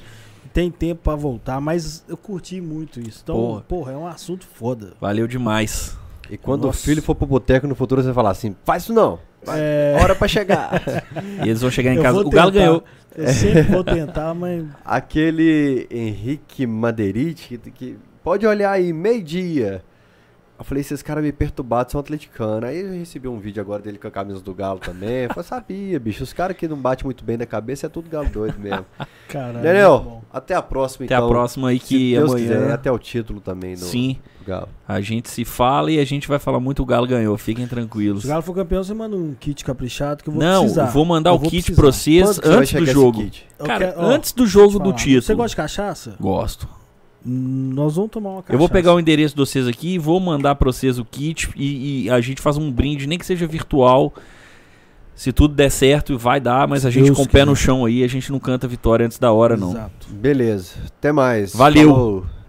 tem tempo pra voltar, mas eu curti muito isso. Então, Boa. porra, é um assunto foda. Valeu demais. E quando Nossa. o filho for pro boteco no futuro, você fala assim: faz isso não, É, hora pra chegar. E eles vão chegar em eu casa. vou O Galo tentar. ganhou. Eu sempre vou tentar, mas Aquele Henrique Madeirite, que, que pode olhar aí, meio-dia. Eu falei, esses caras me perturbados são atleticanos. Aí eu recebi um vídeo agora dele com a camisa do Galo também. Eu falei, sabia, bicho, os caras que não batem muito bem na cabeça é tudo Galo doido mesmo. Caralho. É, muito Daniel, bom. até a próxima Até então. a próxima aí Se que Deus amanhã. quiser, né? até o título também do, Sim, do Galo. a gente se fala e a gente vai falar muito o Galo ganhou, fiquem tranquilos. Se o Galo for campeão, você manda um kit caprichado que eu vou Não, precisar. eu vou mandar Eu o kit precisar. pra vocês Quando que você vai antes chegar do esse jogo. kit? Eu Cara, quero- ó, antes do deixa eu jogo te do falar. título. Você gosta de cachaça? Gosto. Hum, Nós vamos tomar uma cachaça. Eu vou pegar o endereço de vocês aqui, vou mandar pra vocês o kit e, e a gente faz um brinde, nem que seja virtual. Se tudo der certo, vai dar, mas a gente Deus com o pé quiser. no chão aí, a gente não canta vitória antes da hora, não. Exato. Beleza, até mais. Valeu. Falou.